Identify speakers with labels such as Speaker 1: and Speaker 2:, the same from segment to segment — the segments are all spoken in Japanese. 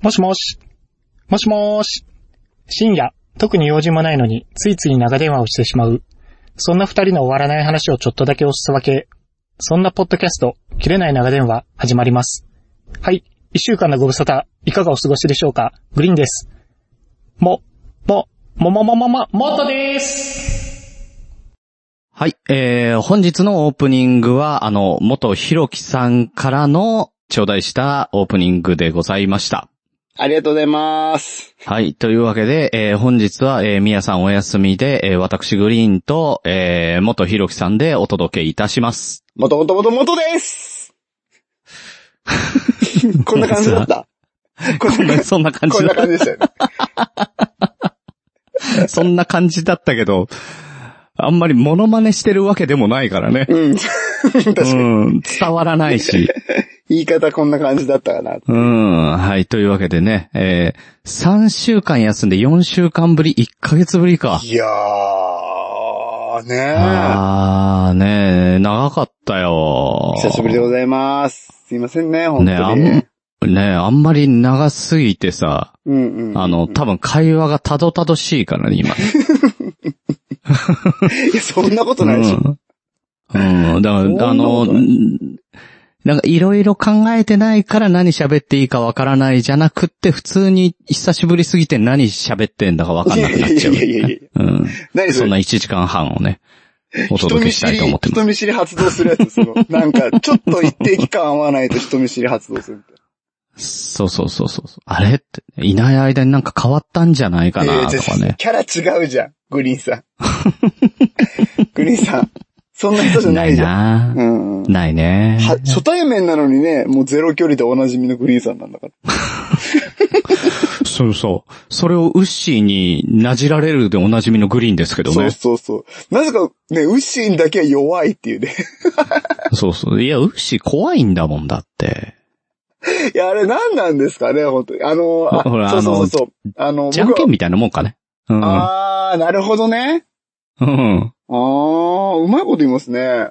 Speaker 1: もしもし。もしもーし。深夜、特に用事もないのに、ついつい長電話をしてしまう。そんな二人の終わらない話をちょっとだけおすすわけ。そんなポッドキャスト、切れない長電話、始まります。はい。一週間のご無沙汰、いかがお過ごしでしょうかグリーンです。も、も、ももももも、もっとでーす
Speaker 2: はい。えー、本日のオープニングは、あの、元ひろきさんからの頂戴したオープニングでございました。
Speaker 3: ありがとうございます。
Speaker 2: はい。というわけで、えー、本日は、えー、みやさんお休みで、えー、私グリーンと、えー、元ひろきさんでお届けいたします。
Speaker 3: もともともともとです。 こんな感じだった。こんな
Speaker 2: そんな感
Speaker 3: こ
Speaker 2: じ
Speaker 3: んな
Speaker 2: だ
Speaker 3: 感じでしたよね。
Speaker 2: そんな感じだったけど、あんまりモノマネしてるわけでもないからね。
Speaker 3: うん。確か
Speaker 2: う
Speaker 3: に。
Speaker 2: ん、伝わらないし。
Speaker 3: 言い方こんな感じだったかな。
Speaker 2: うん、はい、というわけでね、えー、3週間休んで4週間ぶり、1ヶ月ぶりか。
Speaker 3: いやー、ね
Speaker 2: あー、ねえ、長かったよ
Speaker 3: ー。。久しぶりでございます。すいませんね、本
Speaker 2: ねえ、
Speaker 3: 当
Speaker 2: あ
Speaker 3: に。
Speaker 2: ん、ねえ、あんまり長すぎてさ、
Speaker 3: うんうん。
Speaker 2: あの、多分会話がたどたどしいからね、今。
Speaker 3: いや、 そんなことないでしょ。
Speaker 2: うん。うん、だ
Speaker 3: そん
Speaker 2: から、あ
Speaker 3: な
Speaker 2: の、
Speaker 3: ことない
Speaker 2: なんかいろいろ考えてないから何喋っていいかわからないじゃなくって、普通に久しぶりすぎて何喋ってんだかわかん
Speaker 3: い
Speaker 2: な
Speaker 3: や
Speaker 2: く
Speaker 3: い
Speaker 2: な
Speaker 3: や
Speaker 2: っちゃう。
Speaker 3: いやいやいや。
Speaker 2: うん。
Speaker 3: 何
Speaker 2: そ
Speaker 3: そ
Speaker 2: んな
Speaker 3: れ
Speaker 2: 1時間半をね、お
Speaker 3: 人
Speaker 2: 届け
Speaker 3: 見
Speaker 2: し
Speaker 3: 知
Speaker 2: たい
Speaker 3: り、
Speaker 2: と思ってま
Speaker 3: 人見知り発動するやつ、その、なんか、ちょっと一定期間合わないと人見知り発動するみたいな。
Speaker 2: す。そうそうそうそう。あれって、いない間になんか変わったんじゃないか
Speaker 3: いやい
Speaker 2: な、
Speaker 3: や
Speaker 2: とかね。
Speaker 3: キャラ違うじゃん、グリ ーンさん。グリーンさん、そんな人じゃな
Speaker 2: ないい
Speaker 3: じゃん。
Speaker 2: な
Speaker 3: うんうんは
Speaker 2: ないね。
Speaker 3: 初対面なのにね、もうゼロ距離でおなじみのグリーンさんなんだから。
Speaker 2: そうそう。それをウッシーになじられるでおなじみのグリーンですけど
Speaker 3: そう
Speaker 2: ね。
Speaker 3: そうそう。なぜかね、ウッシーだけは弱いっていうね。
Speaker 2: そうそう。いや、ウッシー怖いんだもんだって。
Speaker 3: いや、あれ何なんですかね、本当に。あの、あ
Speaker 2: ほら
Speaker 3: そうそうそうそう。あの、
Speaker 2: じゃんけん
Speaker 3: 僕
Speaker 2: みたいなもんかね。うん。
Speaker 3: はあー、なるほどね。
Speaker 2: うん。
Speaker 3: あー、うまいこと言いますね。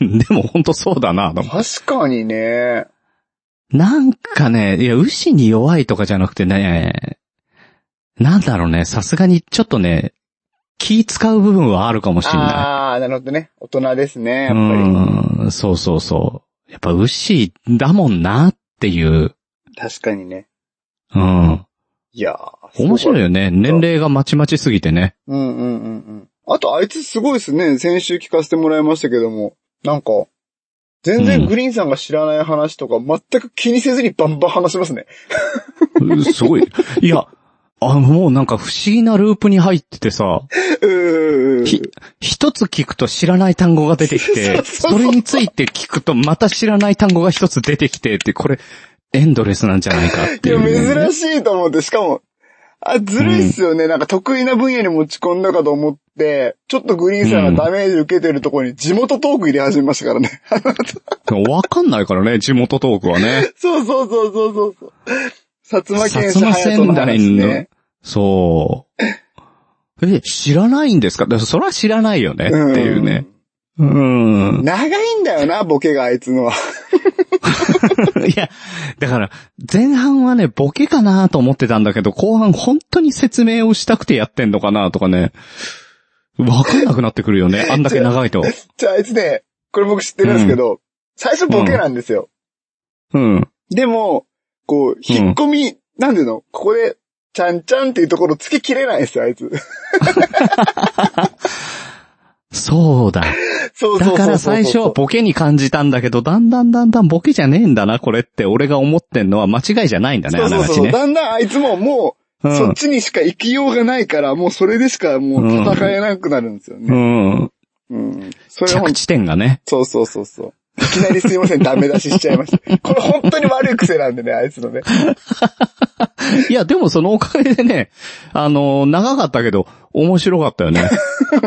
Speaker 2: でもほんとそうだな、と思
Speaker 3: 確かにね。
Speaker 2: うなんかね、いや、ウッシーに弱いとかじゃなくてね、なんだろうね、さすがにちょっとね、気使う部分はあるかもしんな
Speaker 3: あー、なるほどね。大人です
Speaker 2: い。
Speaker 3: ね、やっぱり。
Speaker 2: うん、そうそうそう。やっぱウッシーだもんなっていう。
Speaker 3: 確かにね。
Speaker 2: うん。
Speaker 3: いやー。
Speaker 2: 面白い
Speaker 3: よ
Speaker 2: よね。年齢がまちまちすぎてね。
Speaker 3: うんうんうんうん。あとあいつすごいですね。先週聞かせてもらいましたけども。なんか、全
Speaker 2: う
Speaker 3: 然
Speaker 2: ん
Speaker 3: グリーンさんが知らない話とか全く気にせずにバンバン話しますね。
Speaker 2: うんすごい。いや、あ、もうなんか不思議なループに入っててさ、
Speaker 3: うーん。
Speaker 2: き一つ聞くと知らない単語が出てきて、
Speaker 3: そうそうそ
Speaker 2: そうれについて聞くとまた知らない単語が一つ出てきてって、これ、エンドレスなんじゃないかっていう、
Speaker 3: いや、珍しいと思って、しかも、あ、ずるいっすよね。なんか得意な分野に持ち込んだかと思って、ちょっとグリーンさんがダメージ受けてるところに地元トーク入れ始めましたか らね。
Speaker 2: わかんないからね、地元トークはね。
Speaker 3: そうそうそうそうそうそう。薩摩
Speaker 2: 薩
Speaker 3: 県市
Speaker 2: 摩
Speaker 3: 隼人
Speaker 2: 仙
Speaker 3: の
Speaker 2: 台
Speaker 3: 話
Speaker 2: の
Speaker 3: ね。、
Speaker 2: そう。え、知らないんですかだからそれは知らないよね、って
Speaker 3: ん
Speaker 2: いうね。うん。
Speaker 3: 長いんだよな、ボケがあいつのは。
Speaker 2: いや、だから、前半はね、ボケかなと思ってたんだけど、後半本当に説明をしたくてやってんのかなとかね、わかんなくなってくるよ ね、あんだけ長いと。
Speaker 3: じゃあ、あいつね、これ僕知ってるんですけど、最初ボケなんですよ。
Speaker 2: うん。
Speaker 3: でも、こう、引っ込み、なんていうのここで、ちゃんちゃんっていうところつけきれないんですよ、あ いつ。
Speaker 2: そうだ。
Speaker 3: そうそうそうそうそ
Speaker 2: だ
Speaker 3: う。
Speaker 2: から最初はボケに感じたんだけど、だんだんだんだんボケじゃねえんだな、これって俺が思ってんのは間違いじゃないんだね、
Speaker 3: そう
Speaker 2: あな
Speaker 3: そ
Speaker 2: が
Speaker 3: うそう
Speaker 2: ちね。
Speaker 3: だんだんあいつももう、
Speaker 2: う
Speaker 3: そっ
Speaker 2: ん。
Speaker 3: ちにしか生きようがないから、もうそれでしかもう戦えなくなるんですよ
Speaker 2: う
Speaker 3: ね。
Speaker 2: ん。
Speaker 3: うん。それは
Speaker 2: 着地点がね。
Speaker 3: そうそうそうそう。いきなりすいません、ダメ出ししちゃい ました。これ本当に悪い癖なんでね、あいつのね。
Speaker 2: いや、でもそのおかげでね、あの、長かったけど、面白かったよ ね。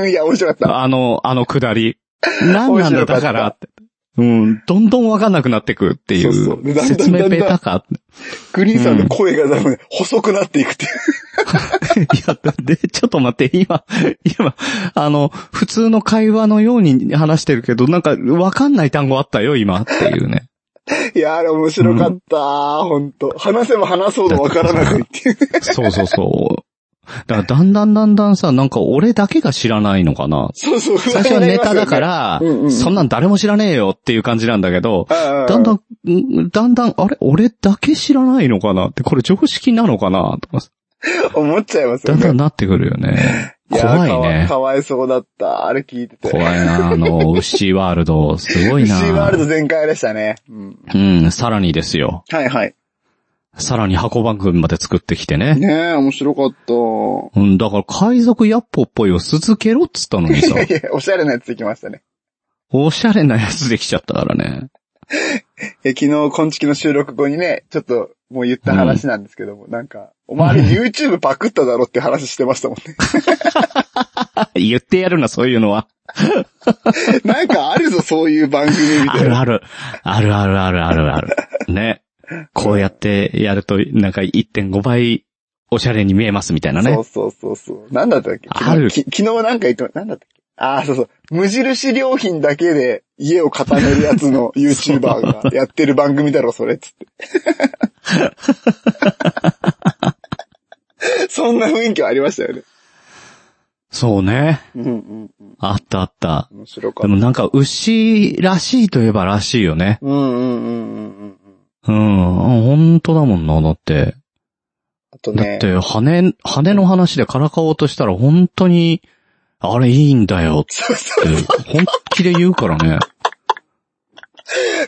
Speaker 3: いや、面白かった。
Speaker 2: あの、あのくだり。何なんだだからって。うん、どんどんわかんなくなってくっていう。
Speaker 3: そうそうでだんだん
Speaker 2: 説明ペータか って。
Speaker 3: グリーンさんの声が多分、細くなっていくっていう。
Speaker 2: いや、で、ちょっと待って、今、今、あの、普通の会話のように話してるけど、なんか、わかんない単語あったよ、今っていうね。
Speaker 3: いや、あれ面白かった。ほんと。話せば話そうとわからなく いっていう。
Speaker 2: そうそうそう。だからだんだんだんだんさ、なんか俺だけが知らないのかな。
Speaker 3: そうそう。
Speaker 2: 最初はネタだから、
Speaker 3: うんうん
Speaker 2: そんなん誰も知らねえよっていう感じなんだけど、
Speaker 3: だ
Speaker 2: だんだん、んだんだん、あれ俺だけ知らないのかなって、これ常識なのかなとか、
Speaker 3: 思っちゃいます
Speaker 2: だ
Speaker 3: よ
Speaker 2: んだ
Speaker 3: ね
Speaker 2: ん。なってくるよ ね。
Speaker 3: や
Speaker 2: 怖い
Speaker 3: かわ
Speaker 2: ね。
Speaker 3: かわいそうだった。あれ聞いてて。
Speaker 2: 怖いな、あの、牛ワールド。すごいな。
Speaker 3: シーワールド全開でしたね。うん。
Speaker 2: うん、さらにですよ。
Speaker 3: はいはい。
Speaker 2: さらに箱番組まで作ってきてね。
Speaker 3: ねえ、面白かった。
Speaker 2: うん、だから海賊ヤッポっぽいを続けろっつったのに さ、
Speaker 3: いやいや、おしゃれなやつできましたね。
Speaker 2: おしゃれなやつできちゃったからね。
Speaker 3: え、昨日、こんちきの収録後にね、ちょっと、もう言った話なんですけども、なんか、お前あれ YouTube パクっただろって話してましたもんね。
Speaker 2: 言ってやるな、そういうのは。
Speaker 3: なんかあるぞ、そういう番組み
Speaker 2: あ
Speaker 3: たい
Speaker 2: る
Speaker 3: な。
Speaker 2: ある。あるあるあるあるある。ね。こうやってやると、なんか1.5倍おしゃれに見えますみたいなね。
Speaker 3: そうそうそうそう。なんだったっけ
Speaker 2: あ
Speaker 3: 昨
Speaker 2: る
Speaker 3: 日、き昨日なんか言ってま、なんだったっけああ、そうそう。無印良品だけで家を固めるや つの YouTuber がやってる番組だろ、それっつって。そんな雰囲気はありましたよね。
Speaker 2: そうね。
Speaker 3: うんうんうん。
Speaker 2: あったあった。
Speaker 3: 面白か
Speaker 2: で
Speaker 3: っ
Speaker 2: も
Speaker 3: た。
Speaker 2: なんか牛らしいといえばらしいよね。
Speaker 3: うんうんうんうんうん。
Speaker 2: うん。本当だもんな、だって。
Speaker 3: あと
Speaker 2: だっ
Speaker 3: ね。
Speaker 2: て、羽、羽の話でからかおうとしたら本当に、あれいいんだよ
Speaker 3: そうそう
Speaker 2: って、本気で言うからね。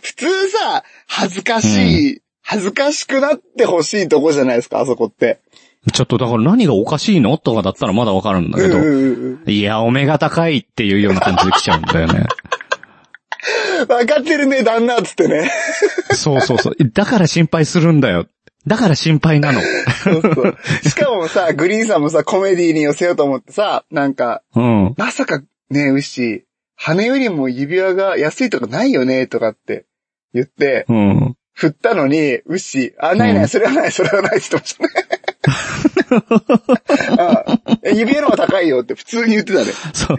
Speaker 3: 普通さ、恥ずかしい、恥ずかしくなってほしいとこじゃないですか、あそこって。
Speaker 2: ちょっとだから何がおかしいのとかだったらまだわかるんだけ
Speaker 3: うん
Speaker 2: ど。
Speaker 3: うんうん
Speaker 2: いや、お目が高いっていうような感じで来ちゃうんだよね。
Speaker 3: わかってるね、旦那っつってね。
Speaker 2: そうそうそう。だから心配するんだよ。だから心配なの。
Speaker 3: そうそうしかもさ、グリーンさんもさ、コメディに寄せようと思ってさ、なんか、
Speaker 2: うん。
Speaker 3: まさかね、ウッシー、羽よりも指輪が安いとかないよね、とかって言って、
Speaker 2: うん。
Speaker 3: 振ったのに、ウッシー、あ、ないな
Speaker 2: う
Speaker 3: い、
Speaker 2: ん
Speaker 3: それはない、それはないって言ってましたね。あえ指輪の方が高いよって普通に言ってたね。
Speaker 2: そ、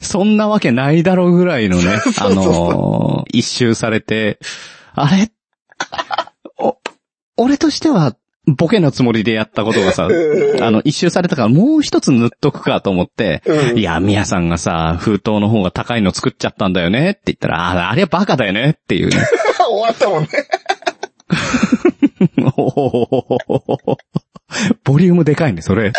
Speaker 2: そんなわけないだろうぐらいのね、
Speaker 3: そ
Speaker 2: あ
Speaker 3: うそうそう
Speaker 2: のー一周されて、あれお、俺としては、ボケのつもりでやったことが さ、
Speaker 3: うん
Speaker 2: あの、一周されたからもう一つ塗っとくかと思って、
Speaker 3: うん
Speaker 2: いや、みやさんがさ、封筒の方が高いの作っちゃったんだよねって言ったら、あ、あれはバカだよねって いうね。
Speaker 3: 終わったもんね。
Speaker 2: おーボリュームでかいね、それ。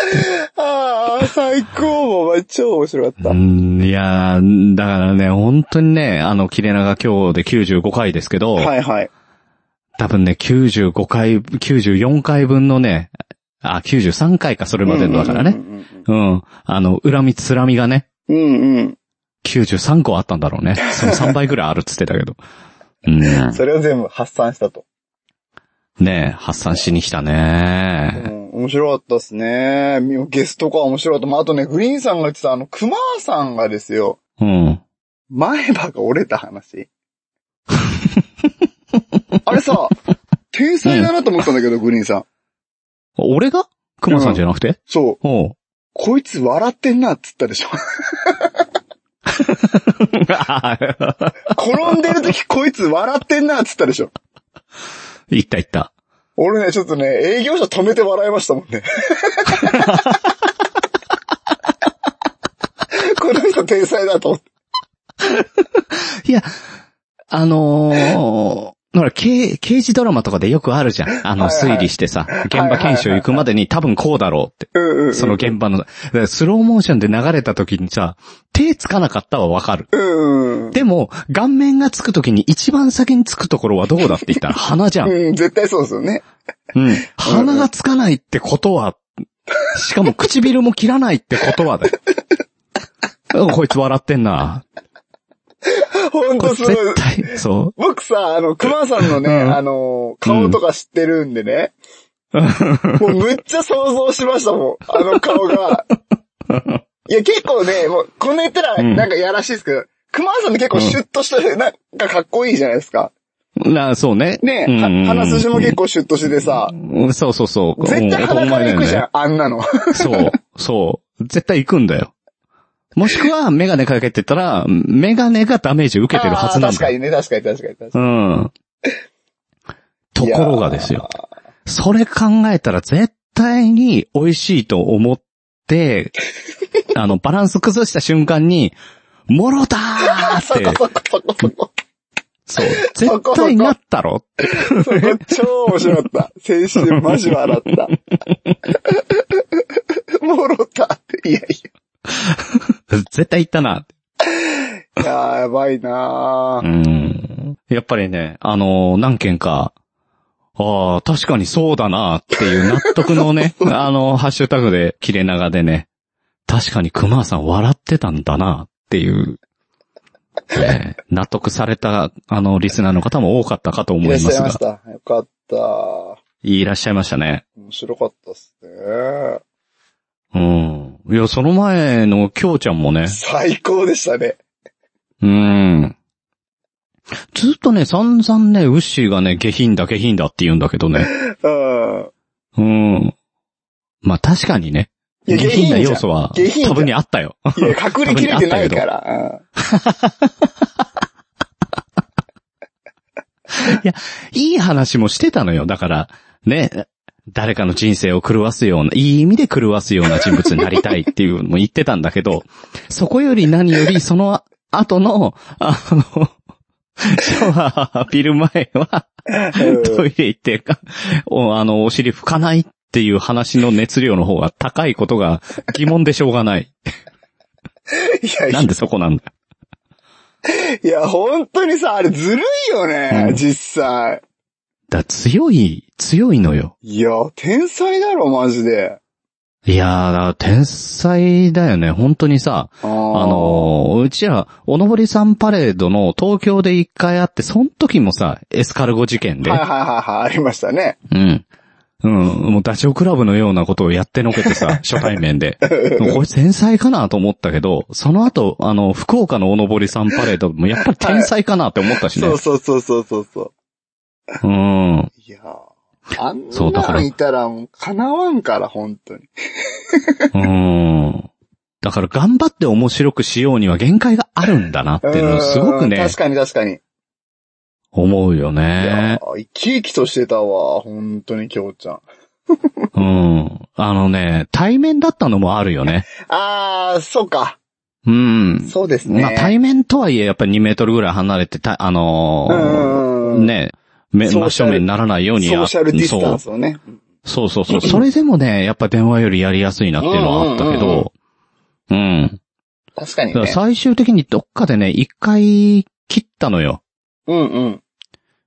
Speaker 3: ああ、最高もう、お前超面白かった。
Speaker 2: う
Speaker 3: うん
Speaker 2: ん、いやーだからね、本当にね、あの、切れ長今日で95回ですけど、
Speaker 3: はいはい。
Speaker 2: 多分ね、95回、94回分のね、あ、93回か、それまでのだからね。うん。あの、恨みつらみがね、
Speaker 3: うんうんうん。うん
Speaker 2: 93個あったんだろうね。その3倍ぐらいあるっつってたけど。 うん。
Speaker 3: うん。それを全部発散したと。
Speaker 2: ねえ発散しに来た
Speaker 3: う
Speaker 2: ね。
Speaker 3: ん、面白かったですね。ゲストか面白かった。まあ、あとね、グリーンさんが言ってた、あの、熊さんがですよ、
Speaker 2: うん。
Speaker 3: 前歯が折れ た話。あれさ、天才だなと思ったんだけど、グリーンさん。
Speaker 2: 俺が熊さんじゃなくて、
Speaker 3: そう、
Speaker 2: おう。
Speaker 3: こいつ笑ってんなっつったでしょ。転んでる時こいつ笑ってんなっつったでしょ。
Speaker 2: いったいった。
Speaker 3: 俺ね、ちょっとね、営業者止めて笑いましたもん ね。この人天才だと思って。
Speaker 2: いや、あのー、ほら、刑、刑事ドラマとかでよくあるじゃん。あの、
Speaker 3: はいはい
Speaker 2: 推理してさ、現場検証行くまでに多分こうだろうって。
Speaker 3: うんうんうん。
Speaker 2: その現場の、だからスローモーションで流れた時にさ、手つかなかったはわかる。
Speaker 3: うんうん
Speaker 2: でも、顔面がつく時に一番先につくところはどこだって言 ったら鼻じゃん。
Speaker 3: うん。うん、絶対そうですよね。
Speaker 2: うん。鼻がつかないってことは、しかも唇も切らないってことはだよ。 うんこいつ笑ってんな。
Speaker 3: ほん
Speaker 2: これ
Speaker 3: とすごい。
Speaker 2: 絶対、そ
Speaker 3: 僕さ、あの、熊さんのね、
Speaker 2: うん
Speaker 3: あの、顔とか知ってるんでね。もうむっちゃ想像しましたもん。あの顔 が。いや、結構ね、もう、こんな言ったら、
Speaker 2: うん
Speaker 3: なんかやらしいですけど、熊さんって結構シュッとしてる、なんかかっこいいじゃないですか。
Speaker 2: う。な、そうね。
Speaker 3: ね
Speaker 2: うんうんうん
Speaker 3: は鼻筋も結構シュッとしててさ、
Speaker 2: うんそうそうそう。
Speaker 3: 絶対鼻から行くじゃん、あんなの。
Speaker 2: うん。そう、そう。絶対行くんだよ。もしくは、メガネかけてたら、メガネがダメージ受けてるはずなん
Speaker 3: あー確か
Speaker 2: だよ。
Speaker 3: にね、確かに確かに確かに。
Speaker 2: うん。ところがですよ。それ考えたら絶対に美味しいと思って、あの、バランス崩した瞬間に、もろだ
Speaker 3: そ
Speaker 2: ーっ
Speaker 3: こ
Speaker 2: て、
Speaker 3: そこそこそ こ。
Speaker 2: そう、絶対なったろ
Speaker 3: そこ超面白かった。先週マジ笑 った。もろたって。いやい
Speaker 2: 絶対言ったな。
Speaker 3: や。いやーやばいな
Speaker 2: う
Speaker 3: ー
Speaker 2: ん。やっぱりね、あの何件か、ああ、確かにそうだなっていう納得の ね、あのハッシュタグで切れ長でね、確かに熊さん笑ってたんだなっていう、ね納得された、あの、リスナーの方も多かったかと思
Speaker 3: い
Speaker 2: い
Speaker 3: ら
Speaker 2: ま
Speaker 3: っ
Speaker 2: す
Speaker 3: しゃいま
Speaker 2: が
Speaker 3: し、た。よかった。
Speaker 2: いらっしゃいましたね。
Speaker 3: 面白かったっすね。
Speaker 2: うん。いや、その前のきょうちゃんもね、
Speaker 3: 最高でしたね。
Speaker 2: うん。ずっとね、散々ね、ウッシーがね、下品だ下品だって言うんだけどね、
Speaker 3: うん。
Speaker 2: うん。まあ確かにね。
Speaker 3: いや下
Speaker 2: 下品
Speaker 3: 品じゃ
Speaker 2: なん要素は
Speaker 3: 下品じゃん
Speaker 2: 多分にあったよ。
Speaker 3: いや、隠れきれてないから。
Speaker 2: いい話もしてたのよ。だから、ね、誰かの人生を狂わすような、いい意味で狂わすような人物になりたいっていうのも言ってたんだけど、 そこより何よりその後の、あの、 シャワー浴びる前は、
Speaker 3: うん
Speaker 2: トイレ行って、お、あの、お尻拭かないっていう話の熱量の方が高いことが疑問でしょうがない。
Speaker 3: いやいや
Speaker 2: なんでそこなんだよ
Speaker 3: いや、本当にさ、あれずるいよね、
Speaker 2: うん
Speaker 3: 実際。
Speaker 2: だ強い、強いのよ。
Speaker 3: いや、天才だろ、マジで。
Speaker 2: いやー、だから天才だよね。本当にさ、
Speaker 3: あ
Speaker 2: あ
Speaker 3: の
Speaker 2: のーうちら、おのぼりさんパレードの東京で一回あって、その時もさ、エスカルゴ事件で
Speaker 3: はい、はいはいはい、ありましたね。
Speaker 2: うん。うん、もうダチョウ倶楽部のようなことをやってのけて さ、初対面で。これ天才かなと思ったけど、その後、あの、福岡のおのぼりさんパレードもやっぱり天才かなって思ったしね。
Speaker 3: そうそうそうそうそうそう。
Speaker 2: うん。
Speaker 3: いやーあん
Speaker 2: そうだか
Speaker 3: な
Speaker 2: ら
Speaker 3: んいたらもう叶わんから、本当に。
Speaker 2: うん。だから頑張って面白くしようには限界があるんだなっていうのをすごく
Speaker 3: うん
Speaker 2: ね
Speaker 3: 確、かに確かに。
Speaker 2: 思うよ
Speaker 3: いや
Speaker 2: ね。
Speaker 3: ー生き生きとしてたわ、本当に、きょうちゃん。
Speaker 2: うん。あのね、対面だったのもあるよね。
Speaker 3: あー、そうか。
Speaker 2: うん。
Speaker 3: そうですね。
Speaker 2: まあ対面とはいえ、やっぱり2メートルぐらい離れて、たあのー
Speaker 3: うんうんうん。。
Speaker 2: ね、め
Speaker 3: ソ
Speaker 2: 真
Speaker 3: ーシャル
Speaker 2: 正面にならないよ
Speaker 3: ソ
Speaker 2: うに
Speaker 3: ーシャルディスタンスをね。
Speaker 2: そうそうそうそう。それでもね、やっぱ電話よりやりやすいなっていうのはあったけど、うん。
Speaker 3: 確かに
Speaker 2: だから
Speaker 3: ね。
Speaker 2: 最終的にどっかでね、一回切ったのよ。
Speaker 3: うんうん。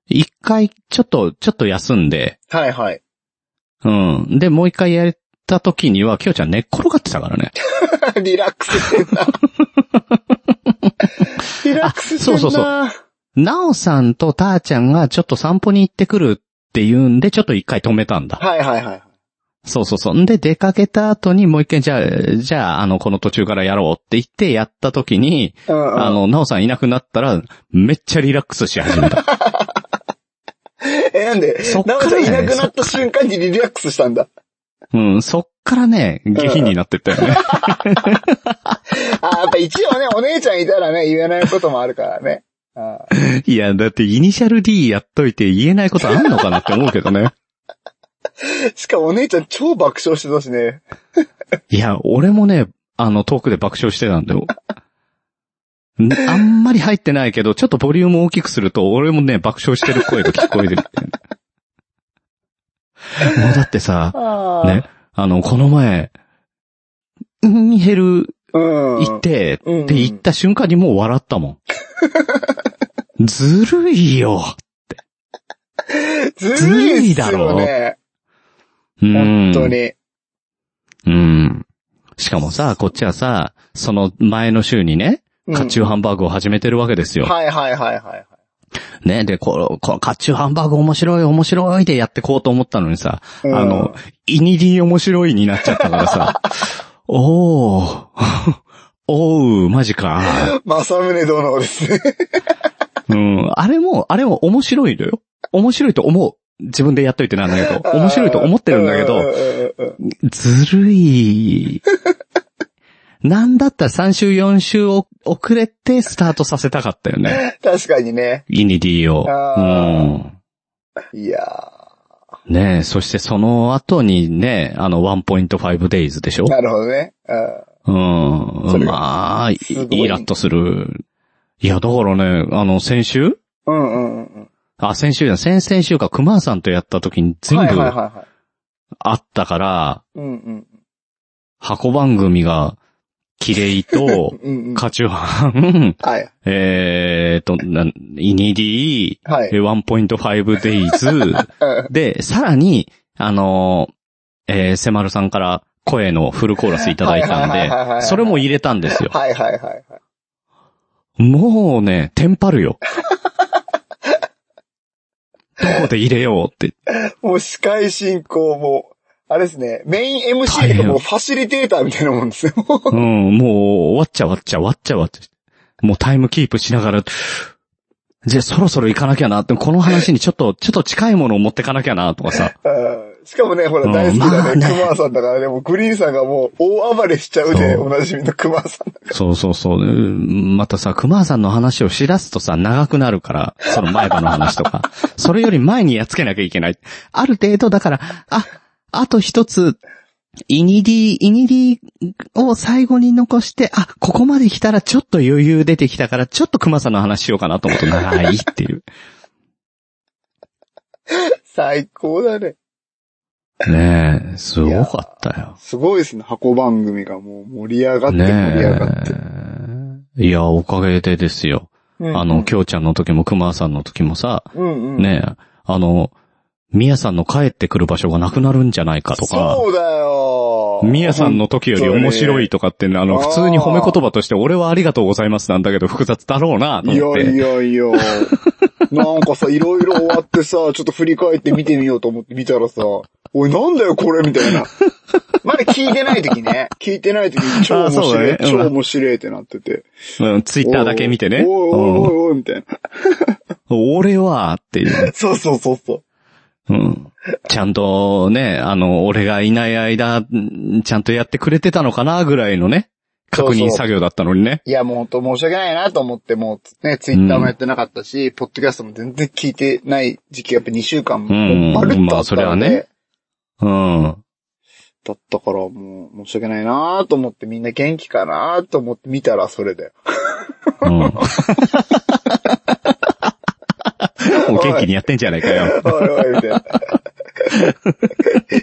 Speaker 2: 一回ちょっと、ちょっと休んで、
Speaker 3: はいはい。
Speaker 2: うん。で、もう一回やった時には、きょうちゃん寝っ転がってたからね。
Speaker 3: リラックスして んな。リラックスして
Speaker 2: あそ
Speaker 3: んな。
Speaker 2: うそう
Speaker 3: そ
Speaker 2: なおさんとたーちゃんがちょっと散歩に行ってくるっていうんで、ちょっと一回止めたんだ。
Speaker 3: はいはいはい。
Speaker 2: そうそうそう。んで、出かけた後にもう一回、じゃあ、じゃあ、あの、この途中からやろうって言ってやった時に、
Speaker 3: うんうん。
Speaker 2: あの、なおさんいなくなったら、めっちゃリラックスし始めた。
Speaker 3: え、なんで、
Speaker 2: そっか
Speaker 3: な
Speaker 2: ら
Speaker 3: おちゃんいなくなった瞬間にリラックスしたんだ。
Speaker 2: うん、そっからね、下品になってったよね。
Speaker 3: あやっぱ一応ね、お姉ちゃんいたらね、言えないこともあるからね。あ
Speaker 2: いや、だってイニシャル D やっといて言えないことあんのかなって思うけどね。
Speaker 3: しかもお姉ちゃん超爆笑してたしね。
Speaker 2: いや、俺もね、あの、トークで爆笑してたんだよ。んあんまり入ってないけど、ちょっとボリュームを大きくすると、俺もね、爆笑してる声が聞こえてる。もうだってさ、
Speaker 3: ああ。
Speaker 2: ね、あの、この前、んヘル
Speaker 3: うん。
Speaker 2: 行って、
Speaker 3: うん
Speaker 2: って言った瞬間にもう笑ったもん。ずるいよ。
Speaker 3: ずるいっすよね。
Speaker 2: 本
Speaker 3: 本当。に。
Speaker 2: うん。しかもさ、こっちはさ、その前の週にね、
Speaker 3: うん
Speaker 2: カチューハンバーグを始めてるわけですよ。
Speaker 3: はいはいはいはい。
Speaker 2: ね、で、こう、こうカチューハンバーグ面白い面白いでやってこうと思ったのにさ、
Speaker 3: うん
Speaker 2: あの、イニディ面白いになっちゃったからさ、 おー、 おう、マジか。
Speaker 3: 正宗殿ですね。
Speaker 2: うん、あれも、あれも面白いのよ。面白いと思う。自分でやっといてなんだけど、 面白いと思ってるんだけ
Speaker 3: うんうん
Speaker 2: ど、
Speaker 3: うんうん
Speaker 2: ずるい。 なんだったら3週4週お遅れてスタートさせたかったよね。
Speaker 3: 確かにね。
Speaker 2: イニディを。
Speaker 3: あー
Speaker 2: うん。
Speaker 3: いや
Speaker 2: ねえ、そしてその後にね、あの、1.5days でしょ
Speaker 3: ー。なるほどね。うんそ
Speaker 2: うん。
Speaker 3: れが
Speaker 2: まあ、い
Speaker 3: すごい
Speaker 2: イラッとする。いや、だからね、あの、先週
Speaker 3: うんうんうんうん。
Speaker 2: あ、先週じゃん。先々週か、熊さんとやった時に全部
Speaker 3: はいはいはいは
Speaker 2: あったから、
Speaker 3: い。うんうん。、
Speaker 2: 箱番組が、キレイと
Speaker 3: うんうん。
Speaker 2: カチュハン、
Speaker 3: はい。
Speaker 2: えーと、なんイニディ、
Speaker 3: はい。
Speaker 2: 1.5 days
Speaker 3: うん
Speaker 2: で、さらに、あのー、えー、セマルさんから声のフルコーラスいただいた
Speaker 3: はいはいはいはい
Speaker 2: ん
Speaker 3: は
Speaker 2: で、
Speaker 3: い
Speaker 2: それも入れたんですよ。
Speaker 3: はいはいはいはい。
Speaker 2: もうね、テンパ るよ。どこで入れようって。
Speaker 3: もう司会進行も、あれですね、メイン
Speaker 2: 大
Speaker 3: MC
Speaker 2: 変
Speaker 3: とかもうファシリテーターみたいなもんですよ。
Speaker 2: うん、もう、終わっちゃわっちゃわっちゃわっちゃ。もうタイムキープしながら、じゃあそろそろ行かなきゃなって、この話にちょっと、ちょっと近いものを持ってかなきゃなとかさ。
Speaker 3: うんしかもね、ほ
Speaker 2: う
Speaker 3: ら
Speaker 2: ん
Speaker 3: 大好き
Speaker 2: ま
Speaker 3: だ
Speaker 2: あ
Speaker 3: ね、
Speaker 2: ね
Speaker 3: クマさんだからね、もうグリーンさんがもう大暴れしちゃうで、
Speaker 2: そう
Speaker 3: おなじみのクマさんだ か
Speaker 2: そうそうそう。うんまたさ、熊さんの話をしだすとさ、長くなるから、その前歯の話と か。それより前にやっつけなきゃいけない。ある程度、だから、あ、あと一つ、イニディ、イニディを最後に残して、あ、ここまで来たらちょっと余裕出てきたから、ちょっと熊さんの話しようかなと思うと、長いっていう。
Speaker 3: ら。最高だね。
Speaker 2: ねえ、すごかったよ。
Speaker 3: すごいですね、箱番組がもう盛り上がって盛り上がって。
Speaker 2: ねえ。いや、おかげでですよ。
Speaker 3: うん
Speaker 2: あの、、きょうちゃんの時も熊さんの時もさ、
Speaker 3: うんうん。
Speaker 2: ねえ、あの、みやさんの帰ってくる場所がなくなるんじゃないかとか、
Speaker 3: そうだよ。
Speaker 2: みやさんの時より面白いとかってね、あの、
Speaker 3: あー
Speaker 2: 普通に褒め言葉として、俺はありがとうございますなんだけど、複雑だろうな、と
Speaker 3: い
Speaker 2: 思っ
Speaker 3: やい
Speaker 2: て。
Speaker 3: やいや。 なんかさ、いろいろ終わってさ、ちょっと振り返って見てみようと思って見たらさ、おいなんだよこれみたいな。まだ聞いてない時ね。聞いてない時に超面
Speaker 2: あそう
Speaker 3: 白
Speaker 2: だ
Speaker 3: い、
Speaker 2: ねうん
Speaker 3: 超面白いってなってて。
Speaker 2: うん、ツイッターだけ見てね。
Speaker 3: おいおいお
Speaker 2: う
Speaker 3: いおいおいみたいな。
Speaker 2: ん俺は、っていう。
Speaker 3: そうそうそうそう。
Speaker 2: うんちゃんとね、あの、俺がいない間、んちゃんとやってくれてたのかな、ぐらいのね、確認作業だったのにね。
Speaker 3: いやもうほんと申し訳ないなと思って、もうね、ツイッターもやってなかったし、ポッドキャストも全然聞いてない時期がやっぱ2週間
Speaker 2: うん
Speaker 3: もまるっとあったので、
Speaker 2: まあそれはねうん。
Speaker 3: だったからもう申し訳ないなと思ってみんな元気かなと思って見たらそれで。
Speaker 2: うん。 もう元気にやってんじゃないかよ。
Speaker 3: おいおい、みたいな。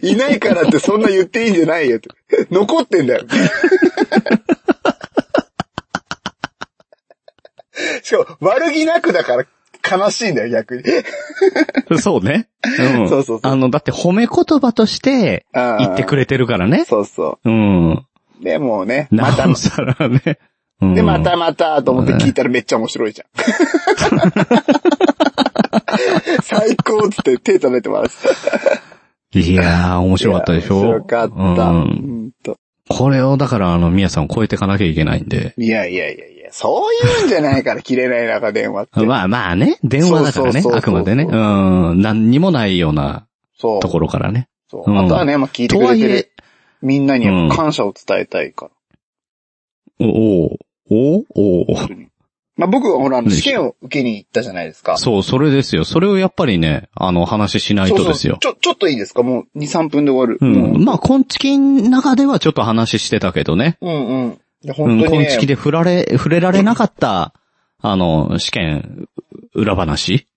Speaker 3: いないからってそんな言っていいんじゃないよって。残ってん だよ。しかも、悪気なくだから悲しいんだよ、逆に。
Speaker 2: そうね。うん。
Speaker 3: そうそうそう
Speaker 2: あの、だって褒め言葉として言
Speaker 3: 言
Speaker 2: ってく
Speaker 3: れ。
Speaker 2: れてるからね。
Speaker 3: そうそ
Speaker 2: うん。
Speaker 3: う。で、もうね、また
Speaker 2: なお、さらね。うん
Speaker 3: で、またまたと思って聞いたらめっちゃ面白いじ ゃん。最高っつって手叩いてます。
Speaker 2: いやー、面白かったでしょ
Speaker 3: いや面白かった。
Speaker 2: う。
Speaker 3: うんんと。
Speaker 2: これを、だから、あの、みやさんを超えていかなきゃいけないんで。
Speaker 3: いやいやいやいや、そういうんじゃないから、切れない中電話って。
Speaker 2: まあまあね、電話だからね
Speaker 3: そうそうそう、そう
Speaker 2: あくまでね。うん。何にもないような
Speaker 3: そう。
Speaker 2: ところからね。
Speaker 3: そう。
Speaker 2: うん
Speaker 3: あとはね、まあ、聞いて
Speaker 2: と
Speaker 3: く
Speaker 2: は
Speaker 3: れ
Speaker 2: い
Speaker 3: て
Speaker 2: え
Speaker 3: る、みんなには感謝を伝えたいから、
Speaker 2: おおおおお
Speaker 3: 本当に。まあ、僕はほら、あの
Speaker 2: ね
Speaker 3: 試験を受けに行ったじゃないですか。
Speaker 2: そう、それですよ。それをやっぱりね、あの、話ししないとですよ。
Speaker 3: ちょ、ちょっといいですかもう2、3分で終わる。
Speaker 2: う
Speaker 3: も
Speaker 2: ん。まあ、コンチキの中ではちょっと話してたけどね。
Speaker 3: うんうん。い
Speaker 2: う
Speaker 3: や、本
Speaker 2: ん、
Speaker 3: 当に
Speaker 2: コンチキで
Speaker 3: ね、
Speaker 2: 振られ、触れられなかった、あの、試験、裏話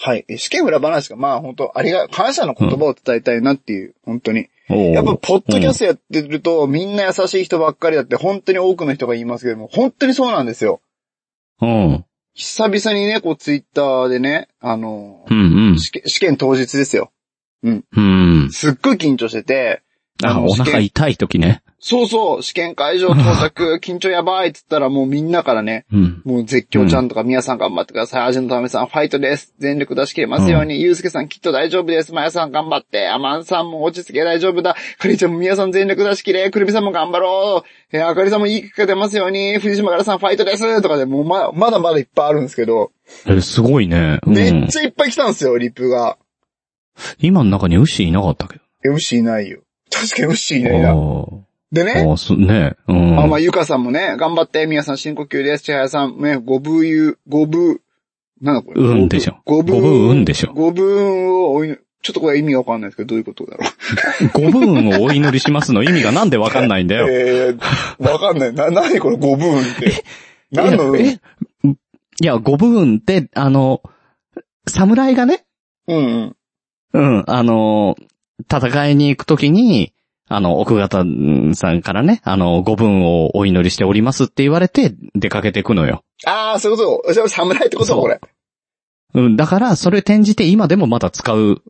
Speaker 3: はい。試験裏話が、まあ、本当ありが、感謝の言葉を伝えたいなっていう、本当に。
Speaker 2: おう
Speaker 3: やっぱ、ポッドキャストやってると、みんな優しい人ばっかりだって、本当に多くの人が言いますけども、本当にそうなんですよ。
Speaker 2: うん。
Speaker 3: 久々にね、こう、ツイッターでね、あの
Speaker 2: う、ん、
Speaker 3: 試験試験当日ですよ。
Speaker 2: うん。うん。
Speaker 3: すっごい緊張してて、
Speaker 2: あ、お腹痛い時ね。
Speaker 3: そうそう、試験会場到 着、緊張やばいっつったらもうみんなからね、
Speaker 2: うん。
Speaker 3: もう絶叫ちゃんとか、みやさん頑張ってください、アジのためさんファイトです、全力出し切れますように、ゆうすけさんきっと大丈夫です、まやさん頑張って、あまんさんも落ち着け大丈夫だ、かりちゃんもみやさん全力出し切れ、くるみさんも頑張ろう、えーあかりさんもいい結果出ますように、藤島からさんファイトですとかで、もうま、まだまだいっぱいあるんですけど、
Speaker 2: え、すごいね。う
Speaker 3: めっ
Speaker 2: ん。
Speaker 3: ちゃいっぱい来たんですよ、リプが。
Speaker 2: 今の中にウッシーいなかったけ
Speaker 3: MC いないよ。確かに MC いないな。
Speaker 2: ど。
Speaker 3: で
Speaker 2: あ
Speaker 3: ね、
Speaker 2: ーあー、す、ね。う
Speaker 3: まあま
Speaker 2: ん。
Speaker 3: あ、ゆかさんもね、頑張って、みやさん深呼吸です、ちはやさん、ね、ごぶゆ、ごぶ、なんだこれ
Speaker 2: うんでしょ
Speaker 3: 五分。
Speaker 2: 五分うんでしょ
Speaker 3: 五分をお祈、ちょっとこれ意味がわかんないですけど、どういうことだろ
Speaker 2: 五分をお祈りしますの意味がなんでわかんないんだ
Speaker 3: う。
Speaker 2: よ。
Speaker 3: えー、わかんない。 な、なにこれ五分って。何の
Speaker 2: いや
Speaker 3: う
Speaker 2: え
Speaker 3: ん
Speaker 2: いや、五分って、あの、侍がね、
Speaker 3: うん。
Speaker 2: うん、あの、戦いに行くときに、あの、奥方さんからね、あの、五分をお祈りしておりますって言われて出かけていくのよ。
Speaker 3: ああ、そういうこと。それ侍ってこと
Speaker 2: そう
Speaker 3: これ。
Speaker 2: うん、だから、それ転じて今でもまだ使う。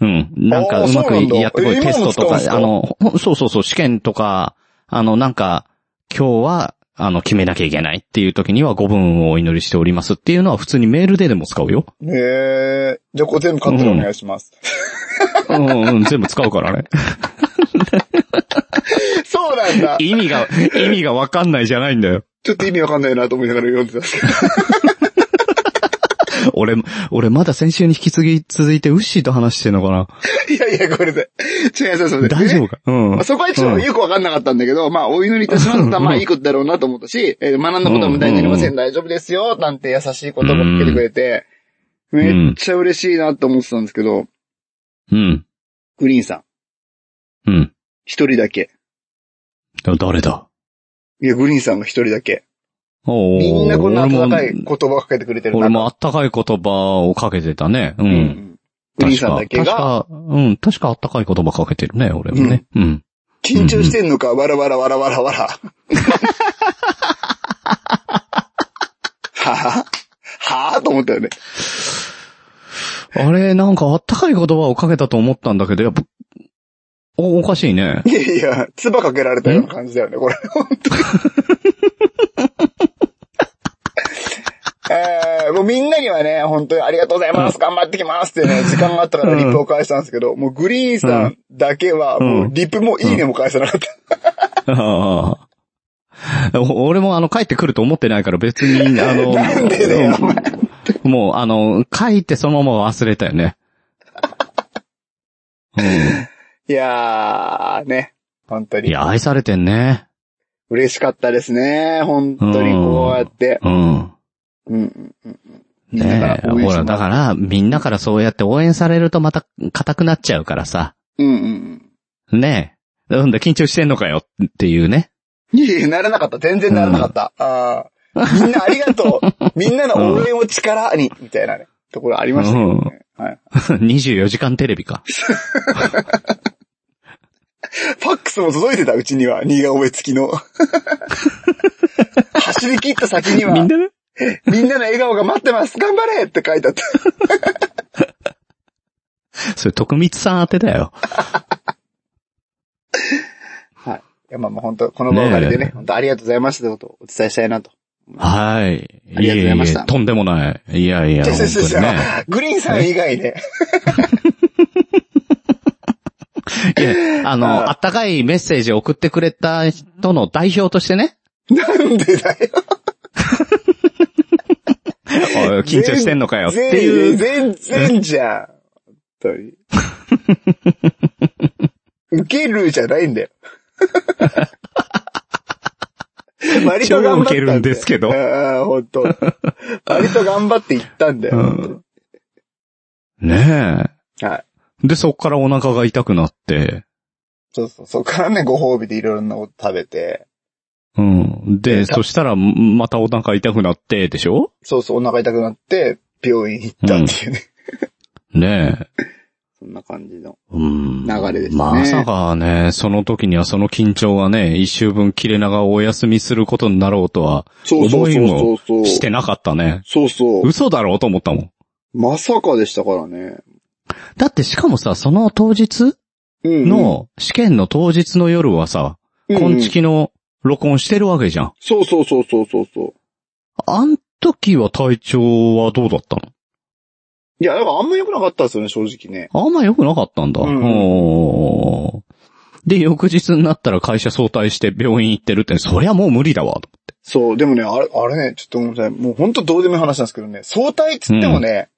Speaker 2: うん、なんか
Speaker 3: あー
Speaker 2: うまく
Speaker 3: そうなんだ
Speaker 2: やってこ
Speaker 3: え
Speaker 2: い。テストと
Speaker 3: 今も使うんす
Speaker 2: か、
Speaker 3: か
Speaker 2: あの、ほそうそうそう、試験とか、あの、なんか、今日は、あの、決めなきゃいけないっていう時には、ご分をお祈りしておりますっていうのは、普通にメールででも使うよ。
Speaker 3: ええじゃあこれ全部カットでお願いし ます。
Speaker 2: うん、うん、全部使うからね。
Speaker 3: そうなんだ。
Speaker 2: 意味が、意味がわかんないじゃないんだよ。
Speaker 3: ちょっと意味わかんないなと思いながら読んでたんですけど。
Speaker 2: 俺、俺まだ先週に引き継ぎ続いて、ウッシーと話してんのかない
Speaker 3: やいや、これで。違います、そうです。
Speaker 2: 大丈夫かうん
Speaker 3: まあ。そこはちょっとよくわかんなかったんだけど、まあ、お祈りいたしますと、まあ、いいことだろうなと思ったし、えー学んだことは無駄になりません、
Speaker 2: う
Speaker 3: 大丈夫ですよ、なんて優しい言葉をかけてくれて、
Speaker 2: ん
Speaker 3: めっちゃ嬉しいなと思ってたんですけど、
Speaker 2: うん。
Speaker 3: グリーンさん、
Speaker 2: うん。
Speaker 3: 一人だけ。
Speaker 2: 誰だ
Speaker 3: いや、グリーンさんが一人だけ。
Speaker 2: おー
Speaker 3: みんなこんな温かい
Speaker 2: 俺
Speaker 3: 言
Speaker 2: も
Speaker 3: 葉をかけてくれてる
Speaker 2: 俺もあ
Speaker 3: あ
Speaker 2: ったかい言葉をかけてたね。う。
Speaker 3: うんん。グリーンさんだけ
Speaker 2: 確
Speaker 3: が、
Speaker 2: か、確かうん、確かあったかい言葉かけてるね、俺もね。うん。
Speaker 3: 緊張してんのか、わらわらわらわ らわら。はぁはぁと思ったよね。
Speaker 2: あれ、なんかあったかい言葉をかけたと思ったんだけど、やっぱ、お、おかしいね。
Speaker 3: いやいや、唾かけられたような感じだよね、これ。本当に。えー、もうみんなにはね、本当にありがとうございます、頑張ってきますってね、時間があったからリップを返したんですけど、もうグリーンさんだけは、
Speaker 2: うん
Speaker 3: もうリップもいいねも返さなかった。
Speaker 2: ああお俺もあの帰ってくると思ってないから別に、あの、
Speaker 3: なんでだよお前
Speaker 2: うんもうあの、書いてそのまま忘れたよね。う
Speaker 3: いやー、ね、本当
Speaker 2: ん。い
Speaker 3: に。
Speaker 2: や、愛されてんね。
Speaker 3: 嬉しかったですね、本当にこうやって。
Speaker 2: うん。
Speaker 3: うんうんうんうん。みんな
Speaker 2: ね
Speaker 3: か
Speaker 2: え、
Speaker 3: ら応援
Speaker 2: ほ
Speaker 3: し
Speaker 2: ら、
Speaker 3: て
Speaker 2: だ
Speaker 3: ま
Speaker 2: か
Speaker 3: す
Speaker 2: ら、みんなからそうやって応援されるとまた硬くなっちゃうからさ。
Speaker 3: うんうんうん。
Speaker 2: ねえ。なんだ、緊張してんのかよっていうね。
Speaker 3: いやいや、ならなかった。全然ならなかった。あーみんなありがとう。 みんなの応援を力に、みたいなね、ところありましたけどね。はい。
Speaker 2: 24時間テレビか。
Speaker 3: ファックスも届いてた、うちには。新顔え付 きの。走り切った先には、みんな
Speaker 2: ね。
Speaker 3: の笑顔が待ってます。頑張れって書いてあった。
Speaker 2: それ、徳光さん当てだよ。
Speaker 3: はい。いや、まあまあ本当この場を借りてね、
Speaker 2: ねえ
Speaker 3: 本当ありがとうございましたということをお伝えしたいなと。
Speaker 2: はい。
Speaker 3: ありがとうございました
Speaker 2: えええとんでもない。いや いや、
Speaker 3: じゃ
Speaker 2: 本
Speaker 3: あそう
Speaker 2: 当
Speaker 3: そう
Speaker 2: にね。
Speaker 3: グリーンさん以外で、
Speaker 2: い や、あ
Speaker 3: はい
Speaker 2: の、あったかいメッセージを送ってくれた人の代表として ね。
Speaker 3: なんでだよ。
Speaker 2: おい緊張してんのかよっていう。
Speaker 3: 全然じゃん。本 当に。受けるじゃない んだよ。割と頑張っただよ。
Speaker 2: 超ウケるんですけど
Speaker 3: ああ、本当。割と頑張っていったんだよ。
Speaker 2: うんね
Speaker 3: はい。
Speaker 2: え。で、そっからお腹が痛くなって。
Speaker 3: そうそう。そっからね、ご褒美でいろんなこと食べて、
Speaker 2: うん。で、
Speaker 3: た
Speaker 2: そしたら、またお腹痛くなって、でしょ
Speaker 3: そうそう、お腹痛くなって、病院行ったっていうね。
Speaker 2: ねえ。
Speaker 3: そんな感じの。
Speaker 2: うん
Speaker 3: 流れですね
Speaker 2: まさかね、その時にはその緊張がね、一週分切れ長をお休みすることになろうとは
Speaker 3: そうそうそうそうそう。
Speaker 2: してなかったね。
Speaker 3: そうそう。
Speaker 2: 嘘だろうと思ったもん。
Speaker 3: まさかでしたからね。
Speaker 2: だってしかもさ、その当日
Speaker 3: うんうん、
Speaker 2: の、試験の当日の夜はさ、
Speaker 3: うんうん
Speaker 2: 昆虫の録音してるわけじゃん。
Speaker 3: そうそうそうそうそうそう。
Speaker 2: あん時は体調はどうだった
Speaker 3: いや、だからあんま良くなかったですよね、正直ね。
Speaker 2: のあんま良くなかったんだ。
Speaker 3: うん
Speaker 2: おーで、翌日になったら会社早退して病院行ってるって、そりゃもう無理だわ。
Speaker 3: そう、でもね、あれ、あれね、ちょっとごめんなさい。もうほんとどうでもいい話なんですけどね、早退っつってもね、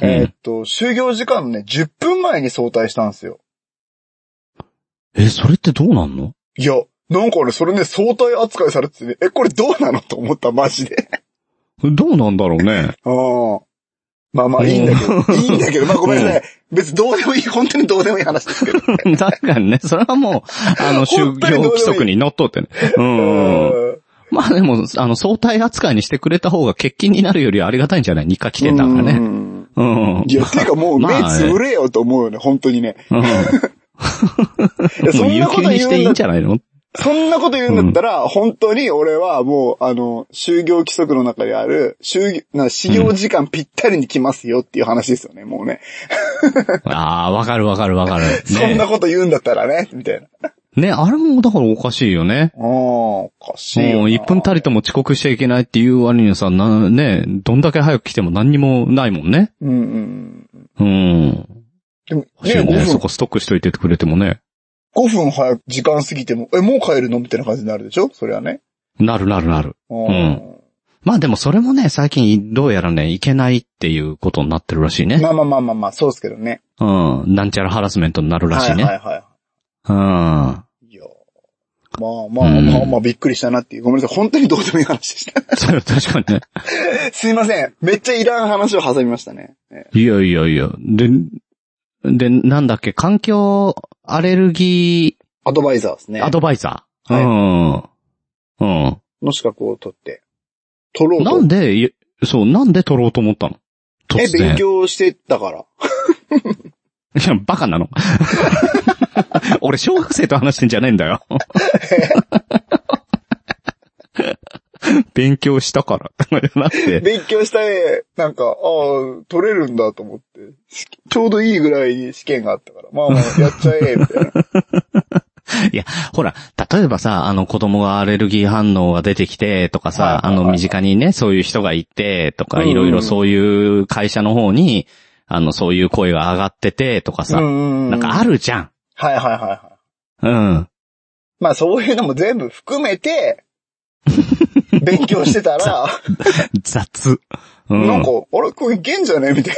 Speaker 2: うん
Speaker 3: えーっと、就業時間のね、10分前に早退したんですよ。
Speaker 2: え、それってどうなんの
Speaker 3: いや、なんか俺それね、早退扱いされててね、え、これどうなのと思った、マジで。
Speaker 2: どうなんだろう ね。
Speaker 3: ああ。まあまあ、いいんだけど。いいんだけど、まあごめんなさい。別にどうでもいい、本当にどうでもいい話ですけど。
Speaker 2: 確かにね、それはもう、あの、就
Speaker 3: 本当にどうでもい
Speaker 2: 業
Speaker 3: い
Speaker 2: 規則に則っってね。うんうん。
Speaker 3: うん
Speaker 2: まあでも、あの、相対扱いにしてくれた方が欠勤になるよりはありがたいんじゃない日課来てたから
Speaker 3: う
Speaker 2: ね。
Speaker 3: ん
Speaker 2: うん。
Speaker 3: いや、てかもう目
Speaker 2: まあ
Speaker 3: つぶれよと思うよね、本当にね。
Speaker 2: うん。
Speaker 3: いやそん
Speaker 2: 有
Speaker 3: なこと
Speaker 2: 給に
Speaker 3: 言
Speaker 2: していい
Speaker 3: うんん
Speaker 2: じ
Speaker 3: だ、
Speaker 2: ゃないの
Speaker 3: そんなこと言うんだったら、本当に俺はもう、あの、就業規則の中にある、就業、な、始業時間ぴったりに来ますよっていう話ですよね、もうね。
Speaker 2: ああ、わかるわかるわかる。
Speaker 3: そんな
Speaker 2: ね。
Speaker 3: こと言うんだったらね、みたいな。
Speaker 2: ね、あれもだからおかしいよね。
Speaker 3: ああ、おかしいよな。
Speaker 2: もう1分たりとも遅刻しちゃいけないっていう割にはさ、な、ね、どんだけ早く来ても何にもないもんね。
Speaker 3: うんうん。
Speaker 2: うん。
Speaker 3: でも、
Speaker 2: 欲しいよ
Speaker 3: ね、
Speaker 2: ね。
Speaker 3: 5
Speaker 2: そ
Speaker 3: 分、
Speaker 2: こストックしといてくれてもね。
Speaker 3: 5分早く時間過ぎても、え、もう帰るのみたいな感じになるでしょそれはね。
Speaker 2: なるなるなる。
Speaker 3: う
Speaker 2: うん。まあでもそれもね、最近どうやらね、いけないっていうことになってるらしいね
Speaker 3: ま。あまあまあまあまあ、そうですけどね。
Speaker 2: うん。なんちゃらハラスメントになるらしい
Speaker 3: はい
Speaker 2: ね。
Speaker 3: はいはい。
Speaker 2: うん。
Speaker 3: いやまあまあ
Speaker 2: うん
Speaker 3: まあまあびっくりしたなっていう。ごめんなさい。本当にどうでもいい話でした。
Speaker 2: それは確かにね。
Speaker 3: すいません。めっちゃいらん話を挟みましたね。え
Speaker 2: いやいやいや。で、で、なんだっけ、環境アレルギ
Speaker 3: アドバイザーですね。
Speaker 2: ーアドバイザー。うん。うん。
Speaker 3: の資格を取って。取ろうと。
Speaker 2: なんで、いそう、なんで取ろうと思ったの
Speaker 3: え、
Speaker 2: 突
Speaker 3: 勉
Speaker 2: 然。
Speaker 3: 強してたから。
Speaker 2: いや、バカ なの。俺、小学生と話してんじゃねえんだよ。勉強したから。だって、
Speaker 3: 勉強したい、なんか、ああ、取れるんだと思って。しちょうどいいぐらいに試験があったから。まあ まあ、やっちゃえ、みたいな。
Speaker 2: ほら、例えばさ、あの子供がアレルギー反応が出てきてとか
Speaker 3: はいは
Speaker 2: さ、
Speaker 3: い
Speaker 2: あ
Speaker 3: はい
Speaker 2: の身近にね、そういう人がいてとか、
Speaker 3: うん
Speaker 2: いろいろそういう会社の方に、あの、そういう声が上がっててとか
Speaker 3: う
Speaker 2: さ、
Speaker 3: んうんうん。
Speaker 2: なんかあるじゃん。
Speaker 3: はいはいはいはい。
Speaker 2: うん。
Speaker 3: まあそういうのも全部含め て、勉強してたら、
Speaker 2: 雑。うん。
Speaker 3: なんか、あれこれいけんじゃねみたい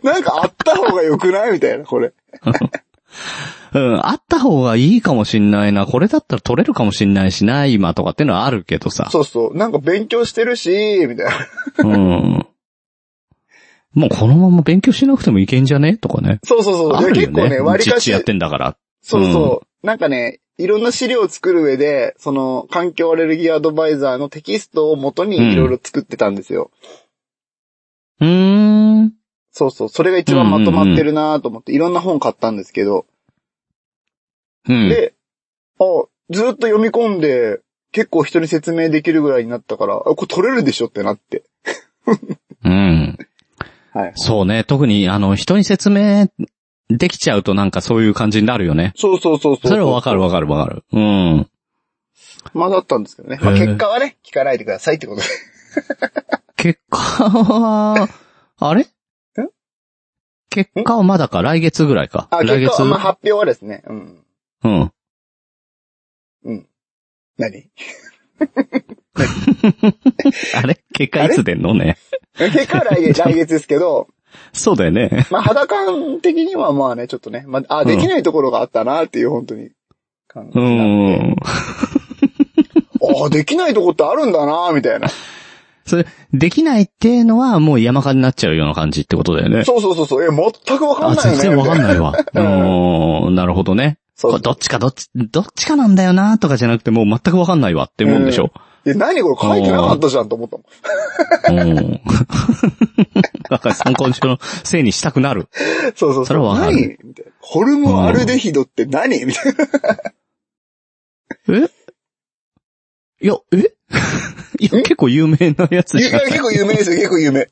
Speaker 3: な。なんかあった方が良くないみたいな、これ。
Speaker 2: うん、あった方がいいかもしんないな。これだったら取れるかもしんないしな、今とかっていうのはあるけどさ。
Speaker 3: そうそう。なんか勉強してるし、みたいな。
Speaker 2: うん。もうこのまま勉強しなくてもいけんじゃねとかね。
Speaker 3: そうそうそう。
Speaker 2: あ
Speaker 3: で
Speaker 2: るよ
Speaker 3: 結構ね、
Speaker 2: ね。
Speaker 3: 割
Speaker 2: ちっ
Speaker 3: か
Speaker 2: ち
Speaker 3: し、
Speaker 2: やってんだから。
Speaker 3: そうそう。なんかね、いろんな資料を作る上で、その、環境アレルギーアドバイザーのテキストを元にいろいろ作ってたんですよ。
Speaker 2: うーん。
Speaker 3: そうそう。それが一番まとまってるなと思って、いろんな本買ったんですけど、
Speaker 2: うん。
Speaker 3: で、あ、ずーっと読み込んで、結構人に説明できるぐらいになったから、あ、これ取れるでしょってなって。
Speaker 2: うん。
Speaker 3: はい。
Speaker 2: そうね。特に、あの、人に説明できちゃうとなんかそういう感じになるよね。
Speaker 3: そうそうそうそう。
Speaker 2: それはわかるわかるわかる。うん。
Speaker 3: まあだったんですけどね。まあ
Speaker 2: へー
Speaker 3: 結果はね、聞かないでくださいってことで。
Speaker 2: 結果は、あれ結果はまだか、来月ぐらいか。
Speaker 3: あ、
Speaker 2: 来
Speaker 3: 結
Speaker 2: 月
Speaker 3: 果、。まあ発表はですね。うん。
Speaker 2: うん。
Speaker 3: 何
Speaker 2: あれ結果いつ出んのね。
Speaker 3: 結果は来月、来月ですけど、
Speaker 2: そうだよね。
Speaker 3: まあ肌感的にはまあね、ちょっとね、まあ、あ、できないところがあったなっていう本当に感じ
Speaker 2: う
Speaker 3: になって。
Speaker 2: ん。
Speaker 3: ああ、できないとこってあるんだなみた いな。
Speaker 2: それ、できないっていうのはもう山間になっちゃうような感じってことだよね。
Speaker 3: そうそうそうそう。え、全くわか
Speaker 2: あ、
Speaker 3: んないよね。
Speaker 2: 全然わかん
Speaker 3: い。
Speaker 2: ないわ。うん。なるほどね。
Speaker 3: そう
Speaker 2: これどっちかどっち、どっちかなんだよなとかじゃなくてもう全くわかんないわってもんでしょ。
Speaker 3: え、何これ書いてなかったじゃんと思ったもん。
Speaker 2: うん。だから参考書のせいにしたくなる。
Speaker 3: そうそう。
Speaker 2: そうれはわかる
Speaker 3: 何みたいなホルモンアルデヒドって何みたいな。
Speaker 2: えいや、えいや、結構有名なやつじ
Speaker 3: 有
Speaker 2: ゃん
Speaker 3: 名。結構有名ですよ、結構有名。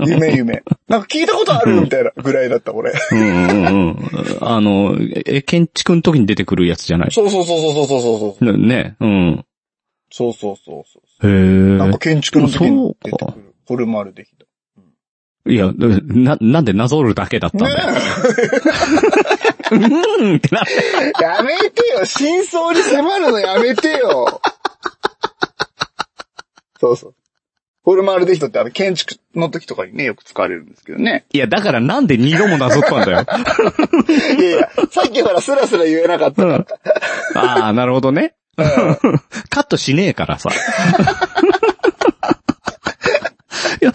Speaker 3: 有名有名。なんか聞いたことあるみたいなぐらいだった、俺。
Speaker 2: うんうんうん。あの、え、建築の時に出てくるやつじゃない
Speaker 3: そうそうそうそうそうそうそう。
Speaker 2: ねね、うん。
Speaker 3: そうそうそうそ
Speaker 2: へ
Speaker 3: う。なんか
Speaker 2: え。
Speaker 3: 建築の時に出てくるホルモンアルデヒド。
Speaker 2: いや、な、なんでなぞるだけだったん
Speaker 3: ね
Speaker 2: だよ。うーんってな。
Speaker 3: え やめてよ真相に迫るのやめてよそうそう。ホルモンアルデヒドってあの建築の時とかにね、よく使われるんですけどね。
Speaker 2: いや、だからなんで二度もなぞったんだよ。
Speaker 3: いやいや、さっきほらスラスラ言えなかった
Speaker 2: うんああ、なるほどね。カットしねえからさ。いや、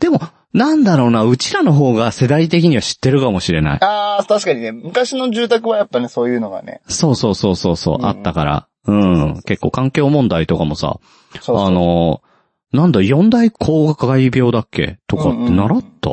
Speaker 2: でも、なんだろうな、うちらの方が世代的には知ってるかもしれない。
Speaker 3: ああ、確かにね、昔の住宅はやっぱね、そういうのがね。
Speaker 2: そうそうそうそうそう、
Speaker 3: うん
Speaker 2: あったから。うん。結構環境問題とかもさ、
Speaker 3: そうそう
Speaker 2: あ、の、なんだ、四大公害病だっけとかっ
Speaker 3: う
Speaker 2: て
Speaker 3: んうん
Speaker 2: 習った、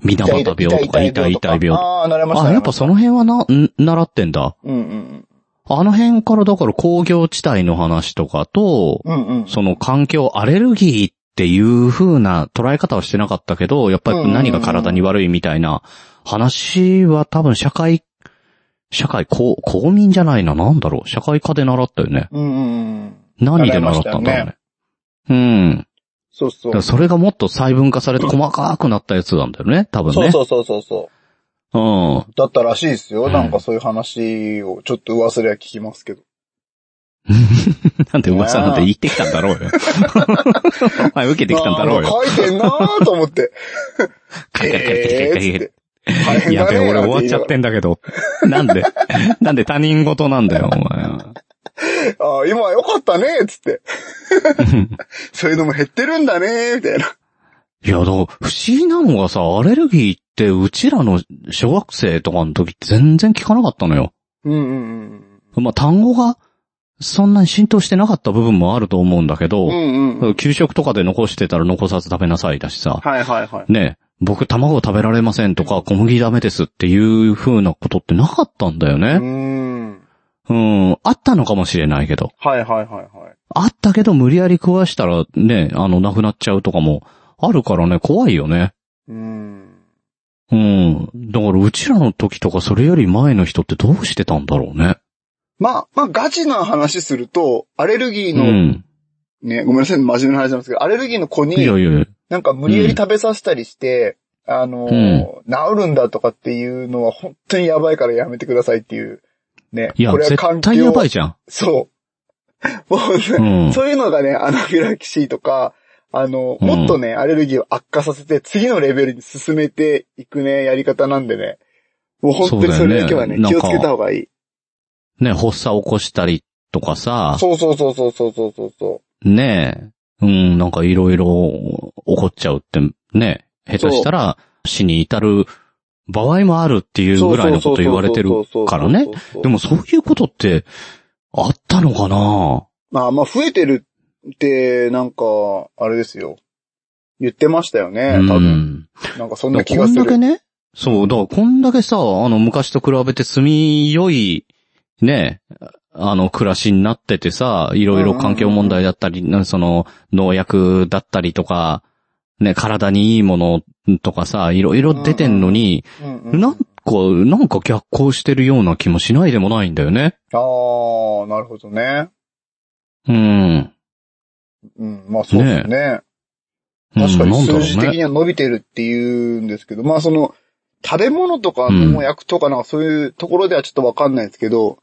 Speaker 2: 水俣病とか、痛い痛い病とか。
Speaker 3: ああー、なれました。
Speaker 2: あ、やっぱその辺はな、ん習ってんだ。
Speaker 3: うんうん
Speaker 2: あの辺からだから工業地帯の話とかと、
Speaker 3: うん。うんうん。
Speaker 2: その環境アレルギーっていう風な捉え方はしてなかったけど、やっぱり何が体に悪いみたいな話は多分社会、社会、公、公民じゃないな、なんだろう。社会科で習ったよね。
Speaker 3: うんうんうん。
Speaker 2: 何で習ったんだろうね。うん。
Speaker 3: そうそ
Speaker 2: だ
Speaker 3: う
Speaker 2: から。それがもっと細分化されて細かくなったやつなんだよね、多分
Speaker 3: そう
Speaker 2: ね。
Speaker 3: そうそうそうそう。
Speaker 2: うん。
Speaker 3: だったらしいです
Speaker 2: う
Speaker 3: よ。
Speaker 2: ん
Speaker 3: なんかそういう話をちょっと噂では聞きますけど。
Speaker 2: なんで噂なんて言ってきたんだろうよ。 お前受けてきたんだろうよ。
Speaker 3: あー書いてんなーと思って。
Speaker 2: カリカリカリカリカリカリ
Speaker 3: 大変
Speaker 2: や
Speaker 3: だ
Speaker 2: べ
Speaker 3: ね
Speaker 2: え、
Speaker 3: ー
Speaker 2: 俺
Speaker 3: なん
Speaker 2: 終わっちゃってんだけど。なんで なんで他人事なんだよ、お前。
Speaker 3: 言いながら。あー今は良かったねーっつって。そういうのも減ってるんだねーみたいな。
Speaker 2: いや、だから不思議なのがさ、アレルギーってうちらの小学生とかの時って全然聞かなかったのよ。
Speaker 3: うんうん
Speaker 2: まあ、単語がそんなに浸透してなかった部分もあると思うんだけ
Speaker 3: うん。う
Speaker 2: ど、
Speaker 3: んうん。
Speaker 2: 給食とかで残してたら残さず食べなさいだしさ。
Speaker 3: はいはいはい。
Speaker 2: ねえ、僕卵食べられませんとか小麦ダメですっていう風なことってなかったんだよ
Speaker 3: うー
Speaker 2: ね。
Speaker 3: ん。
Speaker 2: うん、あったのかもしれないけど。
Speaker 3: はいはいはいはい。
Speaker 2: あったけど無理やり食わしたらね、あの、なくなっちゃうとかもあるからね、怖いよね。
Speaker 3: うーん。
Speaker 2: うん。だからうちらの時とかそれより前の人ってどうしてたんだろうね。
Speaker 3: まあ、まあ、ガチな話すると、アレルギー
Speaker 2: う
Speaker 3: の、
Speaker 2: ん。
Speaker 3: ね、ごめんなさい、真面目な話なんですけど、アレルギーの子
Speaker 2: いやいや
Speaker 3: に、
Speaker 2: いや。
Speaker 3: なんか無理やり食べさせたりして、あのー、治るんだとかっていうのは本当にやばいからやめてくださいっていう。ね。
Speaker 2: いや
Speaker 3: こ、れは環
Speaker 2: 絶
Speaker 3: 境
Speaker 2: 対やばいじゃん。
Speaker 3: そう。 もうね、
Speaker 2: うん。
Speaker 3: そういうのがね、アナフィラキシーとか、あの、
Speaker 2: うん
Speaker 3: もっとね、アレルギーを悪化させて、次のレベルに進めていくね、やり方なんでね。もう本当にそれだけはね、
Speaker 2: そうだ
Speaker 3: 気
Speaker 2: よね
Speaker 3: をつけた方がいい。
Speaker 2: ね、発作起こしたりとかさ、
Speaker 3: そうそうそうそうそうそうそうそ。
Speaker 2: ねえ、うん、なんかいろいろ起こっちゃうって、ねえ、下手したら死に至る場合もあるっていううぐらいのこと言われてるからね。。で、もそういうことってあったのかな
Speaker 3: まあまあ増えてるって、なんか、あれですよ。言ってましたよね、多
Speaker 2: う
Speaker 3: 分。
Speaker 2: ん。
Speaker 3: なんかそん
Speaker 2: だか
Speaker 3: な気
Speaker 2: ら
Speaker 3: が
Speaker 2: こん
Speaker 3: す
Speaker 2: だけ
Speaker 3: る。
Speaker 2: ね、そう、だからこんだけさ、あの昔と比べて住みよい、ねえ、あの暮らしになっててさ、いろいろ環境問題だったり、なその農薬だったりとか、ね、体にいいものとかさ、いろいろ出てんのに、
Speaker 3: うんうん
Speaker 2: なんか、なんか逆行してるような気もしないでもないんだよね。
Speaker 3: ああ、なるほどね。
Speaker 2: うん。
Speaker 3: うん、まあそうですね確かに数字的には伸びてるっていうんですけど、まあその、食べ物とか農薬とかなんかそういうところではちょっとわかんないですけど、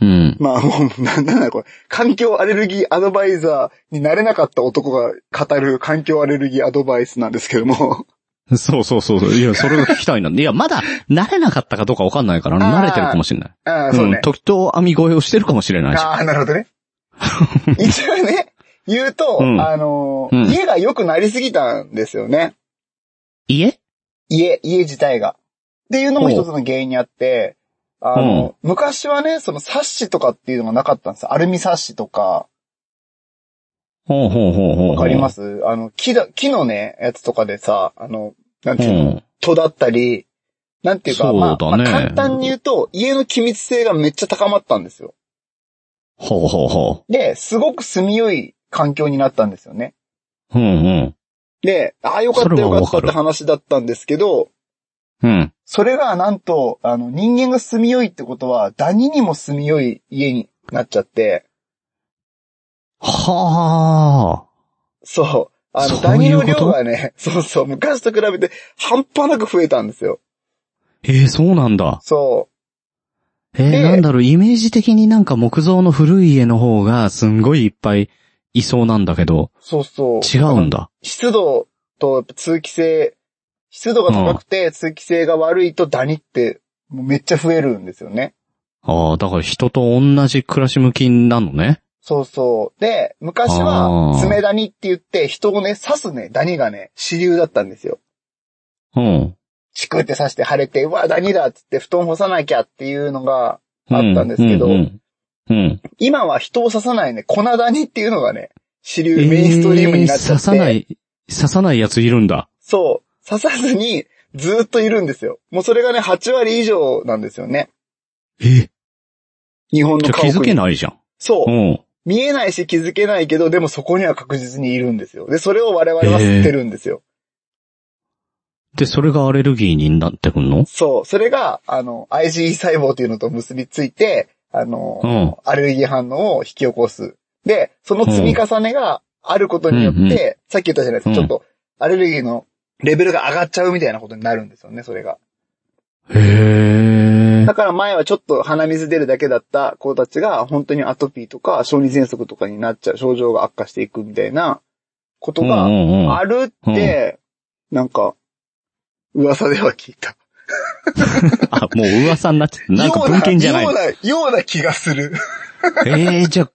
Speaker 2: うん。
Speaker 3: まあもう、なんなんだこれ、環境アレルギーアドバイザーになれなかった男が語る環境アレルギーアドバイスなんですけども。
Speaker 2: そうそうそうそう。いや、それが聞きたいな。いや、まだ慣れなかったかどうかわかんないから、
Speaker 3: あー
Speaker 2: 慣れてるかもしれない。
Speaker 3: ああ、そうね
Speaker 2: ん。。時と網越えをしてるかもしれないし。
Speaker 3: ああ、なるほ どね。一応ね、言うと、
Speaker 2: うん
Speaker 3: あの、
Speaker 2: うん
Speaker 3: 家が良くなりすぎたんですよね。
Speaker 2: 家
Speaker 3: 家、家自体が。っていうのも一つの原因にあって、あの、昔はね、そのサッシとかっていうのがなかったんですよアルミサッシとか、
Speaker 2: ほうほうほうほう。。
Speaker 3: わかりますすあの、木だ、木のね、やつとかでさ、あの、なん
Speaker 2: う
Speaker 3: ていうの、
Speaker 2: ん。
Speaker 3: 戸だったり、なんていうか、
Speaker 2: そうだ
Speaker 3: ま
Speaker 2: ね
Speaker 3: あ、まあ簡単に言うと、家の機密性がめっちゃ高まったんですよ。
Speaker 2: ほうほうほ
Speaker 3: で、すごく住みよい環境になったんですよね。
Speaker 2: う。うん
Speaker 3: で、ああ、よかった
Speaker 2: それはわ
Speaker 3: よかった
Speaker 2: か
Speaker 3: っ
Speaker 2: る
Speaker 3: て話だったんですけど、
Speaker 2: うん。うん。
Speaker 3: それがなんと、あの、人間が住みよいってことは、ダニにも住みよい家になっちゃって、
Speaker 2: はあ。
Speaker 3: そう。あ
Speaker 2: そうい
Speaker 3: の、
Speaker 2: うこと
Speaker 3: ダニの量がね、 そうそう、昔と比べて半端なく増えたんですよ。
Speaker 2: えー、そうなんだ。
Speaker 3: そ
Speaker 2: えー
Speaker 3: で
Speaker 2: なんだろう、イメージ的になんか木造の古い家の方がすんごいいっぱいいそうなんだけど、
Speaker 3: う、そうそう。
Speaker 2: 違うんだ。
Speaker 3: 湿度と通気性、湿度が高くて通気性が悪いとダニってもうめっちゃ増えるんですよね。
Speaker 2: ああ、だから人と同じ暮らし向きなのね。
Speaker 3: そうそう。で、昔
Speaker 2: あ
Speaker 3: は、
Speaker 2: ー
Speaker 3: 爪ダニって言って、人をね、刺すね、ダニがね、主流だったんですよ。
Speaker 2: うん。
Speaker 3: チクって刺して腫れて、うわ、ダニだっつって布団干さなきゃっていうのが、
Speaker 2: う
Speaker 3: あったんですけど
Speaker 2: うん。うん。
Speaker 3: 今は人を刺さないね、粉ダニっていうのがね、主
Speaker 2: う
Speaker 3: 流、
Speaker 2: ん
Speaker 3: メインストリームになっちゃ
Speaker 2: えー刺
Speaker 3: って。
Speaker 2: さない、刺さないやついるんだ。
Speaker 3: そう。刺さずに、ずーっといるんですよ。もうそれがね、8割以上なんですよね。
Speaker 2: え
Speaker 3: 日本
Speaker 2: じ
Speaker 3: の
Speaker 2: ゃあ気
Speaker 3: 家屋
Speaker 2: づけ
Speaker 3: に。
Speaker 2: ないじゃん。
Speaker 3: そうう。
Speaker 2: ん。
Speaker 3: 見えないし気づけないけど、でもそこには確実にいるんですよ。で、それを我々は吸ってるんですよ。
Speaker 2: で、それがアレルギーになってくんの
Speaker 3: そう。それが、あの、IgE 細胞というのと結びついて、あの、
Speaker 2: うん
Speaker 3: アレルギー反応を引き起こす。で、その積み重ねがあることによって、
Speaker 2: うんうん
Speaker 3: さっき言ったじゃないですか、
Speaker 2: うん
Speaker 3: ちょっと、アレルギーのレベルが上がっちゃうみたいなことになるんですよね、それが。
Speaker 2: へえ
Speaker 3: だ。から前はちょっと鼻水出るだけだった子たちが、本当にアトピーとか、小児喘息とかになっちゃう、症状が悪化していくみたいなこと
Speaker 2: うんう
Speaker 3: が
Speaker 2: んうん。
Speaker 3: あるって、なんか、噂では聞いた。
Speaker 2: あ、もう噂になっ ちゃった。なんか文献じゃない
Speaker 3: よう。な、ようなような気が する。
Speaker 2: ええー、じゃ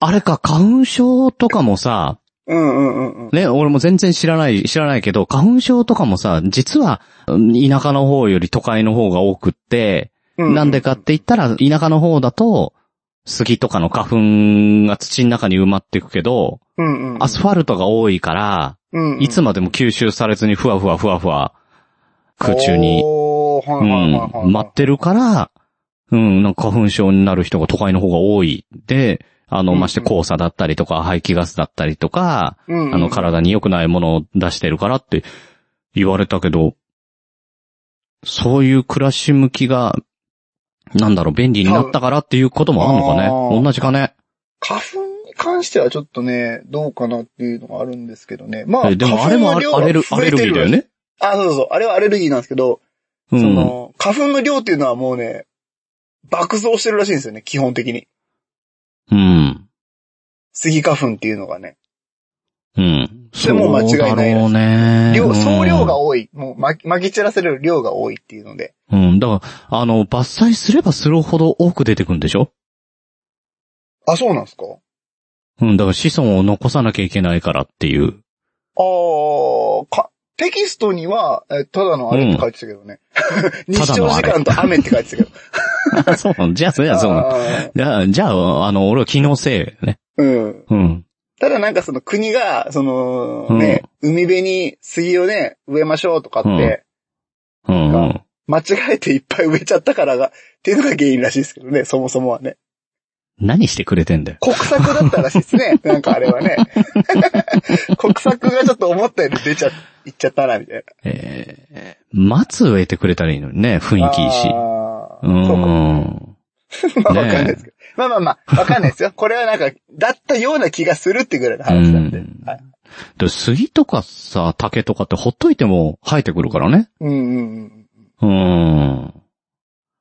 Speaker 2: あ、あれか、花粉症とかもさ、
Speaker 3: うんうんうんうん。
Speaker 2: ね、俺も全然知らない、知らないけど、花粉症とかもさ、実は、うん田舎の方より都会の方が多くって、
Speaker 3: う
Speaker 2: なんでかって言ったら、田舎の方だと、杉とかの花粉が土の中に埋まっていくけど、
Speaker 3: うんうん。
Speaker 2: アスファルトが多いから、
Speaker 3: うんうん
Speaker 2: いつまでも吸収されずにふわふわふわふわ、空中に、
Speaker 3: おーは
Speaker 2: う
Speaker 3: いはいはいはい
Speaker 2: ん、待ってるから、うん、なんか花粉症になる人が都会の方が多い。で、あ
Speaker 3: う
Speaker 2: の、
Speaker 3: んうん
Speaker 2: まして黄砂だったりとか、排気ガスだったりとか、
Speaker 3: うんうん
Speaker 2: あの、体に良くないものを出してるからって言われたけど、そういう暮らし向きが、なんだろう、便利になったからっていうこともあるのか
Speaker 3: あ
Speaker 2: ね
Speaker 3: ー
Speaker 2: 同じかね
Speaker 3: 花粉に関してはちょっとね、どうかなっていうのがあるんですけどね。まあ、
Speaker 2: えでもあれもアレアレルアレルギーだよ
Speaker 3: ね。
Speaker 2: ね。
Speaker 3: あ、そうそうそう。あれはアレルギーなんですけど、
Speaker 2: う
Speaker 3: そ
Speaker 2: ん。
Speaker 3: の、花粉の量っていうのはもうね、爆増してるらしいんですよね、基本的に。
Speaker 2: うん。
Speaker 3: スギ花粉っていうのがね。
Speaker 2: うん。
Speaker 3: れも間違いないらしい
Speaker 2: そうだろうね。
Speaker 3: 量、総量が
Speaker 2: 多い。
Speaker 3: 多い。もう、ま、まき散らせる量が多いっていうので。
Speaker 2: うん。だから、あの、伐採すればするほど多く出てくんでしょ
Speaker 3: あ、そうなんですか
Speaker 2: うん。だから子孫を残さなきゃいけないからっていう。
Speaker 3: あーか、テキストには、えただのあれって書いてたけどね。 日照時間と雨って書 いてたけど。
Speaker 2: あそうなのじゃあ、それはそうなの
Speaker 3: あー
Speaker 2: じゃあ、じゃあ、あの、俺は機能性ね。
Speaker 3: うん。
Speaker 2: うん。
Speaker 3: ただなんかその国が、その
Speaker 2: うん
Speaker 3: ね、海辺に杉をね、植えましょうとかって、
Speaker 2: うん、うん。
Speaker 3: 間違えていっぱい植えちゃったからが、っていうのが原因らしいですけどね、そもそもはね。
Speaker 2: 何してくれてんだよ。
Speaker 3: 国策だったらしいで すね、なんかあれはね。 国策がちょっと思ったより出ちゃ、いっちゃったな、みたいな。
Speaker 2: えー、松植えてくれたらいいのにね、雰囲気いいし。
Speaker 3: あ
Speaker 2: う
Speaker 3: ーそうか
Speaker 2: ん。
Speaker 3: まあ
Speaker 2: ねえ
Speaker 3: わかんないですけど。まあまあまあ、わかんないですよ。これはなんか、だったような気がするってぐらいの話なんで。
Speaker 2: う
Speaker 3: うんん、はい、
Speaker 2: で、杉とかさ、竹とかってほっといても生えてくるからね。
Speaker 3: うんうんうん。
Speaker 2: うん。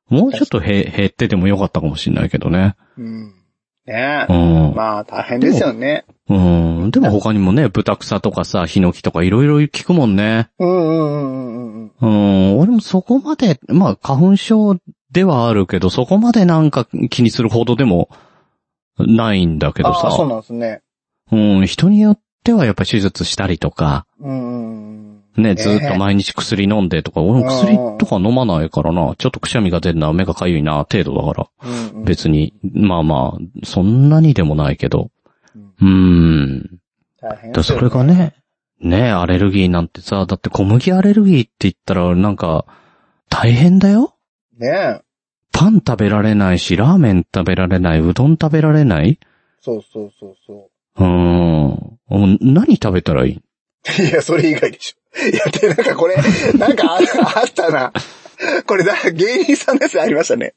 Speaker 2: もうちょっとへ減っててもよかったかもしれないけどね。
Speaker 3: うん。ね
Speaker 2: う
Speaker 3: え。
Speaker 2: ん。
Speaker 3: まあ、大変ですよね。
Speaker 2: うん。でも他にもね、ブタクサとかさ、ヒノキとかいろいろ聞くもんね。
Speaker 3: うんうんうんうんうん。
Speaker 2: うん。俺もそこまで、まあ花粉症ではあるけど、そこまでなんか気にするほどでもないんだけど
Speaker 3: ああ、そう
Speaker 2: さ。
Speaker 3: なんですね。
Speaker 2: うん。人によってはやっぱ手術したりとか、
Speaker 3: うんうんうん。
Speaker 2: ね、ずっと毎日薬飲んでとか、俺も薬
Speaker 3: うん
Speaker 2: とか飲まないからな、ちょっとくしゃみが出るな、目がかゆいな、程度だから。
Speaker 3: うんうん
Speaker 2: 別に、まあまあ、そんなにでもないけど。うー
Speaker 3: うん
Speaker 2: ん。
Speaker 3: 大変
Speaker 2: だ
Speaker 3: です
Speaker 2: そ
Speaker 3: よ
Speaker 2: れがね、ねえ、アレルギーなんてさ、だって小麦アレルギーって言ったらなんか、大変だよ
Speaker 3: ねえ。
Speaker 2: パン食べられないし、ラーメン食べられない、うどん食べられない
Speaker 3: そうそうそうそう。
Speaker 2: ーん。うん何食べたらいいう
Speaker 3: いや、それ以外でしょ。いや、で、なんかこれ、 なんかああったな。これだ、芸人さんのやつありましたね。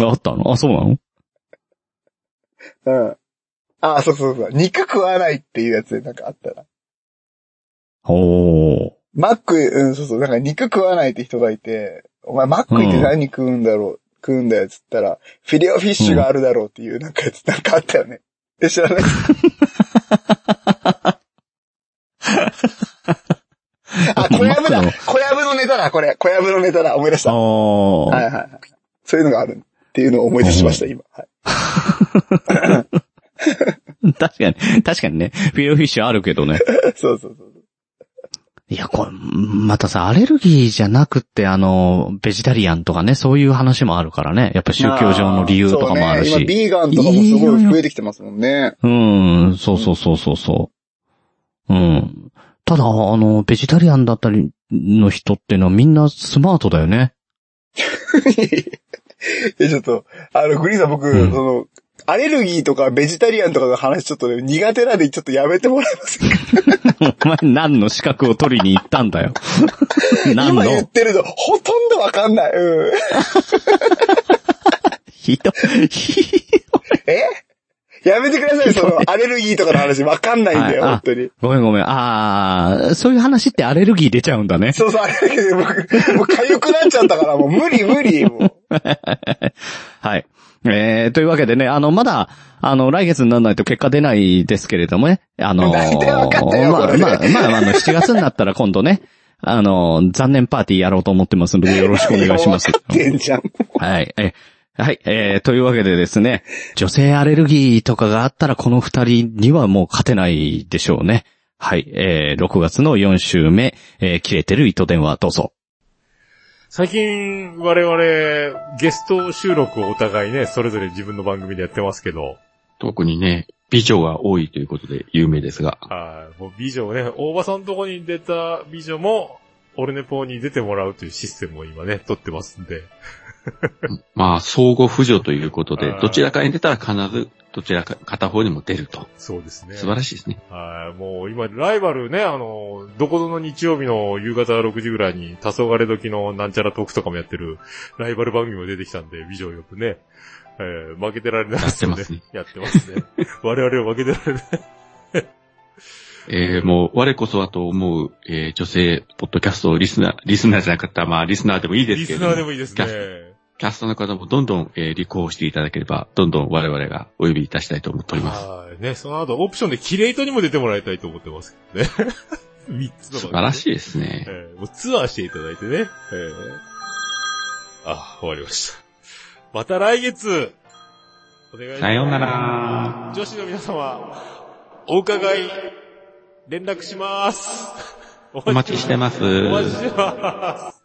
Speaker 2: あったのあ、そうなの
Speaker 3: うん。ああ、そうそうそう。肉食わないっていうやつでなんかあったな。
Speaker 2: おー。
Speaker 3: マック、うん、そうそう、なんか肉食わないって人がいて、お前マック行って何食うんだろう、食うんだよっつったら、フィレオフィッシュがあるだろうっていうなんかやつ、なんかあったよね。え、知 らないあ、小籔
Speaker 2: マッ
Speaker 3: だ
Speaker 2: クの
Speaker 3: 小籔のネタだ、これ。小籔のネタだ、思い出した。はい
Speaker 2: あ
Speaker 3: はいはい。そういうのがある。っていうのを思い出しました、今。はい
Speaker 2: 確かに、確かにね。フィレオフィッシュあるけどね。
Speaker 3: そうそうそう。
Speaker 2: いや、これ、またさ、アレルギーじゃなくって、あの、ベジタリアンとかね、そういう話もあるからね。やっぱ宗教上の理由とかもある
Speaker 3: そうね、今、
Speaker 2: し。
Speaker 3: ビーガンとかもすごい増えてきてますもんね。
Speaker 2: うん、そうそうそうそうそう。うん。ただ、あの、ベジタリアンだったりの人ってのはみんなスマートだよね。
Speaker 3: え、ちょっと、あの、グリーンさん僕、
Speaker 2: うん
Speaker 3: その、アレルギーとかベジタリアンとかの話ちょっとね、苦手なんでちょっとやめてもらえますか
Speaker 2: お前何の資格を取りに行ったん だよ。何
Speaker 3: 今言っ
Speaker 2: の、
Speaker 3: てるの、ほとんどわかんない。うん。
Speaker 2: ひど、ひ
Speaker 3: えやめてください、その、アレルギーとかの話、わかんないんだよ、
Speaker 2: はいあ
Speaker 3: 本当に。
Speaker 2: ごめんごめん。あー、そういう話ってアレルギー出ちゃうんだね。
Speaker 3: そうそう、アレルギーで僕、もう痒くなっちゃったから、もう無理 無理、もう。
Speaker 2: はい。えー、というわけでね、あの、まだ、あの、来月にならないと結果出ないですけれどもね、あのー
Speaker 3: 大体わかったよ
Speaker 2: ま
Speaker 3: こ
Speaker 2: あ
Speaker 3: れ
Speaker 2: まあ、まあ、まあ、あの、7月になったら今度ね、あのー、残念パーティーやろうと思ってますんで、よろしくお願いします
Speaker 3: や。わかってんじゃん。
Speaker 2: はい。えはい。えー、というわけでですね、女性アレルギーとかがあったらこの二人にはもう勝てないでしょうね。はい。えー、6月の4週目、えー、切れてる糸電話どうぞ。
Speaker 4: 最近、我々、ゲスト収録をお互いね、それぞれ自分の番組でやってますけど、
Speaker 5: 特にね、美女が多いということで有名ですが。
Speaker 4: はい、もう美女をね、大場さんのとこに出た美女も、オルネポに出てもらうというシステムを今ね、取ってますんで。
Speaker 5: まあ、相互扶助ということ
Speaker 4: あ
Speaker 5: で
Speaker 4: ー、
Speaker 5: どちらかに出たら必ず、どちらか、片方にも出ると。
Speaker 4: そうですね。
Speaker 5: 素晴らしいですね。
Speaker 4: はい、もう今、ライバルね、あの、どこぞの日曜日の夕方6時ぐらいに、黄昏時のなんちゃらトークとかもやってる、ライバル番組も出てきたんで、美女よくね、えー負けてられないですよね。やってますね。我々は負けてられない。
Speaker 5: えー、もう、我こそはと思う、えー、女性、ポッドキャストをリスナー、リスナーじゃなかったら、まあ、リスナーでもいいで
Speaker 4: リ
Speaker 5: すけ
Speaker 4: ス
Speaker 5: れど
Speaker 4: ナ
Speaker 5: も
Speaker 4: ーでもいいです
Speaker 5: キ
Speaker 4: ね
Speaker 5: ャ。キャストの方もどんどん、えー、立候補していただければ、どんどん我々がお呼びいたしたいと思っております。
Speaker 4: はい。ね、その後、オプションでキレイトにも出てもらいたいと思ってますけどね。 三つの
Speaker 5: 素晴ら
Speaker 4: い。
Speaker 5: しいですね。
Speaker 4: えーもうツアーしていただいてね。えーあ、終わりました。また来月、お願いします。
Speaker 5: さようなら。
Speaker 4: 女子の皆様、お伺い、連絡します。お
Speaker 5: お待ちしてます。
Speaker 4: お待ちしてます。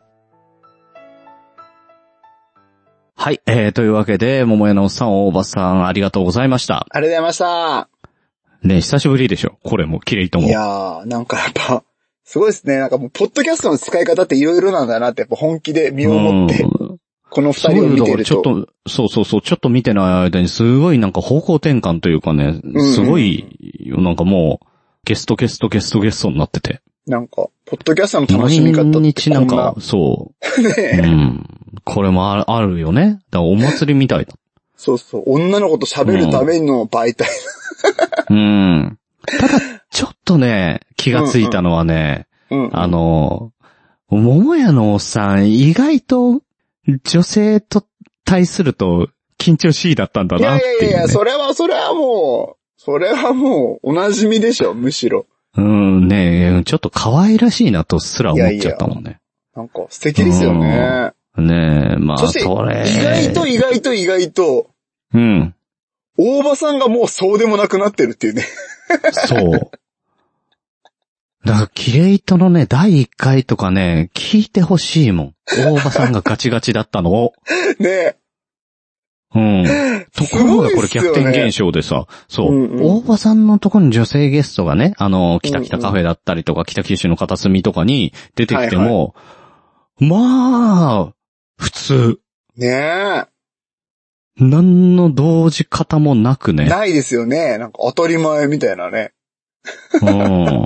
Speaker 2: はい。えー、というわけで、桃屋のおっさん、大場さん、ありがとうございました。
Speaker 3: ありがとうございました。
Speaker 2: ね、久しぶりでしょ。これも綺麗と思。
Speaker 3: いうやー、なんかやっぱ、すごいですね。なんかもう、ポッドキャストの使い方っていろいろなんだなって、やっぱ本気で身をもって、
Speaker 2: うん
Speaker 3: この二
Speaker 2: そう
Speaker 3: 人を
Speaker 2: いう
Speaker 3: 見
Speaker 2: だ
Speaker 3: て
Speaker 2: か
Speaker 3: る
Speaker 2: らちょっ
Speaker 3: と。
Speaker 2: と、そうそうそう、ちょっと見てない間にすごいなんか方向転換というかね
Speaker 3: ん、
Speaker 2: すごい、なんかもう、ゲストゲストゲストゲストになってて。
Speaker 3: なんか、ポッドキャストの楽
Speaker 2: 毎
Speaker 3: しみ方ってこんな。
Speaker 2: 日なんか、 そう。うん。これもあるあるよね。だからお祭りみたいだ。
Speaker 3: そうそう、女の子と喋るための媒体。
Speaker 2: うん。ただ、ちょっとね、気がついたのはね、
Speaker 3: うん。
Speaker 2: あの、桃屋のおっさん、意外と、女性と対すると、緊張しいだったんだ
Speaker 3: い
Speaker 2: な
Speaker 3: や
Speaker 2: っ
Speaker 3: い
Speaker 2: ていう、ね。
Speaker 3: やいや、それは、それはもう、それはもう、お馴染みでしょ、むしろ。
Speaker 2: うん、ねえ、ちょっと可愛らしいなとすら思っちゃったもんね。
Speaker 3: なんか、素敵ですよね。
Speaker 2: ねえ、まあ、
Speaker 3: そして
Speaker 2: それ。
Speaker 3: 意外と意外と意外と、
Speaker 2: うん、
Speaker 3: 大場さんがもうそうでもなくなってるっていうね。
Speaker 2: そう。だから、キレイトのね、第1回とかね、聞いてほしいもん。大場さんがガチガチだったのを。
Speaker 3: ねえ。
Speaker 2: うん。ところがこれ
Speaker 3: すごいっすよ
Speaker 2: 逆
Speaker 3: ね
Speaker 2: 転現象でさ、そう、
Speaker 3: うんうん
Speaker 2: 大場さんのところに女性ゲストがね、あの、北
Speaker 3: う
Speaker 2: 北
Speaker 3: んうん
Speaker 2: カフェだったりとか、北九州の片隅とかに出てきても、まあ、普通。
Speaker 3: ね
Speaker 2: 何の同時方もなく
Speaker 3: え。
Speaker 2: ね。
Speaker 3: ないですよね。なんか当たり前みたいなね。
Speaker 2: うん。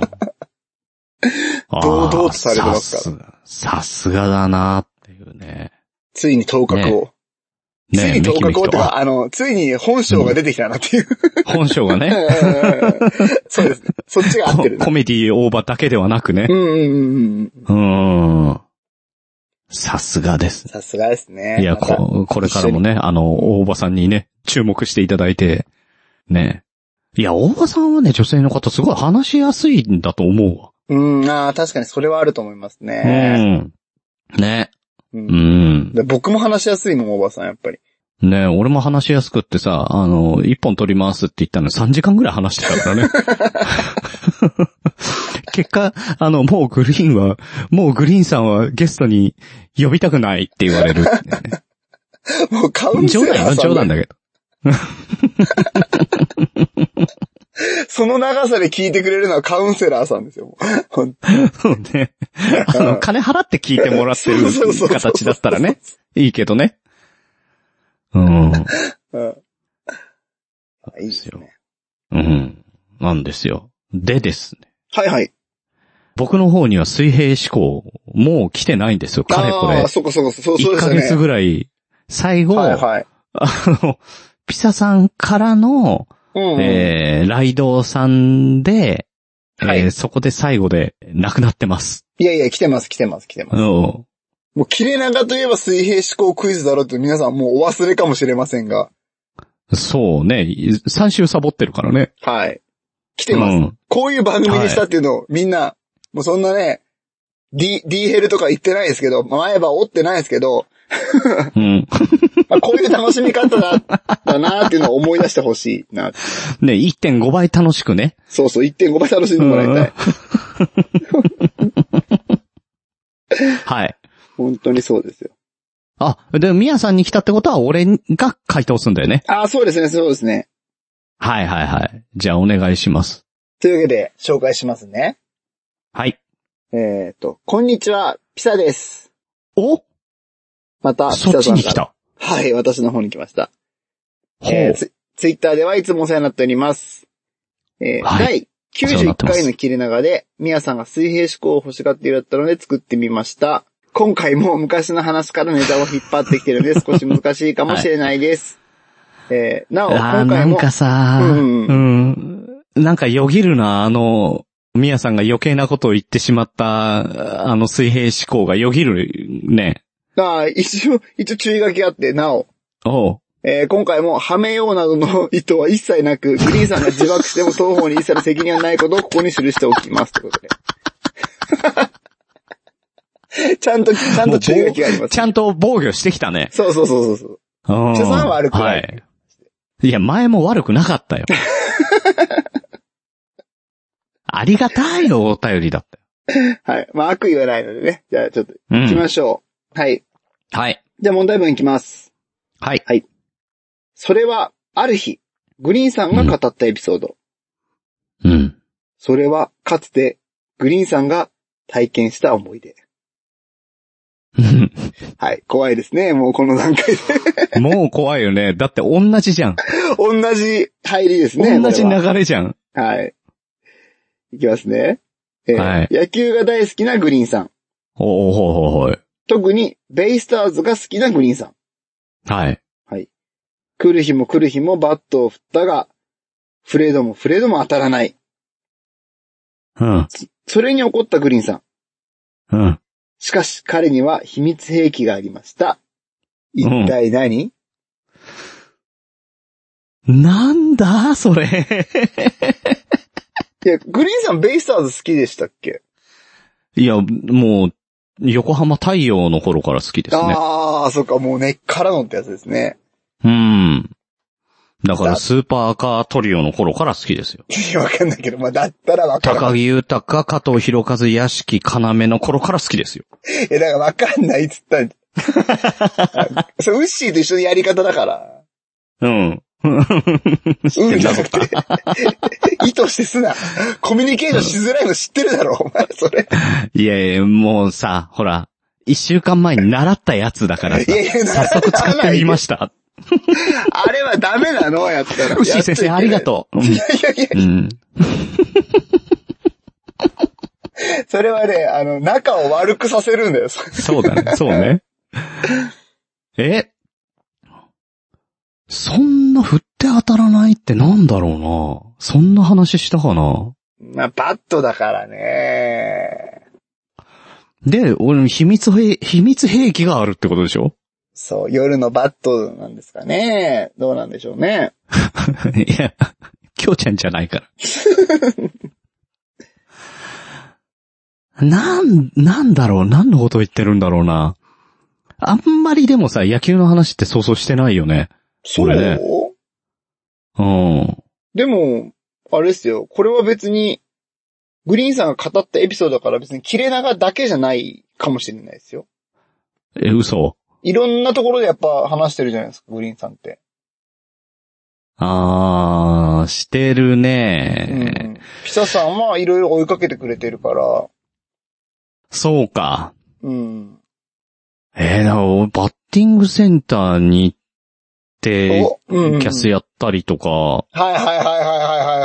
Speaker 2: あー
Speaker 3: 堂々とされてます
Speaker 2: さすさすがだなっていうね。
Speaker 3: ついに頭角を。つ
Speaker 2: ね
Speaker 3: いに頭角をって
Speaker 2: あ
Speaker 3: か、あの、ついに本性が出てきたなって いう。
Speaker 2: 本性がね、
Speaker 3: そうですね。そっちが合ってる
Speaker 2: コ
Speaker 3: ね。
Speaker 2: コメディオーバーだけではなくね
Speaker 3: う。んうんうんう
Speaker 2: う
Speaker 3: ん。
Speaker 2: ん。さすがです。
Speaker 3: さすがですね。
Speaker 2: いや、
Speaker 3: また
Speaker 2: こ、これからもね、あの、大場さんにね、注目していただいて、ね。いや、大場さんはね、女性の方すごい話しやすいんだと思うわ。
Speaker 3: うん、ああ、確かにそれはあると思います
Speaker 2: う
Speaker 3: ね。
Speaker 2: ん。ね。
Speaker 3: う
Speaker 2: うんん。
Speaker 3: で僕も話しやすいもん、おばさん、やっぱり。
Speaker 2: うねえ俺も話しやすくってさ、あの、一本取りますって言ったの3時間ぐらい話してたからね。 結果、あの、もうグリーンは、もうグリーンさんはゲストに呼びたくないって言われ るってね、
Speaker 3: もうカウンセ
Speaker 2: 冗談
Speaker 3: ラー
Speaker 2: よ、
Speaker 3: さ
Speaker 2: 冗
Speaker 3: ん
Speaker 2: 談
Speaker 3: が
Speaker 2: だけど。
Speaker 3: その長さで聞いてくれるのはカウンセラーさんですよ。もう ほんと
Speaker 2: そうね。あの、金払って聞いてもらってる
Speaker 3: そうそうそうそう
Speaker 2: 形だったらね。いいけどね。うん。
Speaker 3: うんいいですね。
Speaker 2: うん。なんですよ。でですね。
Speaker 3: はいはい。
Speaker 2: 僕の方には水平思考、もう来てないんですよ。かれこ
Speaker 3: あ
Speaker 2: れ
Speaker 3: あ、。そこそこ、そう、そ
Speaker 2: 1
Speaker 3: うです
Speaker 2: ヶ
Speaker 3: よ
Speaker 2: 月
Speaker 3: ね。
Speaker 2: ぐらい、最後、
Speaker 3: はいはい。
Speaker 2: あの、ピサさんからの、
Speaker 3: うん。
Speaker 2: えー、ライドさんで、えー
Speaker 3: はい
Speaker 2: そこで最後で亡くなってます。
Speaker 3: いやいや、来てます、来てます、来てます。
Speaker 2: うん
Speaker 3: もう切れ長といえば水平思考クイズだろうって皆さんもうお忘れかもしれませんが。
Speaker 2: そうね。3週サボってるからね。
Speaker 3: はい。来てます。
Speaker 2: うん
Speaker 3: こういう番組にしたっていうのをみんな、もうそんなね、D、D ヘルとか言ってないですけど、前歯折ってないですけど、
Speaker 2: うん。
Speaker 3: まあ、こういう楽しみ方だったなっていうのを思い出してほしいな。
Speaker 2: ね、1.5倍楽しくね。
Speaker 3: そうそう、1.5倍楽しんでもらいたい。
Speaker 2: はい。
Speaker 3: 本当にそうですよ。
Speaker 2: あ、で、ミヤさんに来たってことは俺が回答するんだよね。
Speaker 3: ああ、そうですね、そうですね。
Speaker 2: はいはいはい。じゃあお願いします。
Speaker 3: というわけで、紹介しますね。
Speaker 2: はい。
Speaker 3: えっ、と、こんにちは、ピサです。
Speaker 2: お
Speaker 3: また、ピ
Speaker 2: そっ
Speaker 3: サ
Speaker 2: ち
Speaker 3: さん
Speaker 2: に来
Speaker 3: から。
Speaker 2: た。
Speaker 3: はい、私の方に来ました。
Speaker 2: ほ
Speaker 3: えー
Speaker 2: う。
Speaker 3: ツイツイッターではいつもお世話になっております。えー
Speaker 2: はい
Speaker 3: 第
Speaker 2: お世話になっ
Speaker 3: 91
Speaker 2: てます
Speaker 3: 回の切れ長で、ミヤさんが水平思考を欲しがっているだったので作ってみました。今回も昔の話からネタを引っ張ってきてる ので少し難しいかもしれないです。えーなお、
Speaker 2: あー
Speaker 3: 今
Speaker 2: な
Speaker 3: 回
Speaker 2: ん
Speaker 3: も、
Speaker 2: かさ、
Speaker 3: う
Speaker 2: うんん、なんかよぎるな、あの、ミヤさんが余計なことを言ってしまった、あの水平思考がよぎるね。
Speaker 3: あー一応、一応注意書きあって、なお、
Speaker 2: おう。
Speaker 3: えー今回も、はめようなどの意図は一切なく、グリーンさんが自爆しても双方に一切の責任はないことをここに記しておきます。ということで。ちゃんと、ちゃんと注意書きがあります
Speaker 2: ち。ゃんと防御してきたね。
Speaker 3: そうそうそうそうそう。
Speaker 2: うん。
Speaker 3: 所詮は悪くない
Speaker 2: はい。いや、前も悪くなか ったよ。ありがたいお便りだったよ。
Speaker 3: はい。まあ、悪意はないのでね。じゃあ、ちょっと、
Speaker 2: う
Speaker 3: 行きま
Speaker 2: ん。
Speaker 3: しょう。はい。
Speaker 2: はい。
Speaker 3: じゃあ、問題文いきます。
Speaker 2: はい。
Speaker 3: それは、ある日、グリーンさんが語ったエピソード。
Speaker 2: うん。
Speaker 3: それは、かつて、グリーンさんが体験した思い出。はい。怖いですね。もうこの段階 で。
Speaker 2: もう怖いよね。だって同じじゃん。
Speaker 3: 同じ入りですね。
Speaker 2: 同じ
Speaker 3: これは
Speaker 2: 流れじゃん。
Speaker 3: はい。いきますね。えー
Speaker 2: はい
Speaker 3: 野球が大好きなグリーンさん。
Speaker 2: おおほうほうほう。
Speaker 3: 特に、ベイスターズが好きなグリーンさん。
Speaker 2: はい。
Speaker 3: 来る日も来る日もバットを振ったが、フレードもフレードも当たらない。
Speaker 2: うん。
Speaker 3: それに怒ったグリーンさ
Speaker 2: う
Speaker 3: ん。
Speaker 2: ん。
Speaker 3: しかし彼には秘密兵器がありました。一体何、
Speaker 2: なんだそれ。
Speaker 3: いや、グリーンさんベイスターズ好きでしたっけ、
Speaker 2: いや、もう、横浜太陽の頃から好きですね。
Speaker 3: ああ、そっか、もう根っからのってやつですね。
Speaker 2: うん。だから
Speaker 3: だ
Speaker 2: スーパーカートリオの頃から好きですよ。
Speaker 3: いやわかんないけど、まあ、だったらわからない。
Speaker 2: 高木豊、加藤博和、屋敷、要の頃から好きですよ。
Speaker 3: え、だからわかんないっつっ たんそれウッシーと一緒のやり方だから。
Speaker 2: うん。
Speaker 3: う
Speaker 2: 知って
Speaker 3: ん
Speaker 2: ん
Speaker 3: じゃ
Speaker 2: だぞ
Speaker 3: なくて。 意図してすな。コミュニケーションしづらいの知ってるだろ、お前、それ。
Speaker 2: いやいや、もうさ、ほら、一週間前に習ったやつだからさ
Speaker 3: いやいや、
Speaker 2: 早速使ってみました。
Speaker 3: あれはダメなのやったら。
Speaker 2: 牛井先生、ありがとう。うん
Speaker 3: う。いやいやい
Speaker 2: うん。
Speaker 3: や、それはね、あの、仲を悪くさせるんだよ。そ
Speaker 2: そうだね、そうね。えそんな振って当たらないってなんだろうな。そんな話したかな。
Speaker 3: まあ、バットだからね。
Speaker 2: で、俺、秘密兵、秘密兵器があるってことでしょ
Speaker 3: そう、夜のバットなんですかね。どうなんでしょうね。
Speaker 2: いや、きょうちゃんじゃない から。なん、なんだろう何のことを言ってるんだろうな。あんまりでもさ、野球の話ってそうそうしてないよね。
Speaker 3: そう
Speaker 2: 俺ねうん。
Speaker 3: でも、あれですよ。これは別に、グリーンさんが語ったエピソードだから別に切れ長だけじゃないかもしれないですよ。
Speaker 2: え、嘘
Speaker 3: いろんなところでやっぱ話してるじゃないですか、グリーンさんって。
Speaker 2: あー、してるね、
Speaker 3: うん。ピサさんはいろいろ追いかけてくれてるから、
Speaker 2: そうか。
Speaker 3: うん。
Speaker 2: えー、だから俺バッティングセンターに行って、
Speaker 3: おうん
Speaker 2: キャスやったりとか、
Speaker 3: はいはいはいはいはい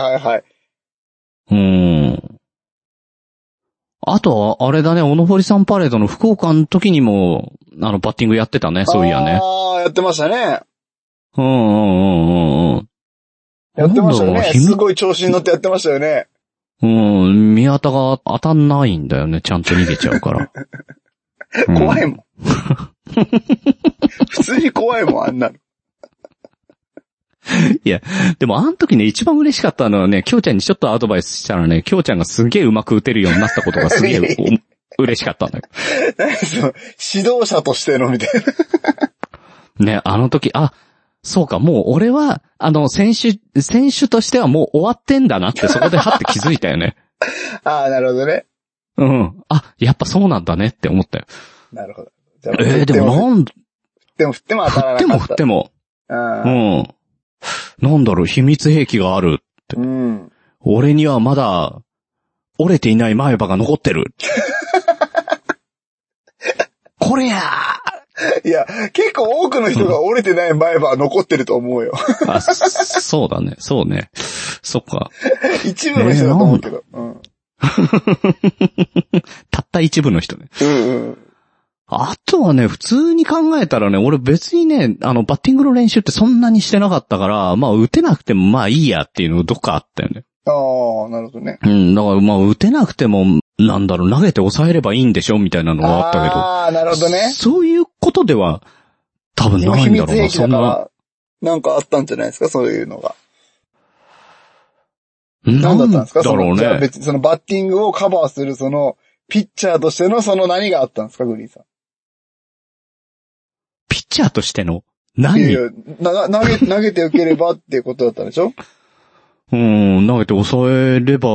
Speaker 3: はいはい。
Speaker 2: うん。あとは、あれだね、おのぼりさんパレードの福岡の時にも、あの、バッティングやってたね、そういやね。
Speaker 3: ああ、やってましたね。
Speaker 2: うんうんうんうんうん。
Speaker 3: やってましたよ
Speaker 2: なんだろうひ
Speaker 3: ね。すごい調子に乗ってやってましたよね。
Speaker 2: うん、宮田が当たんないんだよね、ちゃんと逃げちゃう から。うん
Speaker 3: 怖いもん。 普通に怖いもん、あんなの。
Speaker 2: でもあの時ね、一番嬉しかったのはね、きょうちゃんにちょっとアドバイスしたらね、きょうちゃんがすげえうまく打てるようになったことがすげ えお嬉しかったんだよ。
Speaker 3: 何その指導者としてのみたいな。
Speaker 2: ね、あの時、あ、そうか、もう俺は、あの、選手、選手としてはもう終わってんだなってそこではって気づいたよね。
Speaker 3: ああ、なるほどね。
Speaker 2: うん。あ、やっぱそうなんだねって思ったよ。
Speaker 3: なるほど。じゃあ
Speaker 2: えー、で
Speaker 3: 振
Speaker 2: もなん、振
Speaker 3: っても振っても当たら
Speaker 2: っ
Speaker 3: な
Speaker 2: て
Speaker 3: か
Speaker 2: も
Speaker 3: っ
Speaker 2: 振
Speaker 3: た。
Speaker 2: っても、
Speaker 3: も
Speaker 2: うん。なんだろう、秘密兵器がある。
Speaker 3: うん。うん。
Speaker 2: 俺にはまだ、折れていない前歯が残って る。これやー
Speaker 3: いや、結構多くの人が折れてない前歯は残ってると思うよ。
Speaker 2: あ、そそうだね、そうね。そっか。
Speaker 3: 一部の人だと思うけど。うん。
Speaker 2: たった一部の人ね。
Speaker 3: うんうん。
Speaker 2: あとはね、普通に考えたらね、俺別にね、あの、バッティングの練習ってそんなにしてなかったから、まあ、打てなくてもまあいいやっていうのどっかあったよね。
Speaker 3: ああ、なるほどね。
Speaker 2: うん、だからまあ、打てなくても、なんだろう、投げて抑えればいいんでしょみたいなのがあったけど。
Speaker 3: ああ、なるほどね。
Speaker 2: そういうことでは、多分
Speaker 3: でも
Speaker 2: ない
Speaker 3: 秘
Speaker 2: んだ
Speaker 3: 密
Speaker 2: ろうな、
Speaker 3: 兵器
Speaker 2: そ
Speaker 3: だ
Speaker 2: んな。
Speaker 3: から、なんかあったんじゃないですか、そういうのが。
Speaker 2: な
Speaker 3: 何だっ
Speaker 2: ん
Speaker 3: たんですか
Speaker 2: だろう
Speaker 3: そのじゃあ
Speaker 2: ね。
Speaker 3: 別にそのバッティングをカバーするその、ピッチャーとしてのその何があったんですか、グリーンさん。
Speaker 2: ピッチャーとしての
Speaker 3: い
Speaker 2: 何
Speaker 3: やいやなな投げ、投げて受ければっていうことだったんでしょ
Speaker 2: うん、投げて抑えれば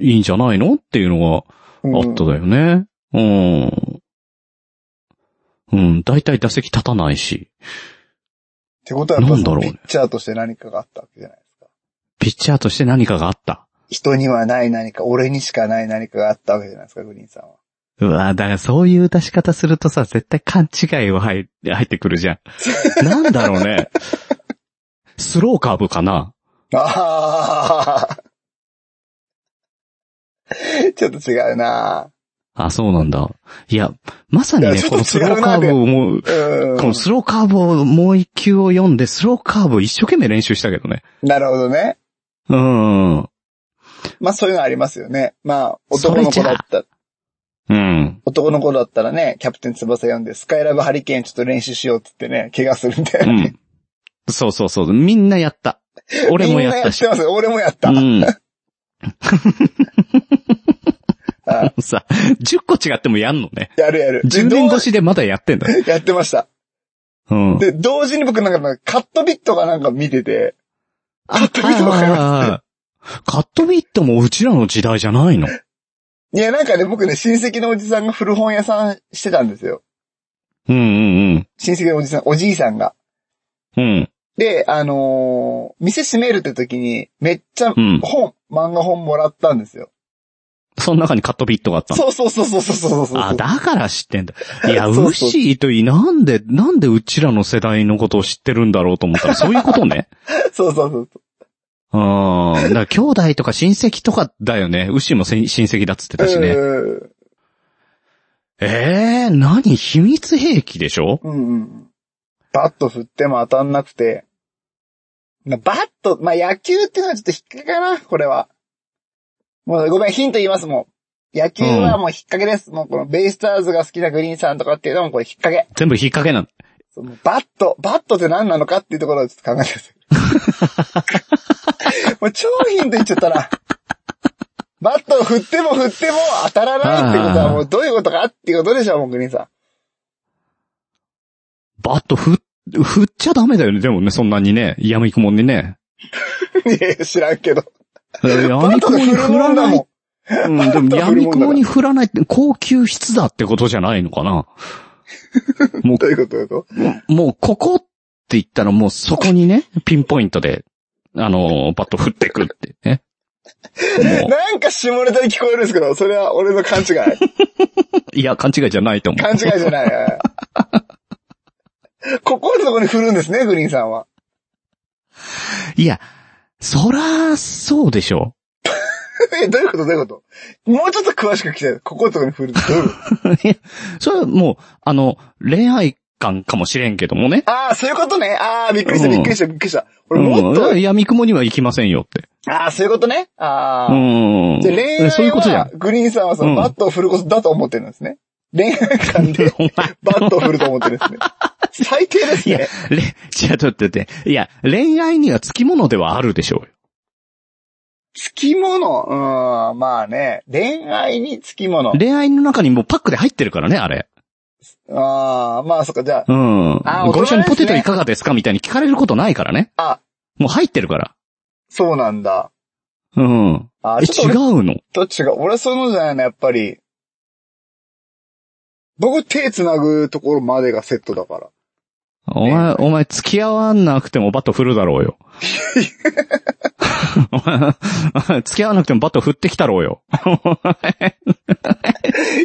Speaker 2: いいんじゃないのっていうのが、
Speaker 3: うん
Speaker 2: あっただよね。うん。うん、大体打席立たないし、
Speaker 3: ってことはやっぱ
Speaker 2: なんだ
Speaker 3: そ
Speaker 2: ろ
Speaker 3: の
Speaker 2: う
Speaker 3: ピ
Speaker 2: ね
Speaker 3: ッチャーとして何かがあったわけじゃないですか。
Speaker 2: ピッチャーとして何かがあった。
Speaker 3: 人にはない何か、俺にしかない何かがあったわけじゃないですか、グリーンさんは。
Speaker 2: うわだからそういう出し方するとさ、絶対勘違いは入入ってくるじゃ ん。なんだろうね。スローカーブかな
Speaker 3: ああ ちょっと違うな
Speaker 2: あ、そうなんだ。いや、まさに
Speaker 3: いや
Speaker 2: ね
Speaker 3: ちょ、っと
Speaker 2: このスローカーブをもう、
Speaker 3: うん
Speaker 2: こ。のスローカーブをもう一球を読んで、スローカーブを一生懸命練習したけどね。
Speaker 3: なるほどね。
Speaker 2: うん。
Speaker 3: まあそういうのありますよね。まあ、男の子だったら
Speaker 2: うん。
Speaker 3: 男の子だったらね、キャプテン翼読んで、スカイラブハリケーンちょっと練習しようって言ってね、怪我するんだよ
Speaker 2: う
Speaker 3: ね。
Speaker 2: ん。そうそうそう。みんなやった。俺もやったし
Speaker 3: みん。なやってます俺もやった。
Speaker 2: うん。
Speaker 3: あ
Speaker 2: さ、10個違ってもやんのね。
Speaker 3: やるやる。
Speaker 2: 10年越しでまだやってんだ。
Speaker 3: 同時やってました。
Speaker 2: うん。
Speaker 3: で、同時に僕なんか、カットビットがなんか見てて、
Speaker 2: カッ
Speaker 3: トビットわかります
Speaker 2: カットビットもうちらの時代じゃないの。
Speaker 3: いや、なんかね、僕ね、親戚のおじさんが古本屋さんしてたんですよ。
Speaker 2: うんうん
Speaker 3: 親戚のおじさん、おじいさんが。
Speaker 2: うん。うん。
Speaker 3: で、あのー店閉めるって時に、めっちゃ
Speaker 2: うん
Speaker 3: 本、漫画本もらったんですよ。
Speaker 2: その中にカットビットがあったの。
Speaker 3: そうそうそうそうそうそうそう。
Speaker 2: あ、だから知ってんだ。いや、ウ
Speaker 3: そう
Speaker 2: ッ
Speaker 3: そう
Speaker 2: シーといい、なんで、なんでうちらの世代のことを知ってるんだろうと思ったら、そういうことね。
Speaker 3: そうそうそう。
Speaker 2: うん。だから兄弟とか親戚とかだよね。ウッシーもせん親戚だっつってたしね。
Speaker 3: うん
Speaker 2: ええー、何秘密兵器でしょ
Speaker 3: うんうん。バット振っても当たんなくて。まあバット、まあ、野球っていうのはちょっと引っ掛けかな、これは。もうごめん、ヒント言いますもん。野球はもう引っ掛けです。もうこのベイスターズが好きなグリーンさんとかっていうのはもうこれ引っ掛け。
Speaker 2: 全部引っ掛けなの。
Speaker 3: そのバット、バットって何なのかっていうところをちょっと考えてください。もう超ヒント言っちゃったな。バットを振っても振っても当たらないってことはもうどういうことかっていうことでしょう、もうグリーンさん。
Speaker 2: あと、ふ、振っちゃダメだよね。でもね、そんなにね、やみくもんに ね。
Speaker 3: ねえ知らんけど。
Speaker 2: やみくもに振らない。 うん、でも、やみくもに振らないって、高級質だってことじゃないのかな。も
Speaker 3: どういうことどういうこと
Speaker 2: う、もう、ここって言ったらもうそこにね、ピンポイントで、あの、バット振ってくって ね。も
Speaker 3: なんか下ネタに聞こえるんですけど、それは俺の勘違い。
Speaker 2: う、いや、勘違いじゃないと思う。
Speaker 3: 勘違いじゃない。ここのとこに振るんですね、グリーンさんは。
Speaker 2: いや、そら、そうでしょ
Speaker 3: え、どういうことどういうこともうちょっと詳しく聞きたい。ここのとこに振るってどういうこと
Speaker 2: う。いやそれはもう、あの、恋愛感かもしれんけどもね。
Speaker 3: ああ、そういうことね。ああ、びっくりした、びっくりした、びっくりした。
Speaker 2: う
Speaker 3: 俺もっと、
Speaker 2: ん、闇雲には行きませんよって。
Speaker 3: ああ、そういうことね。ああ。
Speaker 2: うん。
Speaker 3: じゃあ恋愛
Speaker 2: そういうことじゃ
Speaker 3: は
Speaker 2: ん。、
Speaker 3: グリーンさんはその
Speaker 2: うん
Speaker 3: バットを振ることだと思ってるんですね。恋愛 感 で
Speaker 2: お前
Speaker 3: バットを振ると思ってるんですね。最低です
Speaker 2: いや
Speaker 3: ね。、
Speaker 2: れ、じゃあちょっと待って。いや、恋愛には付き物ではあるでしょうよ。
Speaker 3: つきもの、うん、まあね。恋愛につきもの。
Speaker 2: 恋愛の中にもうパックで入ってるからね、あれ。
Speaker 3: ああ、まあそっか、じゃあ、
Speaker 2: うん。
Speaker 3: あー
Speaker 2: ご一緒にポテト
Speaker 3: 大人ですね
Speaker 2: いかがですかみたいに聞かれることないからね。
Speaker 3: あ、
Speaker 2: もう入ってるから。
Speaker 3: そうなんだ。
Speaker 2: うん。
Speaker 3: あ、
Speaker 2: え、
Speaker 3: ち
Speaker 2: 違
Speaker 3: ょっ
Speaker 2: うの
Speaker 3: と俺と違う。俺はそういうのじゃないな、やっぱり。僕手繋ぐところまでがセット だから。
Speaker 2: お前、お前付き合わなくてもバット振るだろうよ。お前付き合わなくてもバット振ってきたろうよ。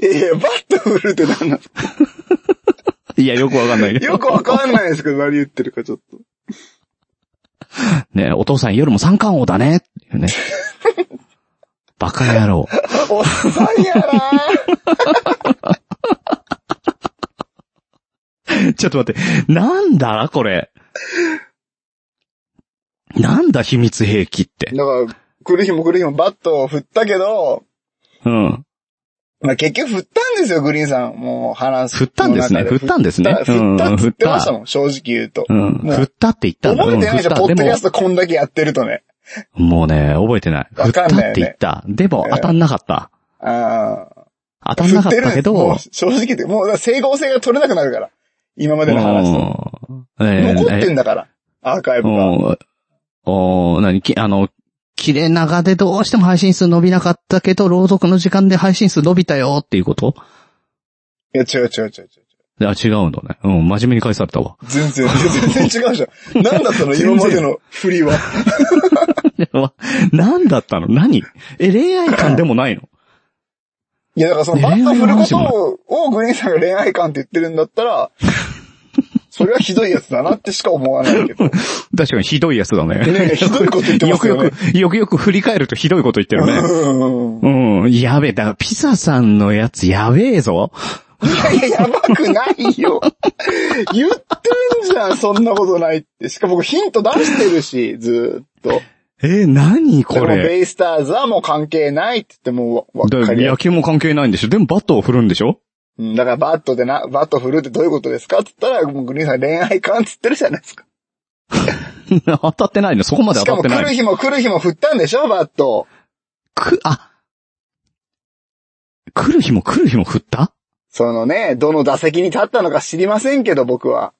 Speaker 3: いやいや、バット振るって何なんですか
Speaker 2: いや、よくわかんないけど。
Speaker 3: よくわかんないですけど、何言ってるかちょっ と。
Speaker 2: ねお父さん夜も三冠王だね。っていうね。バカ野郎。
Speaker 3: おっさんやな
Speaker 2: ちょっと待って。なんだこれ。なんだ秘密兵器って。
Speaker 3: だから、来る日も来る日もバットを振ったけど、
Speaker 2: うん。
Speaker 3: まあ、結局振ったんですよ、グリーンさん。もう話す。
Speaker 2: 振ったんですね。振ったんですね。
Speaker 3: 振っ
Speaker 2: う
Speaker 3: た振った
Speaker 2: ん
Speaker 3: っつってましたもん、正直言うと。
Speaker 2: うん。
Speaker 3: もう
Speaker 2: 振ったって言ったんだ。
Speaker 3: 覚えてないじゃん、ポ
Speaker 2: う
Speaker 3: ッド
Speaker 2: ん
Speaker 3: キ
Speaker 2: 振った
Speaker 3: ャストこんだけやってるとね。
Speaker 2: でも、もうね、覚えてない。振
Speaker 3: わ
Speaker 2: っ
Speaker 3: か
Speaker 2: た
Speaker 3: んないよね
Speaker 2: って言った。でも
Speaker 3: ええ
Speaker 2: 当たんなかった。
Speaker 3: ああ。
Speaker 2: 当たんなかったけ
Speaker 3: も
Speaker 2: ど
Speaker 3: う、正直言って、もうだから整合性が取れなくなるから。今までの話と。
Speaker 2: うんええ
Speaker 3: 残ってんだから、アーカイブが。
Speaker 2: うんおー何き、あの、切れ長でどうしても配信数伸びなかったけど、朗読の時間で配信数伸びたよっていうこと
Speaker 3: いや、違う違う違う違う。
Speaker 2: あ、違うんだね。うん、真面目に返されたわ。
Speaker 3: 全然、全然違うじゃん。なんだその今までの振りは。
Speaker 2: 何だったの何え、恋愛感でもないの
Speaker 3: いや、だからそのバット振ることを、をグリーンさんが恋愛感って言ってるんだった ら、それはひどいやつだなってしか思わないけど。
Speaker 2: 確かにひどいやつだね。
Speaker 3: ねひどいこと言ってま
Speaker 2: よ
Speaker 3: す
Speaker 2: く
Speaker 3: よ
Speaker 2: よ
Speaker 3: ね。
Speaker 2: く、よくよく振り返るとひどいこと言ってる ね。
Speaker 3: うん
Speaker 2: うん、やべえ。だからピザさんのやつやべえぞ。
Speaker 3: いやいや、やばくないよ。言ってんじゃん、そんなことないって。しかも僕ヒント出してるし、ずーっと。
Speaker 2: え、何
Speaker 3: で
Speaker 2: こ
Speaker 3: も
Speaker 2: れ。
Speaker 3: ベイスターズはもう関係ないって言ってもうわわ
Speaker 2: だ
Speaker 3: かりや
Speaker 2: 野球も関係ないんでしょでもバットを振るんでしょ
Speaker 3: うんだからバットでな、バット振るってどういうことですかって言ったら、もうグリーンさん恋愛感って言ってるじゃないですか。
Speaker 2: 当たってないのそこまで
Speaker 3: しか
Speaker 2: 当たって
Speaker 3: も来
Speaker 2: な
Speaker 3: る
Speaker 2: い。
Speaker 3: 日も来る日も振ったんでしょバット。
Speaker 2: く、あ。来る日も来る日も振った
Speaker 3: そのね、どの打席に立ったのか知りませんけど、僕は。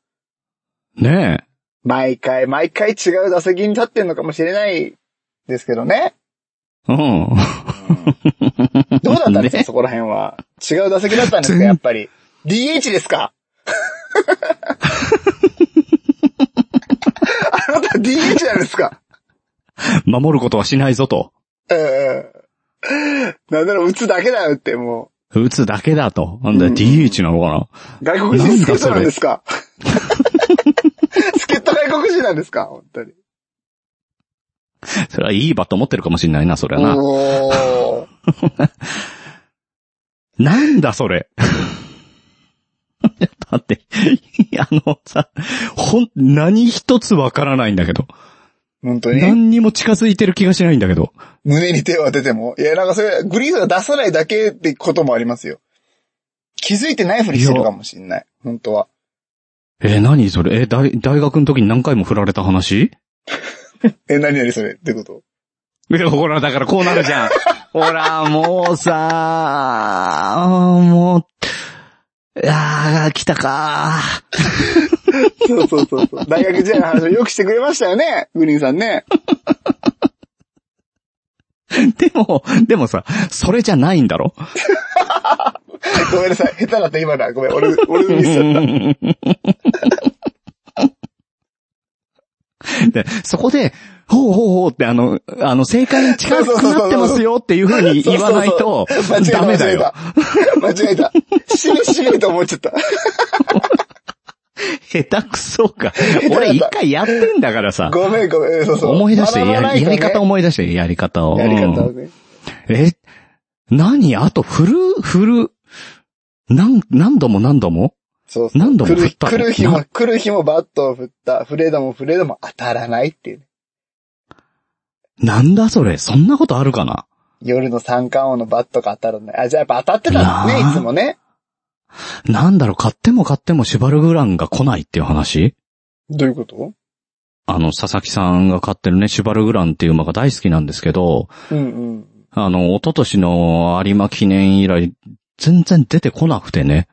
Speaker 2: ね
Speaker 3: 毎回、毎回違う打席に立ってんのかもしれないですけ どね。
Speaker 2: え。うん。
Speaker 3: どうだったんですか、
Speaker 2: ね
Speaker 3: そこら辺は。違う打席だった んですか、
Speaker 2: 全
Speaker 3: やっぱり。DH で すかあなた DH なんですか
Speaker 2: 守ることはしないぞと。
Speaker 3: うんうん。なんなら打つだけだよって、も
Speaker 2: 打つだけだと。なんだよ、DH なのかな
Speaker 3: う。外国人助っ人なんですか 助っ人外国人なんですか本当に。
Speaker 2: それはいいバット持ってるかもしんないな、それはな。
Speaker 3: おー。
Speaker 2: なんだそれ。 だって、あのさ、ほん、何一つわからないんだけど。
Speaker 3: 本当に。
Speaker 2: 何にも近づいてる気がしないんだけど。
Speaker 3: 胸に手を当てても。いや、なんかそれ、グリーンが出さないだけってこともありますよ。気づいてないふりしてるかもしんない。本当は。
Speaker 2: えー何それえー大、大学の時に何回も振られた話
Speaker 3: え、何々それってこと
Speaker 2: いや、 ほら、だからこうなるじゃん。 ほら、もうさもう、ああ、来たか
Speaker 3: そうそうそうそう。大学時代の話をよくしてくれましたよね、グリーンさんね。
Speaker 2: でも、でもさ、それじゃないんだろ
Speaker 3: ごめんなさい。下手だった今のは。ごめん、俺、俺のミスだった。
Speaker 2: で、そこで、ほうほうほうってあの、あの、正解に近くなってますよっていう風 に言わないと
Speaker 3: 間違、えた、
Speaker 2: ダメだよ。
Speaker 3: 間違えた。間違えた。しめしめと思っちゃった。
Speaker 2: 下手くそか。俺一回やってんだからさ。
Speaker 3: ごめんごめん、そうそう。
Speaker 2: 思い出して、
Speaker 3: 学ば
Speaker 2: や
Speaker 3: ない
Speaker 2: り
Speaker 3: と
Speaker 2: や
Speaker 3: ね
Speaker 2: り方思い出して、やり方を。
Speaker 3: やり方
Speaker 2: う
Speaker 3: を
Speaker 2: ん
Speaker 3: ね。
Speaker 2: え、何あと、振る、振る、何、何度も何度も
Speaker 3: そうそう。
Speaker 2: 何度も
Speaker 3: 来
Speaker 2: 振っ
Speaker 3: る、
Speaker 2: たの
Speaker 3: 来る日も
Speaker 2: な、
Speaker 3: 来る日もバットを振った。振れども振れども当たらないっていうね。
Speaker 2: なんだそれ、そんなことあるかな
Speaker 3: 夜の三冠王のバットが当たらない。あ、じゃあやっぱ当たってたんで
Speaker 2: なあ
Speaker 3: すね、いつもね。
Speaker 2: なんだろう、買っても買ってもシュバルグランが来ないっていう話
Speaker 3: どういうこと
Speaker 2: あの、佐々木さんが買ってるね、シュバルグランっていう馬が大好きなんですけど、
Speaker 3: うんうん。
Speaker 2: あの、一昨年の有馬記念以来、全然出てこなくてね。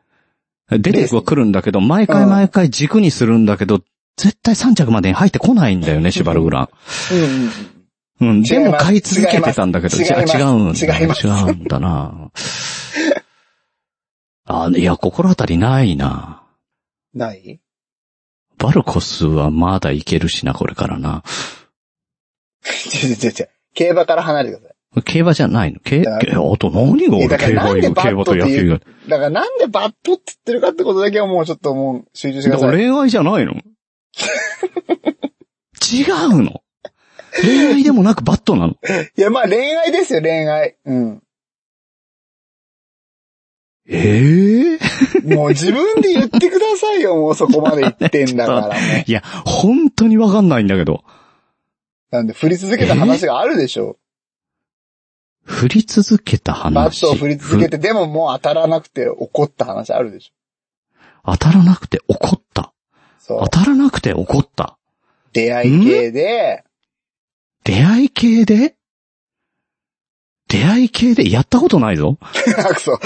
Speaker 2: 出ては来るんだけど、毎回毎回軸にするんだけど、絶対3着までに入ってこないんだよね、シュバルグラン。
Speaker 3: うんうん
Speaker 2: うん、で
Speaker 3: 違い
Speaker 2: も
Speaker 3: ます
Speaker 2: 買い続けてたんだけど、
Speaker 3: 違います
Speaker 2: 違うんだ。
Speaker 3: 違います
Speaker 2: 違うんだな。あ、いや、心当たりないな。
Speaker 3: うん。ない
Speaker 2: バルコスはまだいけるしな、これからな。
Speaker 3: ちょちょちょ。競馬から離れてくださ
Speaker 2: 競馬じゃないの競、
Speaker 3: だから
Speaker 2: 競あと何が
Speaker 3: いや
Speaker 2: 俺
Speaker 3: だから
Speaker 2: 競馬以
Speaker 3: なんで
Speaker 2: 外、
Speaker 3: バ
Speaker 2: 競
Speaker 3: ッ
Speaker 2: 馬と
Speaker 3: トって
Speaker 2: 野球以
Speaker 3: い
Speaker 2: 外。
Speaker 3: い。だからなんでバットって言ってるかってことだけはもうちょっともう集中してく
Speaker 2: だ
Speaker 3: だ
Speaker 2: か
Speaker 3: さ
Speaker 2: ら
Speaker 3: い。
Speaker 2: 恋愛じゃないの 違うの恋愛でもなくバットなの
Speaker 3: いやまあ恋愛ですよ、恋愛。うん。
Speaker 2: ええ
Speaker 3: もう自分で言ってくださいよ、もうそこまで言ってんだ からね。
Speaker 2: いや、本当にわかんないんだけど。
Speaker 3: なんで振り続けた話があるでしょ。
Speaker 2: 振り続けた話。
Speaker 3: バットを振り続け
Speaker 2: ふ
Speaker 3: て、でももう当たらなくて怒った話あるでし
Speaker 2: 当たらなくて怒った。
Speaker 3: ょ。そう
Speaker 2: 当。たらなくて怒った。
Speaker 3: 出会い系で、
Speaker 2: 出会い系で出会い系でやったことない ぞ。
Speaker 3: あ、くそ。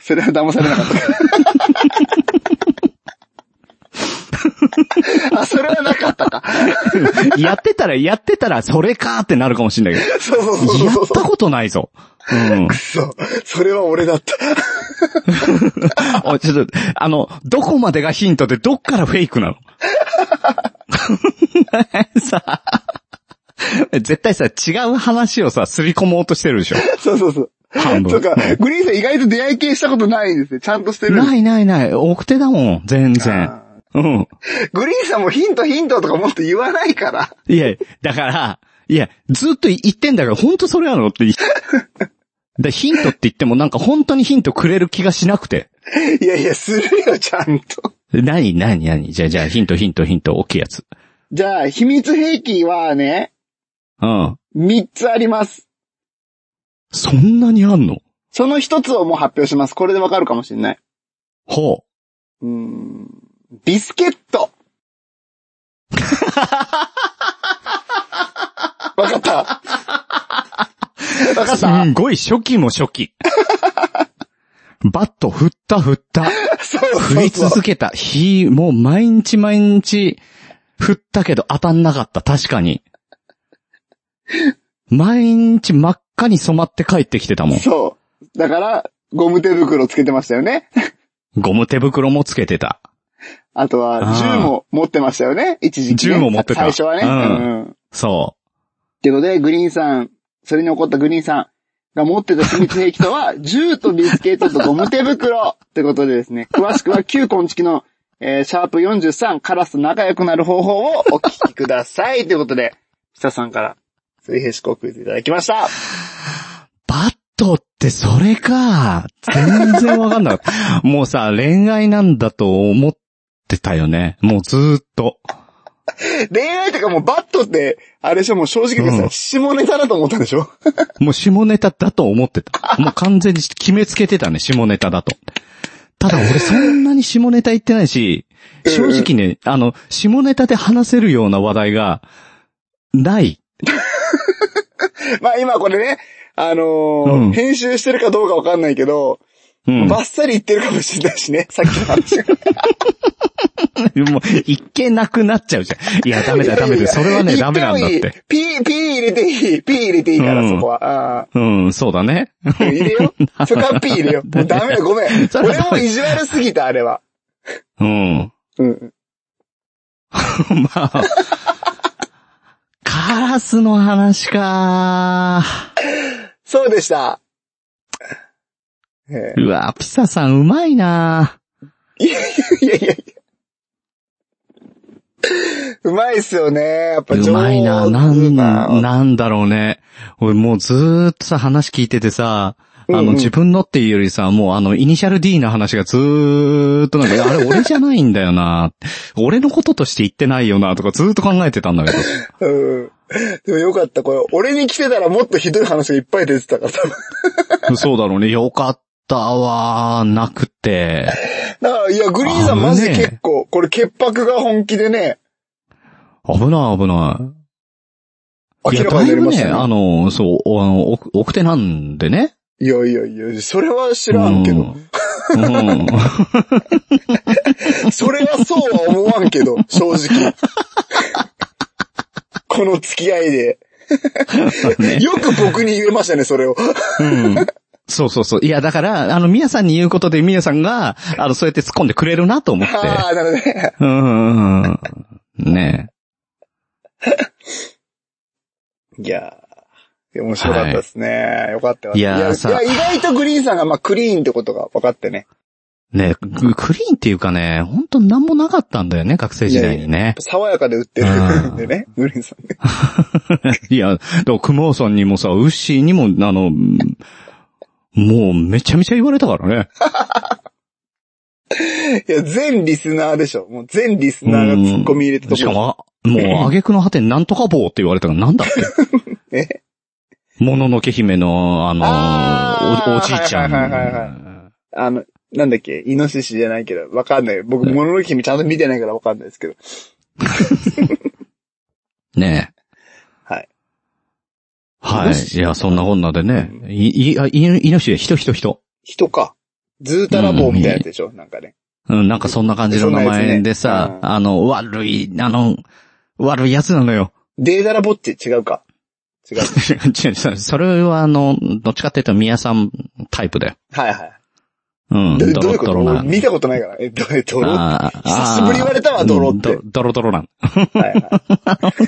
Speaker 3: それは騙されな かった。あ、それはなかったか。
Speaker 2: やってたら、やってたら、それかーってなるかもしんないけど。
Speaker 3: そうそうそう
Speaker 2: やっ
Speaker 3: そう
Speaker 2: た
Speaker 3: そう。
Speaker 2: ことないぞ。うん。
Speaker 3: そう。それは俺だった。
Speaker 2: おちょっと、あの、どこまでがヒントで、どっからフェイクなの さあ、絶対さ、違う話をさ、すり込もうとしてるでしょ
Speaker 3: そうそうそう。
Speaker 2: 半
Speaker 3: そ
Speaker 2: 分
Speaker 3: う。か、グリーンさん意外と出会い系したことないんですね。ちゃんとしてる。
Speaker 2: ないないない、奥手だもん、全然。
Speaker 3: あ
Speaker 2: うん。
Speaker 3: ーグリーンさんもヒントヒントとかもっと言わないから。
Speaker 2: いや、だから、いや、ずっと言ってんだから、本当それなのって。で、ヒントって言ってもなんか本当にヒントくれる気がしなくて。
Speaker 3: いやいや、するよ、ちゃんと。
Speaker 2: 何何何じゃあ、じゃあ、ヒントヒントヒント、大きいやつ。
Speaker 3: じゃあ、秘密兵器はね、
Speaker 2: うん。
Speaker 3: 3つあります。
Speaker 2: そんなにあんの
Speaker 3: その1つをもう発表します。これでわかるかもしれない。
Speaker 2: ほう。
Speaker 3: うーん。ビスケット。わかった。わかっ
Speaker 2: す
Speaker 3: た。
Speaker 2: んごい初期も初期。 バット振った振った。
Speaker 3: そうそうそう
Speaker 2: 振り続けた。ひ、もう毎日毎日振ったけど当たんなかった。確かに。毎日真っ赤に染まって帰ってきてたもん。
Speaker 3: そう。だから、ゴム手袋つけてましたよね。
Speaker 2: ゴム手袋もつけてた。
Speaker 3: あとは、銃も持ってましたよね。一時期、ね。
Speaker 2: 銃も持ってた
Speaker 3: 最初はね。
Speaker 2: うん
Speaker 3: うんうん
Speaker 2: そ
Speaker 3: ってことで、グリーンさん、それに怒ったグリーンさんが持ってた秘密兵器 とは、銃とビスケットとゴム手袋ってことでですね、詳しくは旧根付きの、えーシャープ43、カラスと仲良くなる方法をお聞きください。ということで、下さんから、水平思考クイズいただきました。
Speaker 2: う。バットってそれか。全然わかんなか った。もうさ、恋愛なんだと思ってたよね。もうずーっと。
Speaker 3: 恋愛とかもうバットって、あれでしょ、もう正直です
Speaker 2: うん
Speaker 3: よ、下ネタだと思ったんでしょ
Speaker 2: もう下ネタだと思って た。もう完全に決めつけてたね、下ネタだと。ただ俺そんなに下ネタ言ってないし、正直ね、あの、下ネタで話せるような話題が、ない。
Speaker 3: まあ今これね、あのー
Speaker 2: うん
Speaker 3: 編集してるかどうかわかんないけど、
Speaker 2: うん。
Speaker 3: バッサリ言ってるかもしれないしね、さっきの話。
Speaker 2: ね、もう、いけなくなっちゃうじゃん。いや、ダメだ、ダメだ。それはね、
Speaker 3: 一
Speaker 2: ダメなんだっ
Speaker 3: 回
Speaker 2: て。。
Speaker 3: P、P 入れていい。P 入れていいか
Speaker 2: う
Speaker 3: ら、
Speaker 2: ん
Speaker 3: そこは。
Speaker 2: うん、そうだね。
Speaker 3: うん入れよ う。そこは P 入れよう。もうダメだ、ごめん。
Speaker 2: それは
Speaker 3: 俺も意地悪すぎた、あれは。
Speaker 2: うん。
Speaker 3: うん。
Speaker 2: まあ。カラスの話か
Speaker 3: そうでした。え
Speaker 2: うわ、ピサさんうまいな
Speaker 3: えいやいやいや。うまいっすよね。やっぱ
Speaker 2: うまいななん、
Speaker 3: な
Speaker 2: なんだろうね。俺もうずーっとさ、話聞いててさ、あ
Speaker 3: うんう
Speaker 2: の、
Speaker 3: ん
Speaker 2: 自分のっていうよりさ、もうあの、イニシャル D の話がずーっと なんか、あれ俺じゃないんだよな俺のこととして言ってないよなとかずーっと考えてたんだけど。
Speaker 3: うん。でもよかった、これ。俺に来てたらもっとひどい話がいっぱい出てたから、多分
Speaker 2: そうだろうね。よかったわなくて。
Speaker 3: だから、いや、グリーンさん
Speaker 2: あのね
Speaker 3: マジで結構、これ潔白が本気でね、
Speaker 2: 危ない危ない。い
Speaker 3: 明
Speaker 2: や、
Speaker 3: ら
Speaker 2: だ
Speaker 3: かにないり
Speaker 2: ぶ
Speaker 3: まし
Speaker 2: ね、
Speaker 3: た
Speaker 2: あ
Speaker 3: ね。
Speaker 2: の、そう、おあの、奥奥手なんでね。
Speaker 3: いやいやいや、それは知らんけ
Speaker 2: う
Speaker 3: ど。
Speaker 2: ん。うん
Speaker 3: それはそうは思わんけ ど、正直。この付き合いで。
Speaker 2: ね
Speaker 3: よく僕に言えましたね、それを。
Speaker 2: うんそうそうそう。いや、だから、あの、みやさんに言うことで、みやさんが、あの、そうやって突っ込んでくれるなと思って。
Speaker 3: ああ、なるほどね。
Speaker 2: うんうんうん。ね
Speaker 3: いやーいや面白かったですね。よかったよかった
Speaker 2: いやーさ
Speaker 3: いや、意外とグリーンさんが、まあ、クリーンってことが分かってね。
Speaker 2: え。ねえ、ククリーンっていうかね、本当なんもなかったんだよね、学生時代にね。
Speaker 3: 爽やかで売ってるんでね、グリー ンさんね。
Speaker 2: いや、でも、クモーさんにもさ、ウッシーにも、あの、うんもう、めちゃめちゃ言われたからね。
Speaker 3: いや、全リスナーでしょ。もう全リスナーが突っ込み入れたとこ
Speaker 2: し
Speaker 3: ろ。
Speaker 2: かも、もう、挙句の果てになんとか棒って言われたから、なんだって。
Speaker 3: え
Speaker 2: もののけ姫の、あの
Speaker 3: あー
Speaker 2: お、おじいちゃ
Speaker 3: はいはいはいはい
Speaker 2: ん。
Speaker 3: あの、なんだっけ、イノシシじゃないけど、わかんない。僕、もののけ姫ちゃんと見てないからわかんないですけど。
Speaker 2: ねえ。
Speaker 3: はい。
Speaker 2: はい。いや、そんなこんなでね。い、い、あ、い、いのしで、人人人。
Speaker 3: 人か。ズータラボーみたいなやつでしょ、なんかね。
Speaker 2: うん、なんかそんな感じの名前でさ、
Speaker 3: そんなやつねうん
Speaker 2: あの、悪い、あの、悪いやつなのよ。
Speaker 3: デーダラボッチ違うか。違う。
Speaker 2: 違う違うそれはあの、どっちかっていうと、宮さんタイプだよ。
Speaker 3: はいはい。
Speaker 2: うん、
Speaker 3: ど
Speaker 2: ド
Speaker 3: ど
Speaker 2: ロ
Speaker 3: ういうこ
Speaker 2: ド
Speaker 3: と
Speaker 2: ロ
Speaker 3: も
Speaker 2: な
Speaker 3: う。見たことないから。え、どどろは
Speaker 2: あー
Speaker 3: 久しぶり言われたわドロって
Speaker 2: うんドロドロなん。
Speaker 3: いは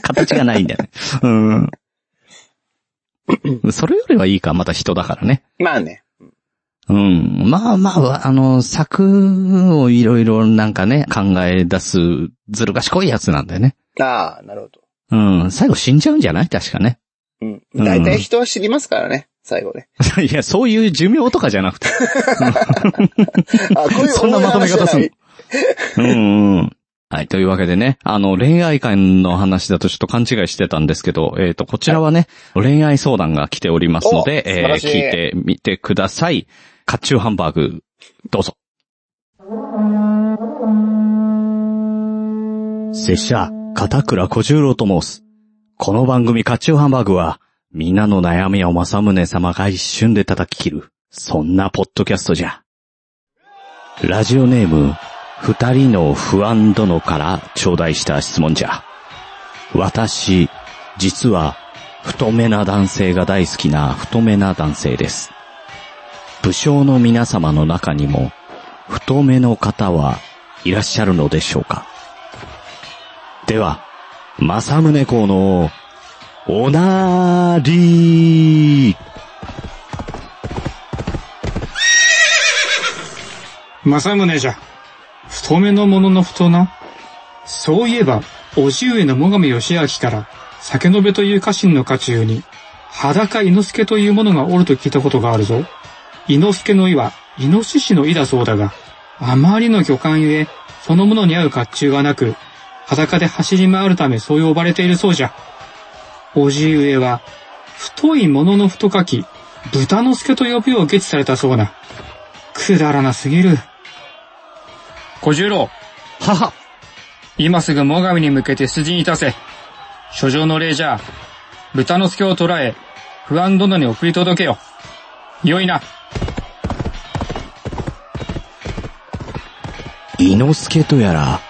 Speaker 2: 形がないんだよね。 うん。それよりはいいか、また人だからね。
Speaker 3: い。まあね。
Speaker 2: うん。まあまあわ、あの、作をいろいろなんかね、考え出す、ずる賢いやつなんだよね。
Speaker 3: ああ、なるほど。
Speaker 2: うん。最後死んじゃうんじゃない確かね。
Speaker 3: うん。大体人は知りますからね、最後ね。
Speaker 2: いや、そういう寿命とかじゃなくて。
Speaker 3: あ こういう
Speaker 2: そんなまとめ方する
Speaker 3: る。
Speaker 2: うんうん。はい。というわけでね、あの、恋愛観の話だとちょっと勘違いしてたんですけど、えっ、と、こちらはね、恋愛相談が来ておりますので、
Speaker 3: お素晴
Speaker 2: え
Speaker 3: ら
Speaker 2: ー、
Speaker 3: しい
Speaker 2: 聞いてみてください。カチューハンバーグ、どうぞ。拙者、片倉小十郎と申す。この番組カチューハンバーグは、皆の悩みを正宗様が一瞬で叩き切る、そんなポッドキャストじゃ。ラジオネーム、二人の不安殿から頂戴した質問じゃ。私、実は、太めな男性が大好きな太めな男性です。武将の皆様の中にも、太めの方はいらっしゃるのでしょうかでは、正宗公の、おなーりー
Speaker 6: 正宗じゃ。太めのものの太な。そういえば、叔父上の最上義明から、酒のべという家臣の家中に、裸猪之助というものがおると聞いたことがあるぞ。猪之助の意は、イノシシの意だそうだが、あまりの巨漢ゆえ、そのものに合う甲冑がなく、裸で走り回るためそう呼ばれているそうじゃ。叔父上は、太いものの太かき、豚之助と呼ぶよう下知されたそうな。くだらなすぎる。小十郎、
Speaker 2: 母
Speaker 6: 今すぐ最上に向けて筋に出せ。書状の礼じゃ、豚の助を捕らえ、不安殿に送り届けよ。良いな。
Speaker 2: 猪之助とやら、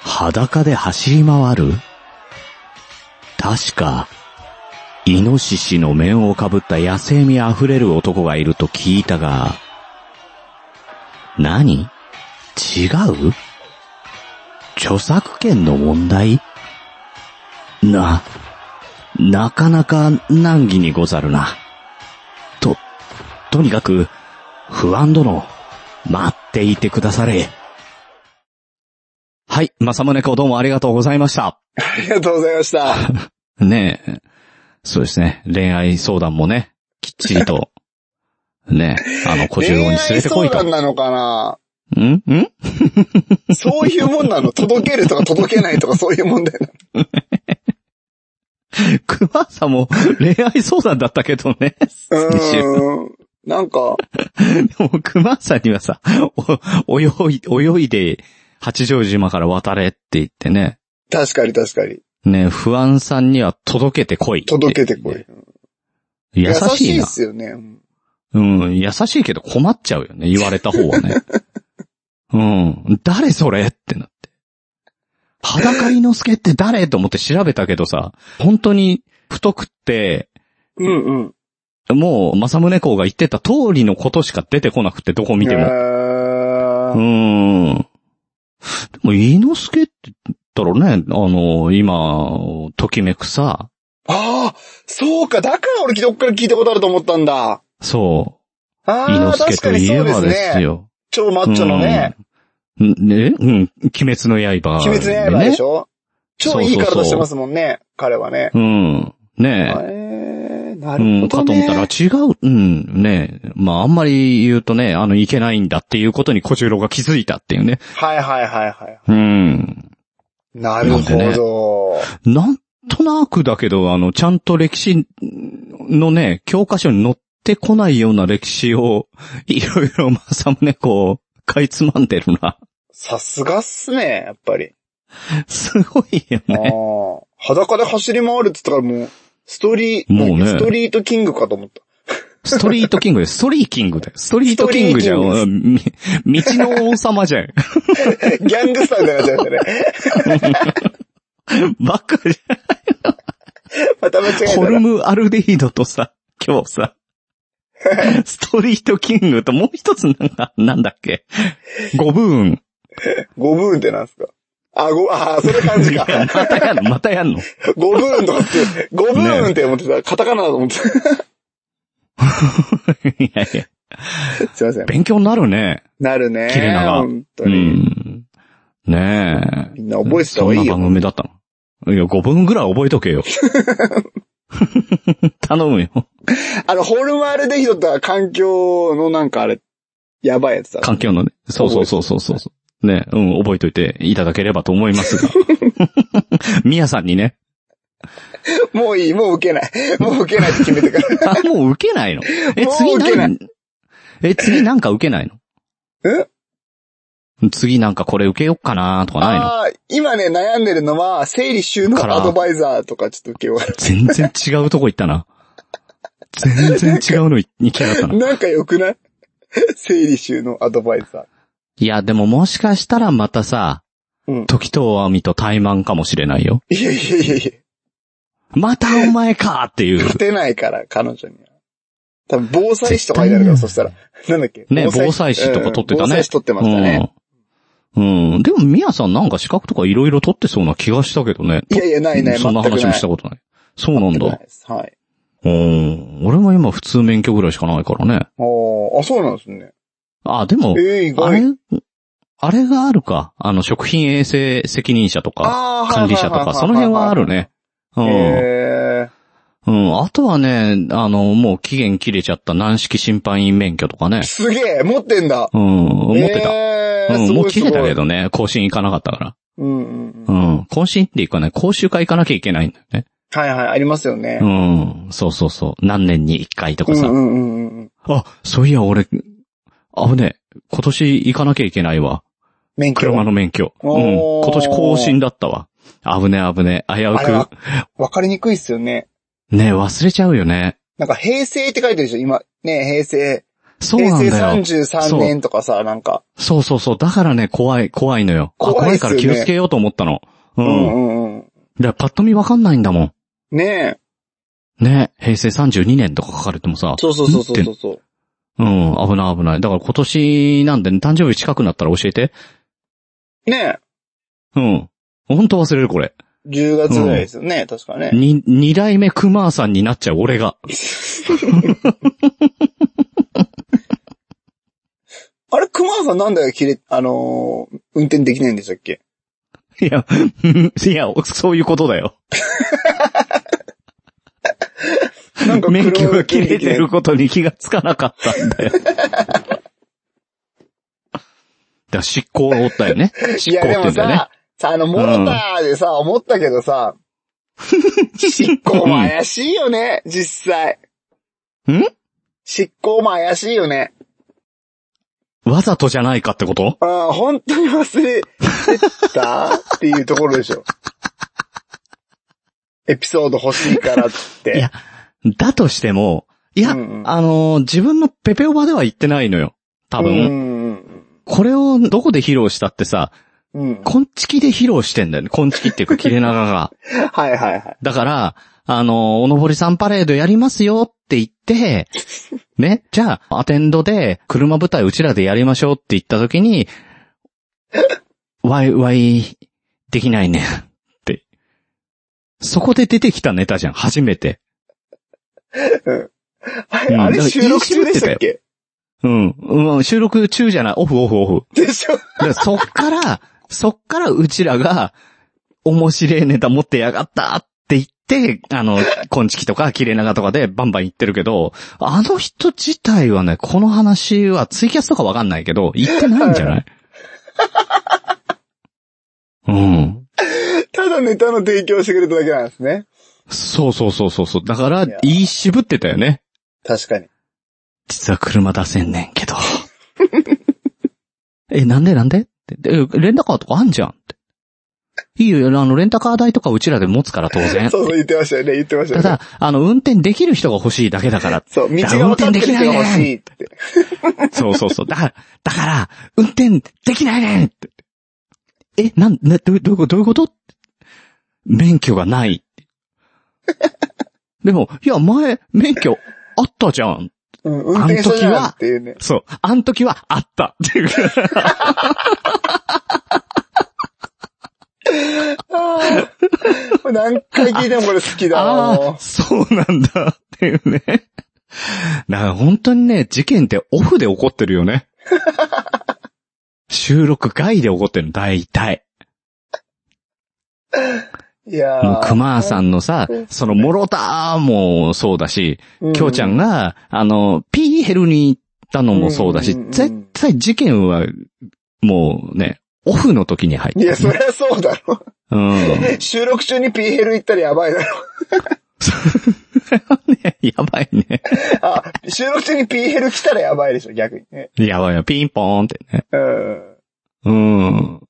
Speaker 2: 裸で走り回る確か、イノシシの面をかぶった野生味あふれる男がいると聞いたが、何違う著作権の問題な、なかなか難儀にござるな。と、とにかく、不安殿、待っていてくだされ。はい、まさむねこどうもありがとうございました。
Speaker 3: ありがとうございました。
Speaker 2: ねえ。そうですね。恋愛相談もね、きっちりと、 ねえ、あの、小十郎に連れてこい
Speaker 3: 恋愛相
Speaker 2: と。
Speaker 3: 談なのかなん
Speaker 2: ん
Speaker 3: そういうもんなの届けるとか届けないとかそういう問題なの
Speaker 2: クマさんも恋愛相談だったけどね。 先週。
Speaker 3: うーん。なんか、
Speaker 2: でもクマさんにはさ、お泳い、泳いで八丈島から渡れって言ってね。
Speaker 3: 確かに確かに。
Speaker 2: ねえ不安さんには届けてこいって。
Speaker 3: 届けてこい。
Speaker 2: 優しい
Speaker 3: で
Speaker 2: な。
Speaker 3: すよね。うん
Speaker 2: うん、優しいけど困っちゃうよね、言われた方は ね。うん、誰それってなって。裸猪之助って誰と思って調べたけどさ、本当に太くって、
Speaker 3: うんうん。
Speaker 2: もう、正宗公が言ってた通りのことしか出てこなくて、どこ見て
Speaker 3: え
Speaker 2: も。う
Speaker 3: ー
Speaker 2: ん。でも、猪之助って言ったらね、あの、今、ときめくさ、
Speaker 3: ああ、そうか。だから俺どっから聞いたことあると思ったんだ。
Speaker 2: そ
Speaker 3: あ
Speaker 2: う、
Speaker 3: あ、
Speaker 2: 猪之
Speaker 3: 確
Speaker 2: 助
Speaker 3: か
Speaker 2: と
Speaker 3: に
Speaker 2: い
Speaker 3: そ
Speaker 2: え
Speaker 3: うで
Speaker 2: ば
Speaker 3: す
Speaker 2: です
Speaker 3: ね。
Speaker 2: よ。
Speaker 3: 超マッチョのね、
Speaker 2: うん。ねうん、鬼滅の刃、
Speaker 3: 鬼滅の刃でしょ超いい
Speaker 2: そうそうそう
Speaker 3: 体してますもんね、彼はね。
Speaker 2: うん。ねえ。
Speaker 3: えー、な
Speaker 2: う
Speaker 3: るほ
Speaker 2: ん、か
Speaker 3: ど
Speaker 2: と思ったら
Speaker 3: ね。
Speaker 2: 違う。うん、ねえ。まあ、あんまり言うとね、あの、いけないんだっていうことに小十郎が気づいたっていうね。
Speaker 3: はいはいはいはい。
Speaker 2: うん。
Speaker 3: なるほど。
Speaker 2: なんとなくだけど、あの、ちゃんと歴史のね、教科書に載ってこないような歴史を、いろいろ、まさむね、こう、かいつまんでるな。
Speaker 3: さすがっすね、やっぱり。
Speaker 2: すごいよ
Speaker 3: あ
Speaker 2: ね。
Speaker 3: ー裸で走り回るって言ったからもう、ストーリー、
Speaker 2: もうね
Speaker 3: ストリートキングかと思った。
Speaker 2: ストリートキングです。ストリーキングだよ。ストリートキングじゃん。
Speaker 3: スト
Speaker 2: うんみ道の王様じゃん。
Speaker 3: ギャングスターみたいになっちゃいましたね。
Speaker 2: ばっかじゃん
Speaker 3: また間違えた
Speaker 2: ホル
Speaker 3: ら。
Speaker 2: ムアルデヒドとさ、今日さ、ストリートキングともう一つなんか、なんだっけゴブーン。
Speaker 3: ゴブーンってなんすかあ、ご、あー、それ感じ
Speaker 2: いや
Speaker 3: か。
Speaker 2: またやんのまたやんの
Speaker 3: ゴブーンとかって、ゴブーンって思ってた。カタカナだと思ってた。
Speaker 2: いやいや、
Speaker 3: すいません。
Speaker 2: 勉強になるね。
Speaker 3: なるね。
Speaker 2: 切れ長
Speaker 3: 本当
Speaker 2: う
Speaker 3: に。
Speaker 2: ん。ねえ。
Speaker 3: みんな覚えてた方がいい
Speaker 2: そんな
Speaker 3: よ。
Speaker 2: 番組だったの。いや、5分ぐらい覚えとけよ。頼むよ。
Speaker 3: あの、ホルマールデヒドって環境のなんかあれ、やばいやつだ。
Speaker 2: 環境のね。そうそうそうそうそうそう。ね、うん、覚えといていただければと思います が。みやさんにね。
Speaker 3: もういい、もう受けない。もう受けないって決め てから。
Speaker 2: あ、もう受けないのえ、
Speaker 3: もう
Speaker 2: 次
Speaker 3: 受けな
Speaker 2: 何え、次なんか受けないのえ次なんかこれ受けよっかなとかないの
Speaker 3: ああー、今ね、悩んでるのは、整理収納アドバイザーとかちょっと受けようか
Speaker 2: 全然違うとこ行ったな。全然違うのに行きやがった
Speaker 3: な。
Speaker 2: な。
Speaker 3: なんか良くない整理収納アドバイザ
Speaker 2: いや、でももしかしたらまたさ、
Speaker 3: うん
Speaker 2: 時と網と怠慢かもしれないよ。
Speaker 3: ー。いやいやいやいや、
Speaker 2: またお前かっていう。
Speaker 3: 勝てないから、彼女には。多分、防災士とかになるから、そしたら。なんだっけ
Speaker 2: ね、防災士とか取ってた
Speaker 3: うん防
Speaker 2: ね。
Speaker 3: 災士取ってましたね。
Speaker 2: うん。うん。でも、みやさんなんか資格とかいろいろ取ってそうな気がしたけどね。
Speaker 3: いやいや、ないない、
Speaker 2: そ
Speaker 3: 全
Speaker 2: ん
Speaker 3: くな。
Speaker 2: ない話もしたことない。そうなん
Speaker 3: 全く
Speaker 2: だ
Speaker 3: ない。ですはい。
Speaker 2: うん。俺も今普通免許ぐらいしかないからね。
Speaker 3: おーあ、そうなんですね。
Speaker 2: あ、でも、
Speaker 3: ええ、意
Speaker 2: あれ
Speaker 3: 外。、
Speaker 2: あれがあるか。あの、食品衛生責任者とか、
Speaker 3: あー
Speaker 2: 管理者とか、その辺はある。ね。う
Speaker 3: はいはいはいはい
Speaker 2: ん。
Speaker 3: へ
Speaker 2: うん。あとはね、あの、もう期限切れちゃった軟式審判員免許とかね
Speaker 3: ー。すげえ、持ってんだ。
Speaker 2: うん。持ってた。
Speaker 3: えー
Speaker 2: うん、もう切れたけ。
Speaker 3: すごいす
Speaker 2: どね、更新行かなかったから。
Speaker 3: ごいうんうんう。
Speaker 2: うんん。更新っていうかね、講習会行かなきゃいけないんだよね。
Speaker 3: はいはい、ありますよね。
Speaker 2: うん。そうそうそう。何年に一回と
Speaker 3: う
Speaker 2: か
Speaker 3: ん
Speaker 2: さ。
Speaker 3: うんうんうん。
Speaker 2: あ、そういや、俺、あぶねえ、今年行かなきゃいけないわ。
Speaker 3: 免許。
Speaker 2: 車の免許。うん。
Speaker 3: おー
Speaker 2: 今年更新だったわ。危ねえ危ねえ、危う
Speaker 3: あれわ
Speaker 2: く。
Speaker 3: わかりにくいっすよね。
Speaker 2: ねえ忘れちゃうよね。
Speaker 3: なんか平成って書いてるでしょ今、ね、平成。
Speaker 2: そう
Speaker 3: 平
Speaker 2: なんだ
Speaker 3: 成
Speaker 2: よ。
Speaker 3: 33年とかさ、なんか。
Speaker 2: そうそうそう。だからね、怖い、怖いのよ。あ
Speaker 3: 怖
Speaker 2: 怖
Speaker 3: いっ
Speaker 2: い
Speaker 3: す
Speaker 2: か
Speaker 3: よ
Speaker 2: ら
Speaker 3: ね
Speaker 2: 気をつけようと思ったの。う。
Speaker 3: うん
Speaker 2: だか
Speaker 3: んうん。
Speaker 2: らパッと見わかんないんだも
Speaker 3: ねえ。
Speaker 2: ん。ね。平成32年とか書かれてもさ。
Speaker 3: そうそうそうそ
Speaker 2: ん
Speaker 3: う
Speaker 2: って
Speaker 3: そうそう。
Speaker 2: うん、危ない危ない。だから今年なんで、ね、誕生日近くなったら教えて。
Speaker 3: ね
Speaker 2: うん。ほんと忘れるこれ。
Speaker 3: え。10月ぐらいですよね、確かね。
Speaker 2: に、二代目クマーさんになっちゃう俺が。
Speaker 3: あれ、熊田さんなんだよ、切れ、あのー運転できないんでしたっけ
Speaker 2: いや、いや、そういうことだよ。
Speaker 3: なん か
Speaker 2: 免許
Speaker 3: 車
Speaker 2: が
Speaker 3: 運
Speaker 2: 切れ
Speaker 3: 転できな
Speaker 2: て
Speaker 3: い
Speaker 2: ることに気がつかなかったん だよ。だから執行を負ったよね。
Speaker 3: い
Speaker 2: 執行
Speaker 3: や、
Speaker 2: って
Speaker 3: で
Speaker 2: 言う
Speaker 3: も
Speaker 2: んだよね
Speaker 3: さ。、さ、あの、モーターでさ、思ったけ どさ、執行も怪しいよね、実際。
Speaker 2: ん
Speaker 3: 執行も怪しいよね。
Speaker 2: わざとじゃないかってこと
Speaker 3: ああ、本当に忘れてたっていうところでしょ。エピソード欲しいからって。
Speaker 2: いやだとしても、いや、
Speaker 3: うんうん
Speaker 2: あのー自分のペペオバでは言ってないのよ。多分。
Speaker 3: うん
Speaker 2: これをどこで披露したってさ、
Speaker 3: うんうん。うん。
Speaker 2: コンチキで披露してんだよね。コンチキっていうか、切れ長が。
Speaker 3: はいはいはい。
Speaker 2: だから、あの、おのぼりさんパレードやりますよって言って、ね、じゃあ、アテンドで、車舞台うちらでやりましょうって言った時に、わい、わい、できないね、って。そこで出てきたネタじゃん、初めて。
Speaker 3: あ
Speaker 2: う
Speaker 3: れ、
Speaker 2: ん
Speaker 3: あれ
Speaker 2: だから
Speaker 3: 収録中でしたっけ
Speaker 2: うん、うん、収録中じゃない、オフオフオフ。
Speaker 3: でしょ
Speaker 2: だからそっから、そっからうちらが、面白いネタ持ってやがったって言って、あの、コンチキとか切れ長とかでバンバン言ってるけど、あの人自体はね、この話はツイキャスとかわかんないけど、言ってないんじゃない うん。
Speaker 3: ただネタの提供してくれただけなんですね。
Speaker 2: そうそうそうそうそう。だから、
Speaker 3: いや
Speaker 2: 言い渋ってたよね。
Speaker 3: 確かに。
Speaker 2: 実は車出せんねんけど。 え、なんでなんでってでえレンタカーとかあんじゃんって。いいよ、あの、レンタカー代とかうちらで持つから当然。
Speaker 3: そうそう言ってましたよね、言ってました
Speaker 2: た
Speaker 3: よね
Speaker 2: だ。、あの、運転できる人が欲しいだけだから。
Speaker 3: そう、道が分かってる人が欲しいって。
Speaker 2: そうそうそう。だから、だから、運転できないねんって。え、なん、な、どうどういうことどういうこと免許がない。でも、いや、前、免許あったじゃん。
Speaker 3: うん、運転した
Speaker 2: あの時
Speaker 3: じゃん
Speaker 2: は
Speaker 3: っていうね。
Speaker 2: そう。あの時はあったっていう。
Speaker 3: ああ。何回聞いてもこれ好きだな
Speaker 2: ああ、
Speaker 3: も
Speaker 2: そうなんだっていうね。だから本当にね、事件ってオフで起こってるよ ね。収録外で起こってるの、大体。
Speaker 3: ういや
Speaker 2: もう
Speaker 3: ー。
Speaker 2: 熊さんのさ
Speaker 3: そうですね、
Speaker 2: その、もろたーもそうだし、
Speaker 3: うん、
Speaker 2: きょうちゃんが、あの、ピーヘルに行ったのもそうだし
Speaker 3: うんうんうんう、ん
Speaker 2: 絶対事件は、もうね、オフの時に入って
Speaker 3: い
Speaker 2: る
Speaker 3: や、そりゃそうだろ。
Speaker 2: うん。
Speaker 3: 収録中に P ヘル行ったらやばいだろ。
Speaker 2: ねやばいね。
Speaker 3: あ、収録中に P ヘル来たらやばいでしょ、逆にね。
Speaker 2: やばいよ、ピンポーンってね。
Speaker 3: うん。
Speaker 2: うん。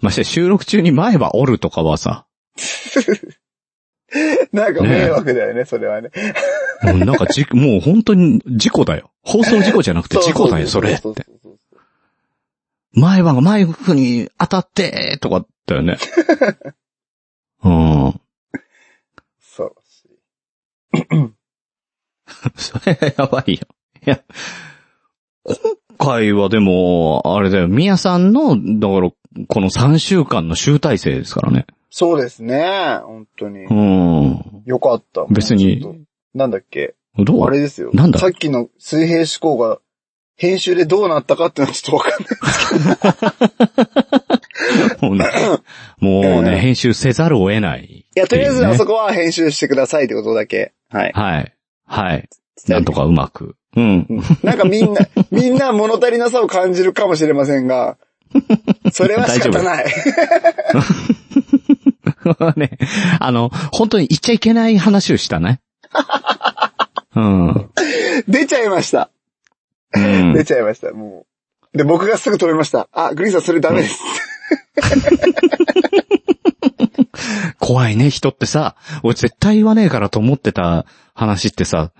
Speaker 2: まして収録中に前歯折るとかはさ、
Speaker 3: なんか迷惑だよね、それはね。
Speaker 2: うんなんか じ、もう本当に事故だよ。放送事故じゃなくて事故だよ、それっ
Speaker 3: う
Speaker 2: て。
Speaker 3: うそうそう
Speaker 2: 前歯がマイクに当たって、とかだよね。 うん。
Speaker 3: そう。
Speaker 2: それやばいよ。いや、今回はでも、あれだよ、ミヤさんの、だから、この3週間の集大成ですからね。
Speaker 3: そうですね、本当に
Speaker 2: う。ん。
Speaker 3: よかった。
Speaker 2: 別に
Speaker 3: ちょっと。なんだっけ
Speaker 2: ど
Speaker 3: あ
Speaker 2: う
Speaker 3: れですよ。
Speaker 2: なんだ
Speaker 3: さっきの水平思考が、編集でどうなったかっていうのはちょっとわかん ない。
Speaker 2: もうね、もうね編集せざるを得ない。
Speaker 3: いや、とりあえず
Speaker 2: ね
Speaker 3: あそこは編集してくださいってことだけ。はい。
Speaker 2: はい。はい。なんとかうまく。うん。
Speaker 3: なんかみんな、みんな物足りなさを感じるかもしれませんが、それは仕方ない。
Speaker 2: ね。あの、本当に言っちゃいけない話をしたね。 うん。うん
Speaker 3: 出ちゃいました。出ちゃいました、もう。で、僕がすぐ止めました。あ、グリーンさんそれダメです。
Speaker 2: 怖いね、人ってさ。俺絶対言わねえからと思ってた話ってさ、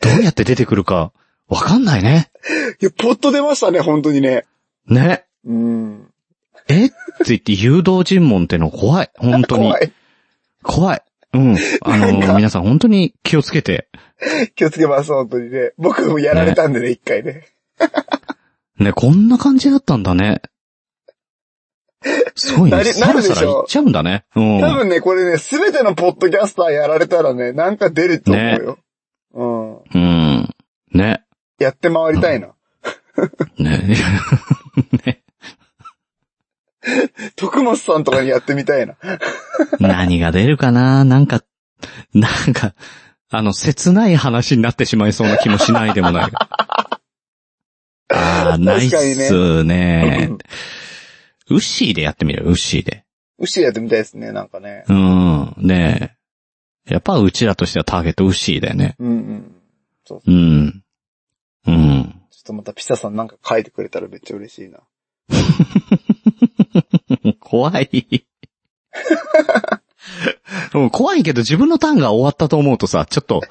Speaker 2: どうやって出てくるかわかんないね。
Speaker 3: いや、ポッと出ましたね、本当にね。
Speaker 2: ね。
Speaker 3: うん。
Speaker 2: えって言って誘導尋問っての怖い。本当に
Speaker 3: 怖。い。
Speaker 2: 怖い。うん。あ
Speaker 3: なん
Speaker 2: の、
Speaker 3: か
Speaker 2: 皆さん本当に気をつけて。
Speaker 3: 気をつけます、本当にね。僕もやられたんでね、一回ね。
Speaker 2: ね、こんな感じだったんだね。すごい
Speaker 3: な
Speaker 2: ね。
Speaker 3: り
Speaker 2: さ
Speaker 3: なる
Speaker 2: ら
Speaker 3: でしょ
Speaker 2: さらいっちゃうんだね。う
Speaker 3: 多
Speaker 2: ん。
Speaker 3: 分ね、これね、すべてのポッドキャスターやられたらね、なんか出ると思うよ。うん。
Speaker 2: うん。ね。
Speaker 3: やって回りたいな。
Speaker 2: ね。 ね。
Speaker 3: 徳松さんとかにやってみたいな。
Speaker 2: 何が出るかななんか、なんか、あの、切ない話になってしまいそうな気もしないでもない。 ああ、ないっすね。ウッシーでやってみるウッシーで。
Speaker 3: うっしーやってみたいですね、なんかね。
Speaker 2: うん、ねえ。やっぱうちらとしてはターゲットウッシーだよね。
Speaker 3: うんうん。そうそうう。ちょ
Speaker 2: ん。うん。
Speaker 3: っとまたピサさんなんか書いてくれたらめっちゃ嬉しいな。
Speaker 2: 怖い。 うん怖いけど自分のターンが終わったと思うとさ、ちょっと、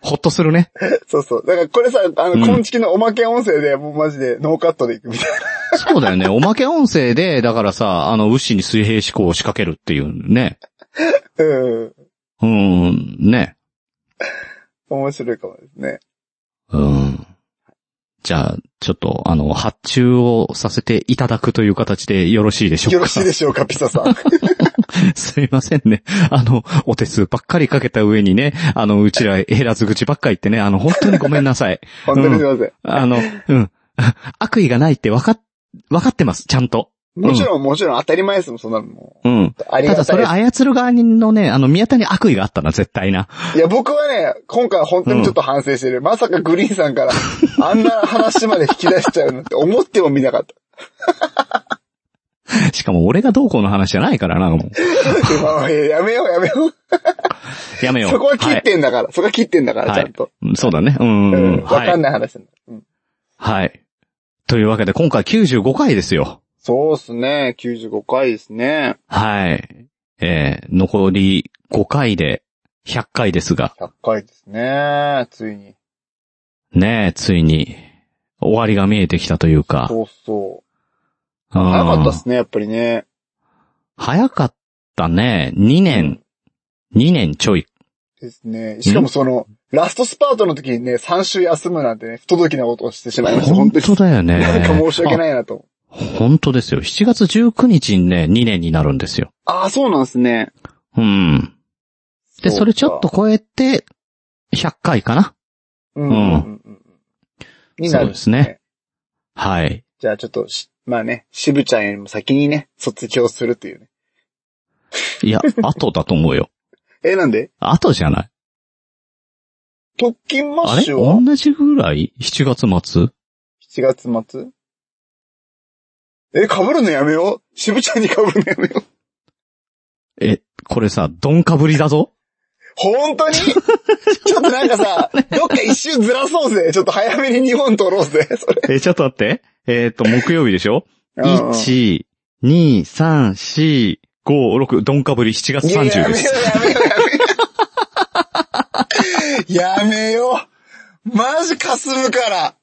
Speaker 2: ほっとするね。
Speaker 3: そうそう。だからこれさ、あ
Speaker 2: うん
Speaker 3: の、今月のおまけ音声で、もうマジでノーカットでいくみたいな。
Speaker 2: そうだよね。おまけ音声で、だからさ、あの、ウッシーに水平思考を仕掛けるっていうね。
Speaker 3: うん。
Speaker 2: うん、ね。
Speaker 3: 面白いかもですね。
Speaker 2: うん。じゃあ、ちょっと、あの、発注をさせていただくという形でよろしいでしょうか。
Speaker 3: よろしいでしょうか、ピサさん。
Speaker 2: すいませんね。あの、お手数ばっかりかけた上にね、あの、うちら、減らず口ばっかり言ってね、あの、本当にごめんなさい。
Speaker 3: 本当にすいません。
Speaker 2: あの、うん。 悪意がないってわかっ、わかってます、ちゃんと。
Speaker 3: もちろん、もちろん当たり前ですもん、そんなのも
Speaker 2: うん。
Speaker 3: う。あり
Speaker 2: ただ
Speaker 3: がた
Speaker 2: そ
Speaker 3: い
Speaker 2: れ
Speaker 3: です。
Speaker 2: 操る側のね、あの、宮田に悪意があったな、絶対な。
Speaker 3: いや、僕はね、今回本当にちょっと反省してる。まさかグリーンさんから、あんな話まで引き出しちゃうなんて思ってもみなかった。
Speaker 2: しかも俺がどうこうの話じゃないからな、も う。
Speaker 3: まあいややめよう、やめよう。
Speaker 2: やめよう。
Speaker 3: そこは切ってんだから、そこは切ってんだから、
Speaker 2: はい
Speaker 3: ちゃんと。
Speaker 2: はい。そうだね。うん
Speaker 3: う
Speaker 2: うん
Speaker 3: ん。
Speaker 2: うん。
Speaker 3: わかん
Speaker 2: はい。
Speaker 3: ない話なんだ。うん。
Speaker 2: はい。というわけで、今回95回ですよ。
Speaker 3: そうっすね。95回ですね。
Speaker 2: はい。えー、残り5回で100回ですが。
Speaker 3: 100回ですね。ついに。
Speaker 2: ねえ、ついに、終わりが見えてきたというか。
Speaker 3: そうそう。
Speaker 2: うん
Speaker 3: 早かったっすね、やっぱりね。
Speaker 2: 早かったね。2年、2年ちょい。
Speaker 3: ですね。しかもその、ラストスパートの時にね、3週休むなんてね、不届きなことをしてしまいました。
Speaker 2: 本
Speaker 3: 本当
Speaker 2: 当
Speaker 3: に。
Speaker 2: だよね。
Speaker 3: なんか申し訳
Speaker 2: い。
Speaker 3: ないなと。
Speaker 2: 本当ですよ。7月19日にね、2年になるんですよ。
Speaker 3: ああ、そうなんですね。
Speaker 2: うん。で、
Speaker 3: うか
Speaker 2: それちょっと。超えて、100回かな。
Speaker 3: うんうんうんうん。になるん
Speaker 2: そうですね。はい。
Speaker 3: じゃあちょっとし、まあね、しぶちゃんよりも先にね、卒業するというね。
Speaker 2: い や、後だと思うよ。
Speaker 3: え、なんで
Speaker 2: 後じゃない。
Speaker 3: 特勤マ
Speaker 2: あ
Speaker 3: ッ
Speaker 2: れ
Speaker 3: シュは
Speaker 2: 同じぐらい ?7 月末
Speaker 3: 7月末え、被るのやめよう。しぶちゃんに被るのやめよう。
Speaker 2: え、これさ、どんかぶりだ ぞ。
Speaker 3: 本 当にちょっとなんかさ、どっか一周ずらそうぜ。ちょっと早めに日本取ろうぜ。それ。
Speaker 2: え、ちょっと待って。えっ、と、木曜日でしょ
Speaker 3: うんうん
Speaker 2: 1、2、3、4、5、6、どんかぶり7月
Speaker 3: いや
Speaker 2: 30
Speaker 3: や
Speaker 2: で
Speaker 3: めよ
Speaker 2: す。
Speaker 3: うやめようやめよう。やめよう。マジかすむから。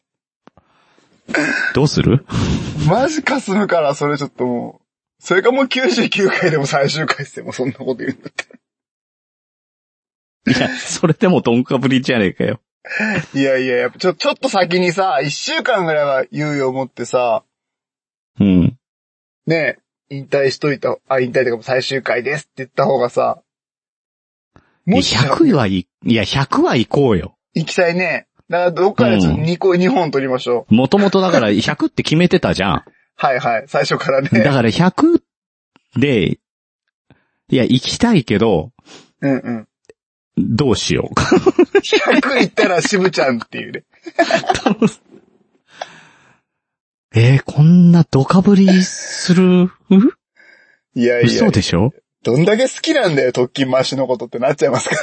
Speaker 2: どうする
Speaker 3: マジかすむから、それちょっともう。それかもう99回でも最終回してもうそんなこと言うんだった
Speaker 2: いや、それでもどんかぶりじゃねえかよ。
Speaker 3: ら。いやいや、やっぱちょ、ちょっと先にさ、1週間ぐらいは猶予を持ってさ、
Speaker 2: うん。
Speaker 3: ねえ、引退しといた、あ、引退とかも最終回ですって言った方がさ、もしか
Speaker 2: 100はい、いや、100は行こうよ。
Speaker 3: 行きたいね。だからどっかでちょっと2個、2本取りましょう。
Speaker 2: もともとだから100って決めてたじ ゃん。
Speaker 3: はいはい。最初からね。
Speaker 2: だから100で、いや、行きたいけど、
Speaker 3: うんうん。
Speaker 2: どうしようか。
Speaker 3: 100行ったら渋ちゃんっていうね。
Speaker 2: えーこんなドカぶりす る
Speaker 3: いやいや
Speaker 2: 嘘。でしょ
Speaker 3: どんだけ好きなんだよ、特勤マッシュのことってなっちゃいますか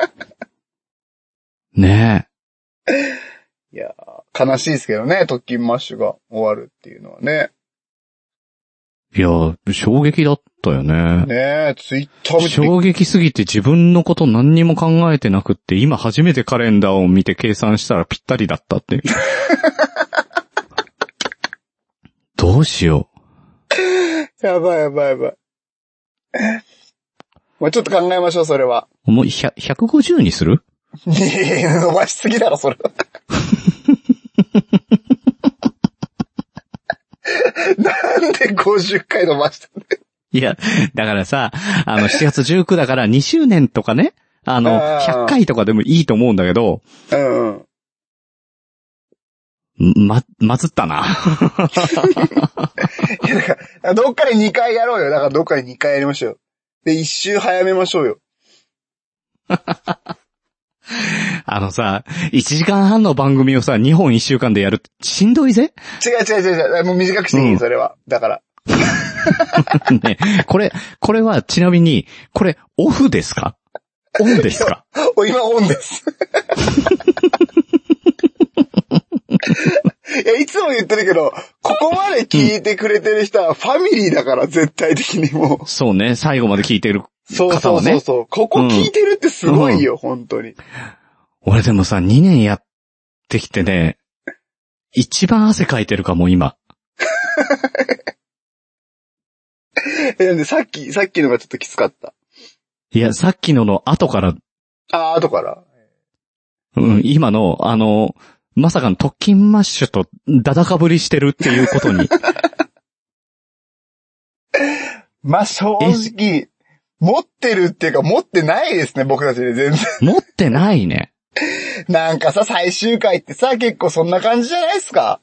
Speaker 3: ら。
Speaker 2: ね
Speaker 3: いやー悲しいですけどね、特勤マッシュが終わるっていうのはね。
Speaker 2: いや、衝撃だったよね。
Speaker 3: ねえ、ツイッターもびっ
Speaker 2: 衝撃すぎて自分のこと何にも考えてなくって、今初めてカレンダーを見て計算したらぴったりだった っていう。どうしよ
Speaker 3: やばいやばいやばい。もうちょっと考えましょう、それは。
Speaker 2: う。もう100 150にする
Speaker 3: いやいや 伸ばしすぎだろ、それ。なんで50回伸ばした
Speaker 2: いや、だからさ、あの、7月19だから2周年とかね、あの、
Speaker 3: あー
Speaker 2: 100回とかでもいいと思うんだけど、
Speaker 3: うんうん。
Speaker 2: ま、まずったな。
Speaker 3: いやだからどっかで2回やろうよ。だからどっかで2回やりましょう。で、1周早めましょうよ。
Speaker 2: あのさ、1時間半の番組をさ、2本1週間でやるってしんどいぜ
Speaker 3: 違う違う違う違う。もう短くしていい、
Speaker 2: うん
Speaker 3: それは。だから。
Speaker 2: ね、これ、これはちなみに、これ、オフですかオンですか
Speaker 3: お今オ ンです。いや、いつも言ってるけど、ここまで聞いてくれてる人はファミリーだから、絶対的にもう。
Speaker 2: そうね、最後まで聞いてる。
Speaker 3: そう
Speaker 2: 方
Speaker 3: そ
Speaker 2: は
Speaker 3: う
Speaker 2: ね
Speaker 3: そうそう。ここ聞いてるってすごいよ、本当に。
Speaker 2: 俺でもさ、2年やってきてね、一番汗かいてるかも、今。
Speaker 3: え、なんでさっき、さっきのがちょっときつかった。
Speaker 2: いや、さっきのの後から、
Speaker 3: あー、後から。
Speaker 2: うん、今の、あの、まさかの特勤マッシュとダダかぶりしてるっていうこと に。
Speaker 3: まあ、正直、持ってるっていうか持ってないですね、僕たちで全然。
Speaker 2: 持ってないね。
Speaker 3: なんかさ、最終回ってさ、結構そんな感じじゃないですか。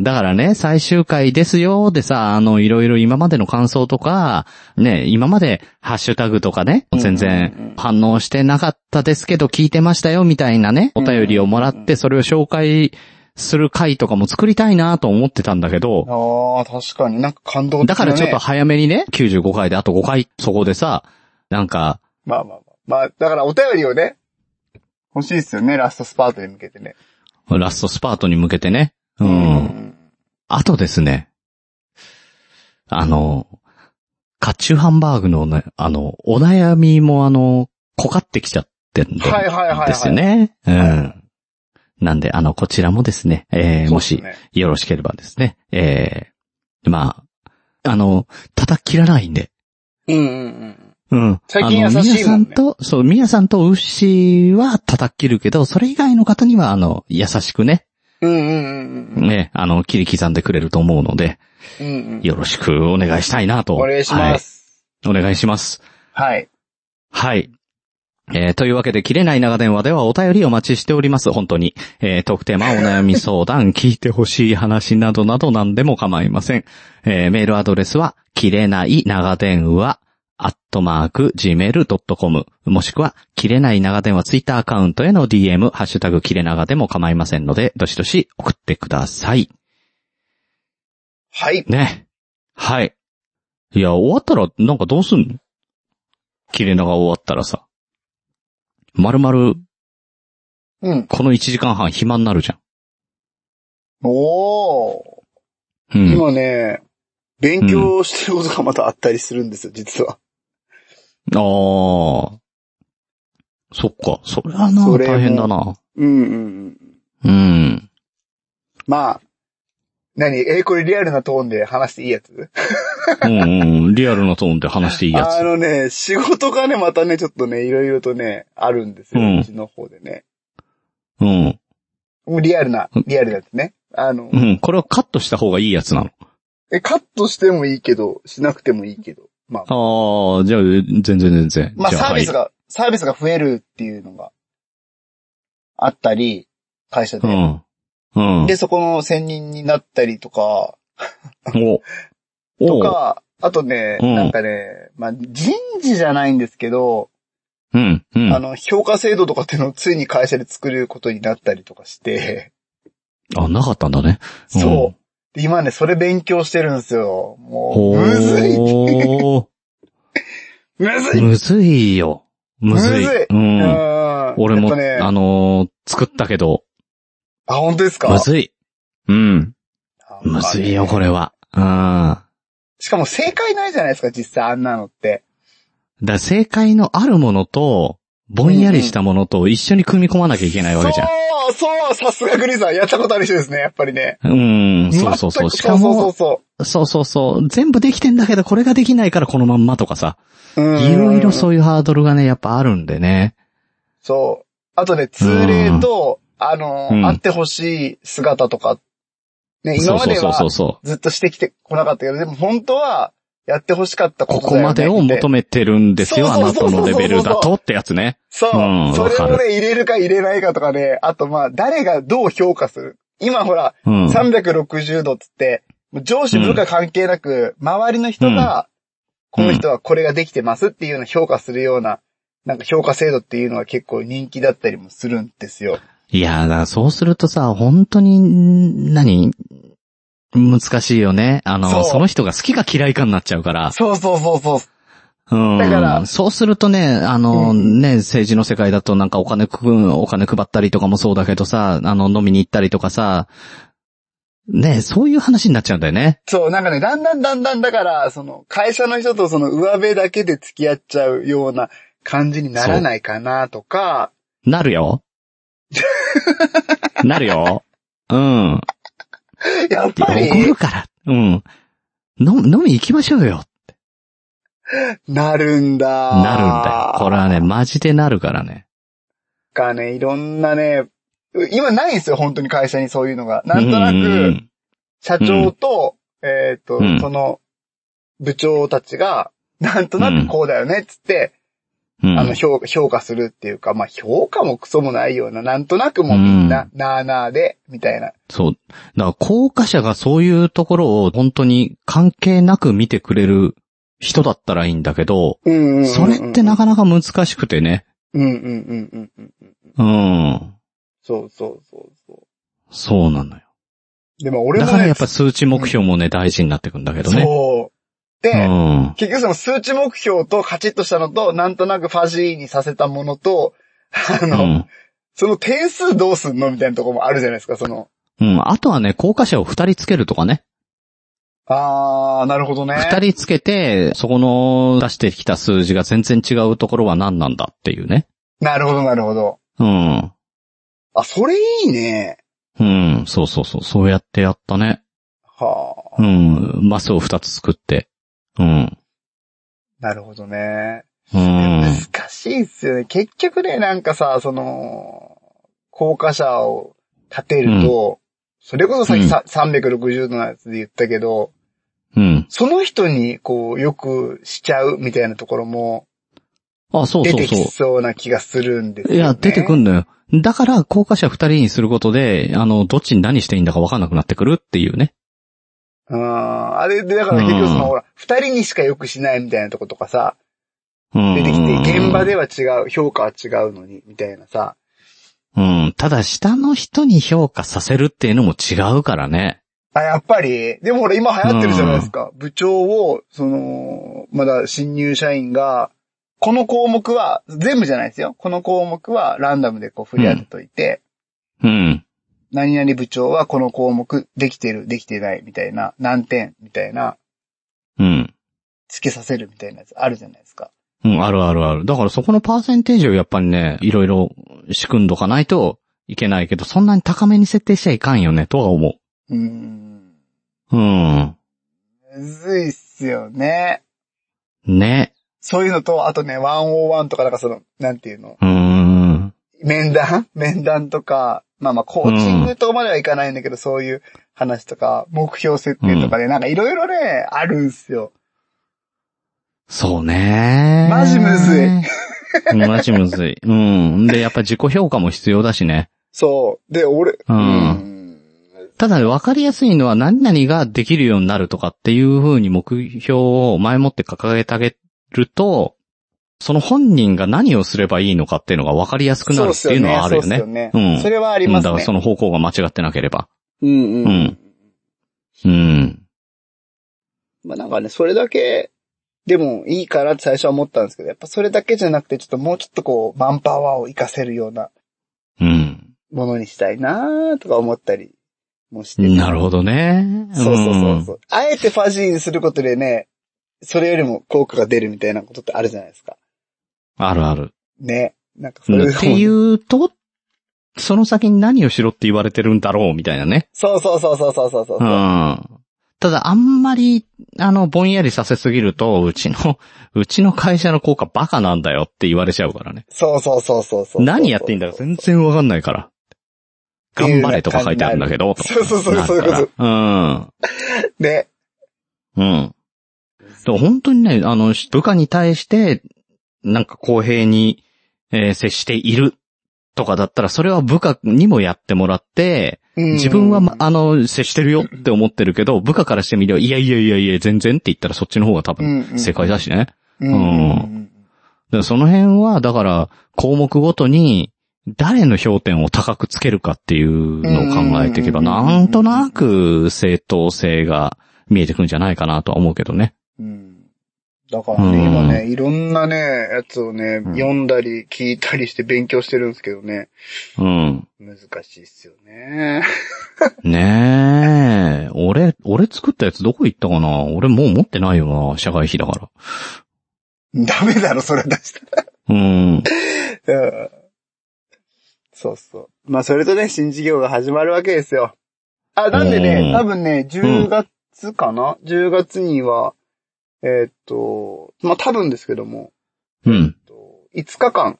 Speaker 2: だからね、最終回ですよでさ、あの、いろいろ今までの感想とか、ね、今までハッシュタグとかね、全
Speaker 3: うんうんうん
Speaker 2: 然反応してなかったですけど聞いてましたよみたいなね、お便りをもらってそれを紹介する回とかも作りたいなと思ってたんだけど、
Speaker 3: ああ、確かになんか感動的
Speaker 2: だ
Speaker 3: な
Speaker 2: か
Speaker 3: ね
Speaker 2: らちょっと早めにね、95回であと5回、そこでさ、なんか、
Speaker 3: まあまあまあ。まあ、だからお便りをね、欲しいですよね、ラストスパートに向けてね。
Speaker 2: ラストスパートに向けてね、う。。
Speaker 3: うん
Speaker 2: あとですね、あの、カチューハンバーグのね、あの、お悩みもあの、こかってきちゃってんで、
Speaker 3: はいはいはいはい。
Speaker 2: ですよね。うん。なんで、あの、こちらもですね、えー、
Speaker 3: そう
Speaker 2: も
Speaker 3: ですね。
Speaker 2: し、よろしければですね、えー、まあ、あの、叩き切らないんで、
Speaker 3: うんうんうん。
Speaker 2: うん。
Speaker 3: 最近優しいも
Speaker 2: あ
Speaker 3: んね
Speaker 2: の、みやさんと、そう、みやさんとウッシーは叩き切るけど、それ以外の方には、あの、優しくね、
Speaker 3: うんうんうんうん。
Speaker 2: ね、あの、切り刻んでくれると思うので、
Speaker 3: うんうん。
Speaker 2: よろしくお願いしたいなと。
Speaker 3: お願いします。
Speaker 2: はい。お願いします。
Speaker 3: はい。
Speaker 2: はい。えーというわけで、切れない長電話ではお便りお待ちしております。本当に。えー、特テーマ、お悩み相 談、聞いてほしい話などなど何でも構いません。えーメールアドレスは、切れない長電話、アットマーク、gmail.com、もしくは、切れない長電話ツイッターアカウントへの DM、ハッシュタグ、切れ長でも構いませんので、どしどし送ってください。
Speaker 3: はい。
Speaker 2: ね。はい。いや、終わったら、なんかどうすんの切れ長終わったらさ。まるまる、
Speaker 3: うん。
Speaker 2: この1時間半暇になるじゃ
Speaker 3: おー。
Speaker 2: ん。うん。
Speaker 3: 今ね、勉強してることがまたあったりするんですよ、実は。
Speaker 2: あー。そっか。それはな、
Speaker 3: それも
Speaker 2: 大変だな。
Speaker 3: うんうんう
Speaker 2: う
Speaker 3: ん。
Speaker 2: ん。
Speaker 3: まあ、何えーこれリアルなトーンで話していいやつ
Speaker 2: うんう ん。リアルなトーンで話していいや
Speaker 3: あ
Speaker 2: つ。
Speaker 3: のね、仕事がね、またね、ちょっとね、いろいろとね、あるんですよ、
Speaker 2: う
Speaker 3: うんちの方でね。
Speaker 2: うん。
Speaker 3: もうリアルな、リアルなやつね。あの
Speaker 2: う、ん。これはカットした方がいいやつなの。
Speaker 3: え、カットしてもいいけど、しなくてもいいけど。まあ、
Speaker 2: あー、じゃあ、全然全然。
Speaker 3: まあ
Speaker 2: じゃ
Speaker 3: サービス
Speaker 2: はい
Speaker 3: が、サービスが増えるっていうのが、あったり、会社
Speaker 2: う
Speaker 3: で。
Speaker 2: ん。うん。
Speaker 3: で、そこの専任になったりとか、
Speaker 2: お。
Speaker 3: と
Speaker 2: おう。
Speaker 3: か、あとね、
Speaker 2: うん
Speaker 3: なんかね、まあ、人事じゃないんですけど、
Speaker 2: うん。うん。
Speaker 3: あの、評価制度とかっていうのをついに会社で作ることになったりとかして、
Speaker 2: あ、なかったんだね。うん
Speaker 3: そう。で今ね、それ勉強してるんですよ。もう、むずい。
Speaker 2: ほ
Speaker 3: むず
Speaker 2: ー
Speaker 3: い。
Speaker 2: むずいよ。むずい。
Speaker 3: むずい
Speaker 2: うん。俺
Speaker 3: やっ
Speaker 2: も、
Speaker 3: ぱね、
Speaker 2: あ
Speaker 3: あ、
Speaker 2: のー作ったけど、
Speaker 3: 本当ですか
Speaker 2: むずい。うん。
Speaker 3: なんかね
Speaker 2: むずいよ、これは。うん。
Speaker 3: しかも正解ないじゃないですか、実際あんなのって。
Speaker 2: だ、正解のあるものと、ぼんやりしたものと一緒に組み込まなきゃいけないわけじゃん。
Speaker 3: そう、そう、さすがグリーンさん。やったことある人ですね、やっぱりね。
Speaker 2: うん、そうそうそう。
Speaker 3: 全く
Speaker 2: しか
Speaker 3: そう
Speaker 2: も、
Speaker 3: そ
Speaker 2: そうそうそう。全部できてんだけど、これができないからこのまんまとかさ。
Speaker 3: うそう。
Speaker 2: いろいろ
Speaker 3: うん。
Speaker 2: そういうハードルがね、やっぱあるんでね。
Speaker 3: そう。あとね、通例と、あの、
Speaker 2: うん
Speaker 3: あってほしい姿とか。ね、今
Speaker 2: そう
Speaker 3: ま
Speaker 2: そう
Speaker 3: で
Speaker 2: そうそ
Speaker 3: は
Speaker 2: うそう。
Speaker 3: ずっとしてきてこなかったけど、でも本当はやってほしかったこ
Speaker 2: ことこ
Speaker 3: だよね
Speaker 2: ま
Speaker 3: って。
Speaker 2: でを求めてるんですよ、あ
Speaker 3: そう
Speaker 2: な
Speaker 3: そ
Speaker 2: た
Speaker 3: うそうそうそう
Speaker 2: のレベルだとってやつね。
Speaker 3: そう、
Speaker 2: うん
Speaker 3: それ
Speaker 2: わ
Speaker 3: を
Speaker 2: か
Speaker 3: ね、入れるか入れないかとかね、あとまあ、誰がどう評価する。今ほら、
Speaker 2: うん。
Speaker 3: 360度っつって、もう上司部下関係なく、周りの人が、この人はこれができてますっていうのを評価するような、なんか評価制度っていうのは結構人気だったりもするんですよ。
Speaker 2: いやー、だからそうするとさ、本当に、ん何難しいよね。あの、
Speaker 3: そう
Speaker 2: その人が好きか嫌いかになっちゃうから。
Speaker 3: そうそうそうそう。
Speaker 2: うん。
Speaker 3: だから
Speaker 2: そうするとね、あの、
Speaker 3: う
Speaker 2: ね、政治の世界だとなんかお金くぶん、お金配ったりとかもそうだけどさ、あの、飲みに行ったりとかさ、ね、そういう話になっちゃうんだよね。
Speaker 3: そう、なんかね、だんだんだんだんだから、その、会社の人とその上辺だけで付き合っちゃうような感じにならないかなとか、
Speaker 2: なる よ。なるよ。うん。
Speaker 3: やっ
Speaker 2: いや
Speaker 3: ぱ
Speaker 2: 怒
Speaker 3: り
Speaker 2: る、から。うん。飲み飲み行きましょうよ。
Speaker 3: なるんだ。
Speaker 2: なるんだよ。これはね、マジでなるからね。
Speaker 3: かね、いろんなね、今ないんですよ、本当に会社にそういうのが。なんとな
Speaker 2: うんうんう
Speaker 3: く、
Speaker 2: ん
Speaker 3: 社長と、えっ、と、
Speaker 2: うん
Speaker 3: その、部長たちが、なんとなくこうだよね、つって、
Speaker 2: うん
Speaker 3: あの、評、評価するっていうか、まあ、評価もクソもないような、なんとなくもうみんな、なあなあで、みたいな。
Speaker 2: そう。だから、効果者がそういうところを本当に関係なく見てくれる人だったらいいんだけど、
Speaker 3: うんうんうんうん
Speaker 2: それってなかなか難しくてね。
Speaker 3: うんうんうんうんうんうん。
Speaker 2: うん。
Speaker 3: そうそうそうそ
Speaker 2: そうなのよ。
Speaker 3: う。でも俺
Speaker 2: だ
Speaker 3: もね、
Speaker 2: からやっぱ数値目標もね、大事になってくんだけどね。
Speaker 3: そう。で、
Speaker 2: うん。
Speaker 3: 結局その数値目標とカチッとしたのと、なんとなくファジーにさせたものと、あ
Speaker 2: う
Speaker 3: の、
Speaker 2: ん。
Speaker 3: その点数どうすんのみたいなところもあるじゃないですか、その。
Speaker 2: うん。あとはね、効果者を二人つけるとかね。
Speaker 3: あー、なるほどね。
Speaker 2: 二人つけて、そこの出してきた数字が全然違うところは何なんだっていうね。
Speaker 3: なるほど、なるほど。
Speaker 2: うん。
Speaker 3: あ、それいいね。
Speaker 2: うん。そうそうそう。そうやってやったね。
Speaker 3: はあ、
Speaker 2: うん。マスを二つ作って。うん。
Speaker 3: なるほどね。
Speaker 2: うん。
Speaker 3: 難しいっすよね。結局ね、なんかさ、その、高架者を立てると、それこそさっきさ、360度のやつで言ったけど、
Speaker 2: うん。
Speaker 3: その人にこう、よくしちゃうみたいなところも
Speaker 2: あ、そう
Speaker 3: 出
Speaker 2: そう
Speaker 3: てき
Speaker 2: そ
Speaker 3: そうな気がするんですよ、
Speaker 2: う。
Speaker 3: ね。
Speaker 2: いや、出てくんのよ。だから、高架者二人にすることで、あの、どっちに何していいんだか分かんなくなってくるっていうね。
Speaker 3: うん。あれ、でだから結局その、ほら、二人にしかよくしないみたいなとことかさ、
Speaker 2: うん。
Speaker 3: 出てきて、現場。では違う、評価は違うのに、みたいなさ。
Speaker 2: うん。ただ、下の人に評価させるっていうのも違うからね。
Speaker 3: あ、やっぱり、でもほら今流行ってるじゃないですか。部長を、その、まだ新入社員が、この項目は、全部じゃないですよ。この項目はランダムでこう振り当てといて、
Speaker 2: うん。
Speaker 3: 何々部長はこの項目できてる、できてない、みたいな、何点、みたいな、
Speaker 2: うん。
Speaker 3: つけさせるみたいなやつあるじゃないですか。
Speaker 2: うん、あるあるある。だからそこのパーセンテージをやっぱりね、いろいろ仕組んどかないといけないけど、そんなに高めに設定しちゃいかんよね、とは思
Speaker 3: うーん。
Speaker 2: う。うん。
Speaker 3: むずいっすよね。
Speaker 2: ね。
Speaker 3: そういうのと、あとね、101とか、なんかその、なんていうの、
Speaker 2: うーん。
Speaker 3: 面談面談とか、まあまあ、コーチングとまではいかないんだけど、そういう話とか、目標設定とかで、なんかいろいろね、あるんすよ。
Speaker 2: そうね。
Speaker 3: マジむずい
Speaker 2: い。マジむずい。うん。で、やっぱ自己評価も必要だしね。
Speaker 3: そう。で、俺、
Speaker 2: うん
Speaker 3: ん
Speaker 2: ただね、わかりやすいのは何々ができるようになるとかっていう風に目標を前もって掲げてあげると、その本人が何をすればいいのかっていうのがわかりやすくな
Speaker 3: そう
Speaker 2: る
Speaker 3: っ
Speaker 2: って
Speaker 3: す
Speaker 2: いう
Speaker 3: よ
Speaker 2: の
Speaker 3: ね。
Speaker 2: はあ
Speaker 3: そ
Speaker 2: る
Speaker 3: う
Speaker 2: よ
Speaker 3: っす
Speaker 2: ね。
Speaker 3: よね。
Speaker 2: うん
Speaker 3: それはあり
Speaker 2: うん
Speaker 3: ま
Speaker 2: だ
Speaker 3: す
Speaker 2: から
Speaker 3: ね
Speaker 2: そ。の方向が間違ってなければ。
Speaker 3: うんう
Speaker 2: うんん。うん。
Speaker 3: まあなんかね、それだけ、でもいいからって最初は思ったんですけど、やっぱそれだけじゃなくて、ちょっともうちょっとこう、マンパワーを活かせるような
Speaker 2: うん。
Speaker 3: ものにしたいなーとか思ったりもしてる。
Speaker 2: なるほどね。
Speaker 3: そうそうそう
Speaker 2: う
Speaker 3: そう。あえてファジーにすることでね、それよりも効果が出るみたいなことってあるじゃないですか。
Speaker 2: ん。あるある。
Speaker 3: ね。なんかそれ。
Speaker 2: っていううと、その先に何をしろって言われてるんだろう、みたいなね。
Speaker 3: そうそうそうそうそうそうそう
Speaker 2: う。ん。ただ、あんまり、あの、ぼんやりさせすぎると、うちの、 うちの会社の効果バカなんだよって言われちゃうからね。
Speaker 3: そうそうそうそうそう。
Speaker 2: 何やっていいんだか全然わかんないから。頑張れとか書いてあるんだけど。
Speaker 3: そうそうそう
Speaker 2: なる
Speaker 3: そういうこと
Speaker 2: から
Speaker 3: ね。
Speaker 2: うん。うん。だから本当にね、あの、部下に対して、なんか公平に、えー接しているとかだったら、それは部下にもやってもらって、
Speaker 3: うん
Speaker 2: 自分はま、あの、接してるよって思ってるけど、部下からしてみれば、いやいやいやいや、全然って言ったらそっちの方が多分、
Speaker 3: うんうん
Speaker 2: 正解だしね。
Speaker 3: うんうん
Speaker 2: だからその辺は、だから、項目ごとに、誰の評点を高くつけるかっていうのを考えていけば、
Speaker 3: うんうんうんうん
Speaker 2: なんとなく正当性が見えてくるんじゃないかなとは思うけどね。
Speaker 3: うん。だから
Speaker 2: うん
Speaker 3: ね、今ね、いろんなね、やつをね、
Speaker 2: うん
Speaker 3: 読んだり聞いたりして勉強してるんですけどね、
Speaker 2: うん。
Speaker 3: 難しいっすよね。
Speaker 2: ねえ。俺、俺作ったやつどこ行ったかな俺もう持ってないよな、社会費だから。
Speaker 3: ダメだろ、それ出した
Speaker 2: うん。
Speaker 3: ら。うんそうそう。まあ、それとね、新事業が始まるわけですよ。あ、なんで
Speaker 2: うん
Speaker 3: ね、多分ね、10月かな、?10 月には、えーっと、まあ、多分ですけども、
Speaker 2: うん。
Speaker 3: えっと5日間、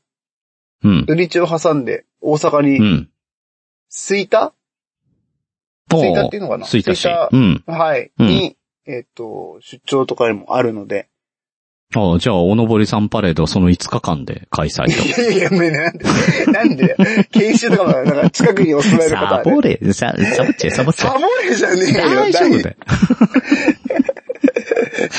Speaker 2: うん。
Speaker 3: 土日を挟んで、大阪
Speaker 2: う
Speaker 3: に、
Speaker 2: ん。
Speaker 3: スイタ
Speaker 2: お
Speaker 3: スイ
Speaker 2: ー
Speaker 3: タっていうのかな
Speaker 2: ついたし。
Speaker 3: 吹田
Speaker 2: うん。
Speaker 3: はい。
Speaker 2: うん
Speaker 3: に、えっ、と、出張とかにもあるので。
Speaker 2: ああ、じゃあ、おのぼりさんパレードはその5日間で開催と
Speaker 3: い。やいや、もうねなんで、なんで、研修とかも、なんか近くにお住まいの方
Speaker 2: サ
Speaker 3: はね、
Speaker 2: ボれ、サ、サボっちゃえ、サボっちゃ
Speaker 3: サボれじゃね
Speaker 2: え。
Speaker 3: えよ。
Speaker 2: 大丈夫だよ。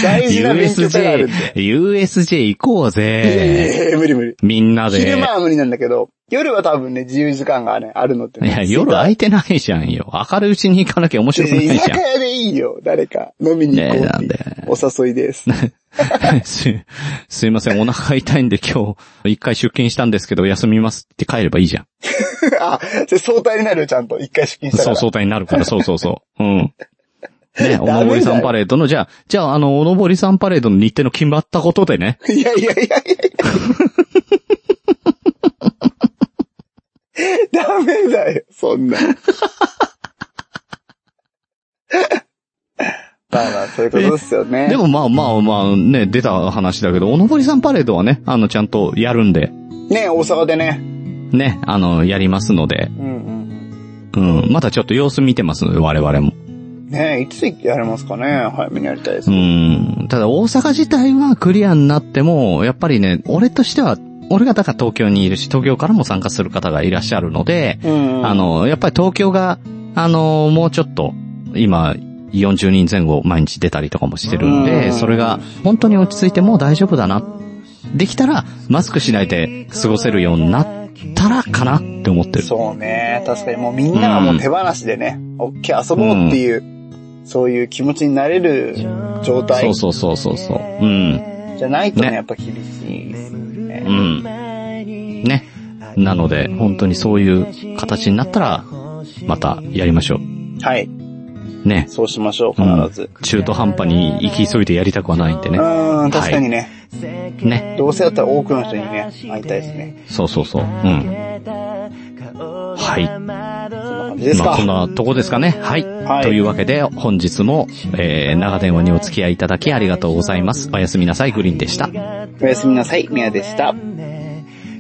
Speaker 3: 大事な勉強会があるん
Speaker 2: USJ
Speaker 3: で。、
Speaker 2: USJ 行こう
Speaker 3: いやい
Speaker 2: ぜ。
Speaker 3: やいや、無理無理。
Speaker 2: みんなで。
Speaker 3: 昼間は無理なんだけど、夜は多分ね、自由時間がね、あるのって
Speaker 2: い
Speaker 3: ね、
Speaker 2: や、夜空いてないじゃんよ。明るいうちに行かなきゃ面白くない
Speaker 3: 居
Speaker 2: じゃん。
Speaker 3: 酒屋でいいよ、誰か。飲みに行こう
Speaker 2: ねえなん
Speaker 3: って
Speaker 2: で
Speaker 3: お誘 いです。
Speaker 2: す、すいません、お腹痛いんで今日、一回出勤したんですけど、休みますって帰ればいいじゃん。
Speaker 3: あ、それ相対になるよ、ちゃんと。一回出勤した
Speaker 2: そ
Speaker 3: か
Speaker 2: う、
Speaker 3: ら。
Speaker 2: 相対になるから、そうそうそう。 うん。ね、お
Speaker 3: よ
Speaker 2: のぼりさんパレードの、じゃあ、じゃあ、あの、おのぼりさんパレードの日程の決まったことでね。
Speaker 3: いやいやいやいやいや。ダメだよ、そんな。 まあまあ、そういうことですよね。
Speaker 2: でもまあまあまあね、出た話だけど、おのぼりさんパレードはね、あの、ちゃんとやるんで、
Speaker 3: ね、大阪でね。
Speaker 2: ね、あの、やりますので、
Speaker 3: うんうん
Speaker 2: うん、まだちょっと様子見てますので、我々も。
Speaker 3: うん。ねいつやれますかね早めにやりたいです
Speaker 2: う。ん、ただ大阪自体はクリアになっても、やっぱりね、俺としては、俺がだから東京にいるし、東京からも参加する方がいらっしゃるので、
Speaker 3: うんうん。
Speaker 2: あ、の、やっぱり東京が、あの、もうちょっと、今、40人前後毎日出たりとかもしてるん
Speaker 3: うん
Speaker 2: で、それが本当に落ち着いてもう大丈夫だな。できたら、マスクしないで過ごせるようになったらかなって思ってる。
Speaker 3: そうね。確かにもうみんながもう手放しでね、オッケー遊ぼうっていう、そういう気持ちになれる状態
Speaker 2: そうそうそうそうそう。うん。
Speaker 3: じゃないとね、
Speaker 2: ね
Speaker 3: やっぱ厳しいですね。
Speaker 2: うん。ね。なので、本当にそういう形になったら、またやりましょ
Speaker 3: はい。
Speaker 2: う。ね。
Speaker 3: そうしましょう、必
Speaker 2: うん
Speaker 3: ず。
Speaker 2: 中途半端に行き急いでやりたくはないんで
Speaker 3: う
Speaker 2: ね。
Speaker 3: ーん、確かにね、
Speaker 2: ね。
Speaker 3: どうせだったら多くの人にね、会いたいですね。
Speaker 2: そうそうそう。うん。はい。
Speaker 3: そんな感じです
Speaker 2: まあ、
Speaker 3: か
Speaker 2: こん。なとこですかね。はい。
Speaker 3: はい
Speaker 2: というわけで、本日も、えー、長電話にお付き合いいただきありがとうございます。おやすみなさい、グリーンでした。い
Speaker 3: おやすみなさい、みや でした。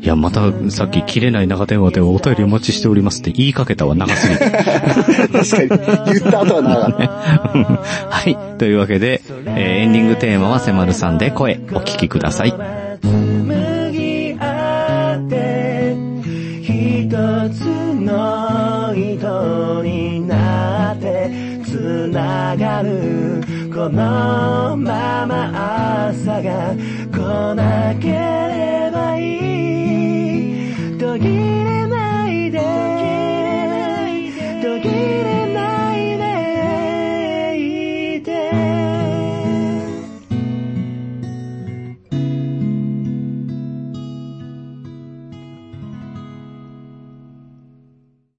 Speaker 2: や、また、さっき、切れない長電話でお便りお待ちしておりますって言いかけたわ、長すぎて。
Speaker 3: 確かに、言った後は長かった。
Speaker 2: はい。というわけで、えーエンディングテーマは、せまるさんで声、お聞きください。
Speaker 7: 紡ぎ合って一つの糸になって繋がるこのまま朝が来なければ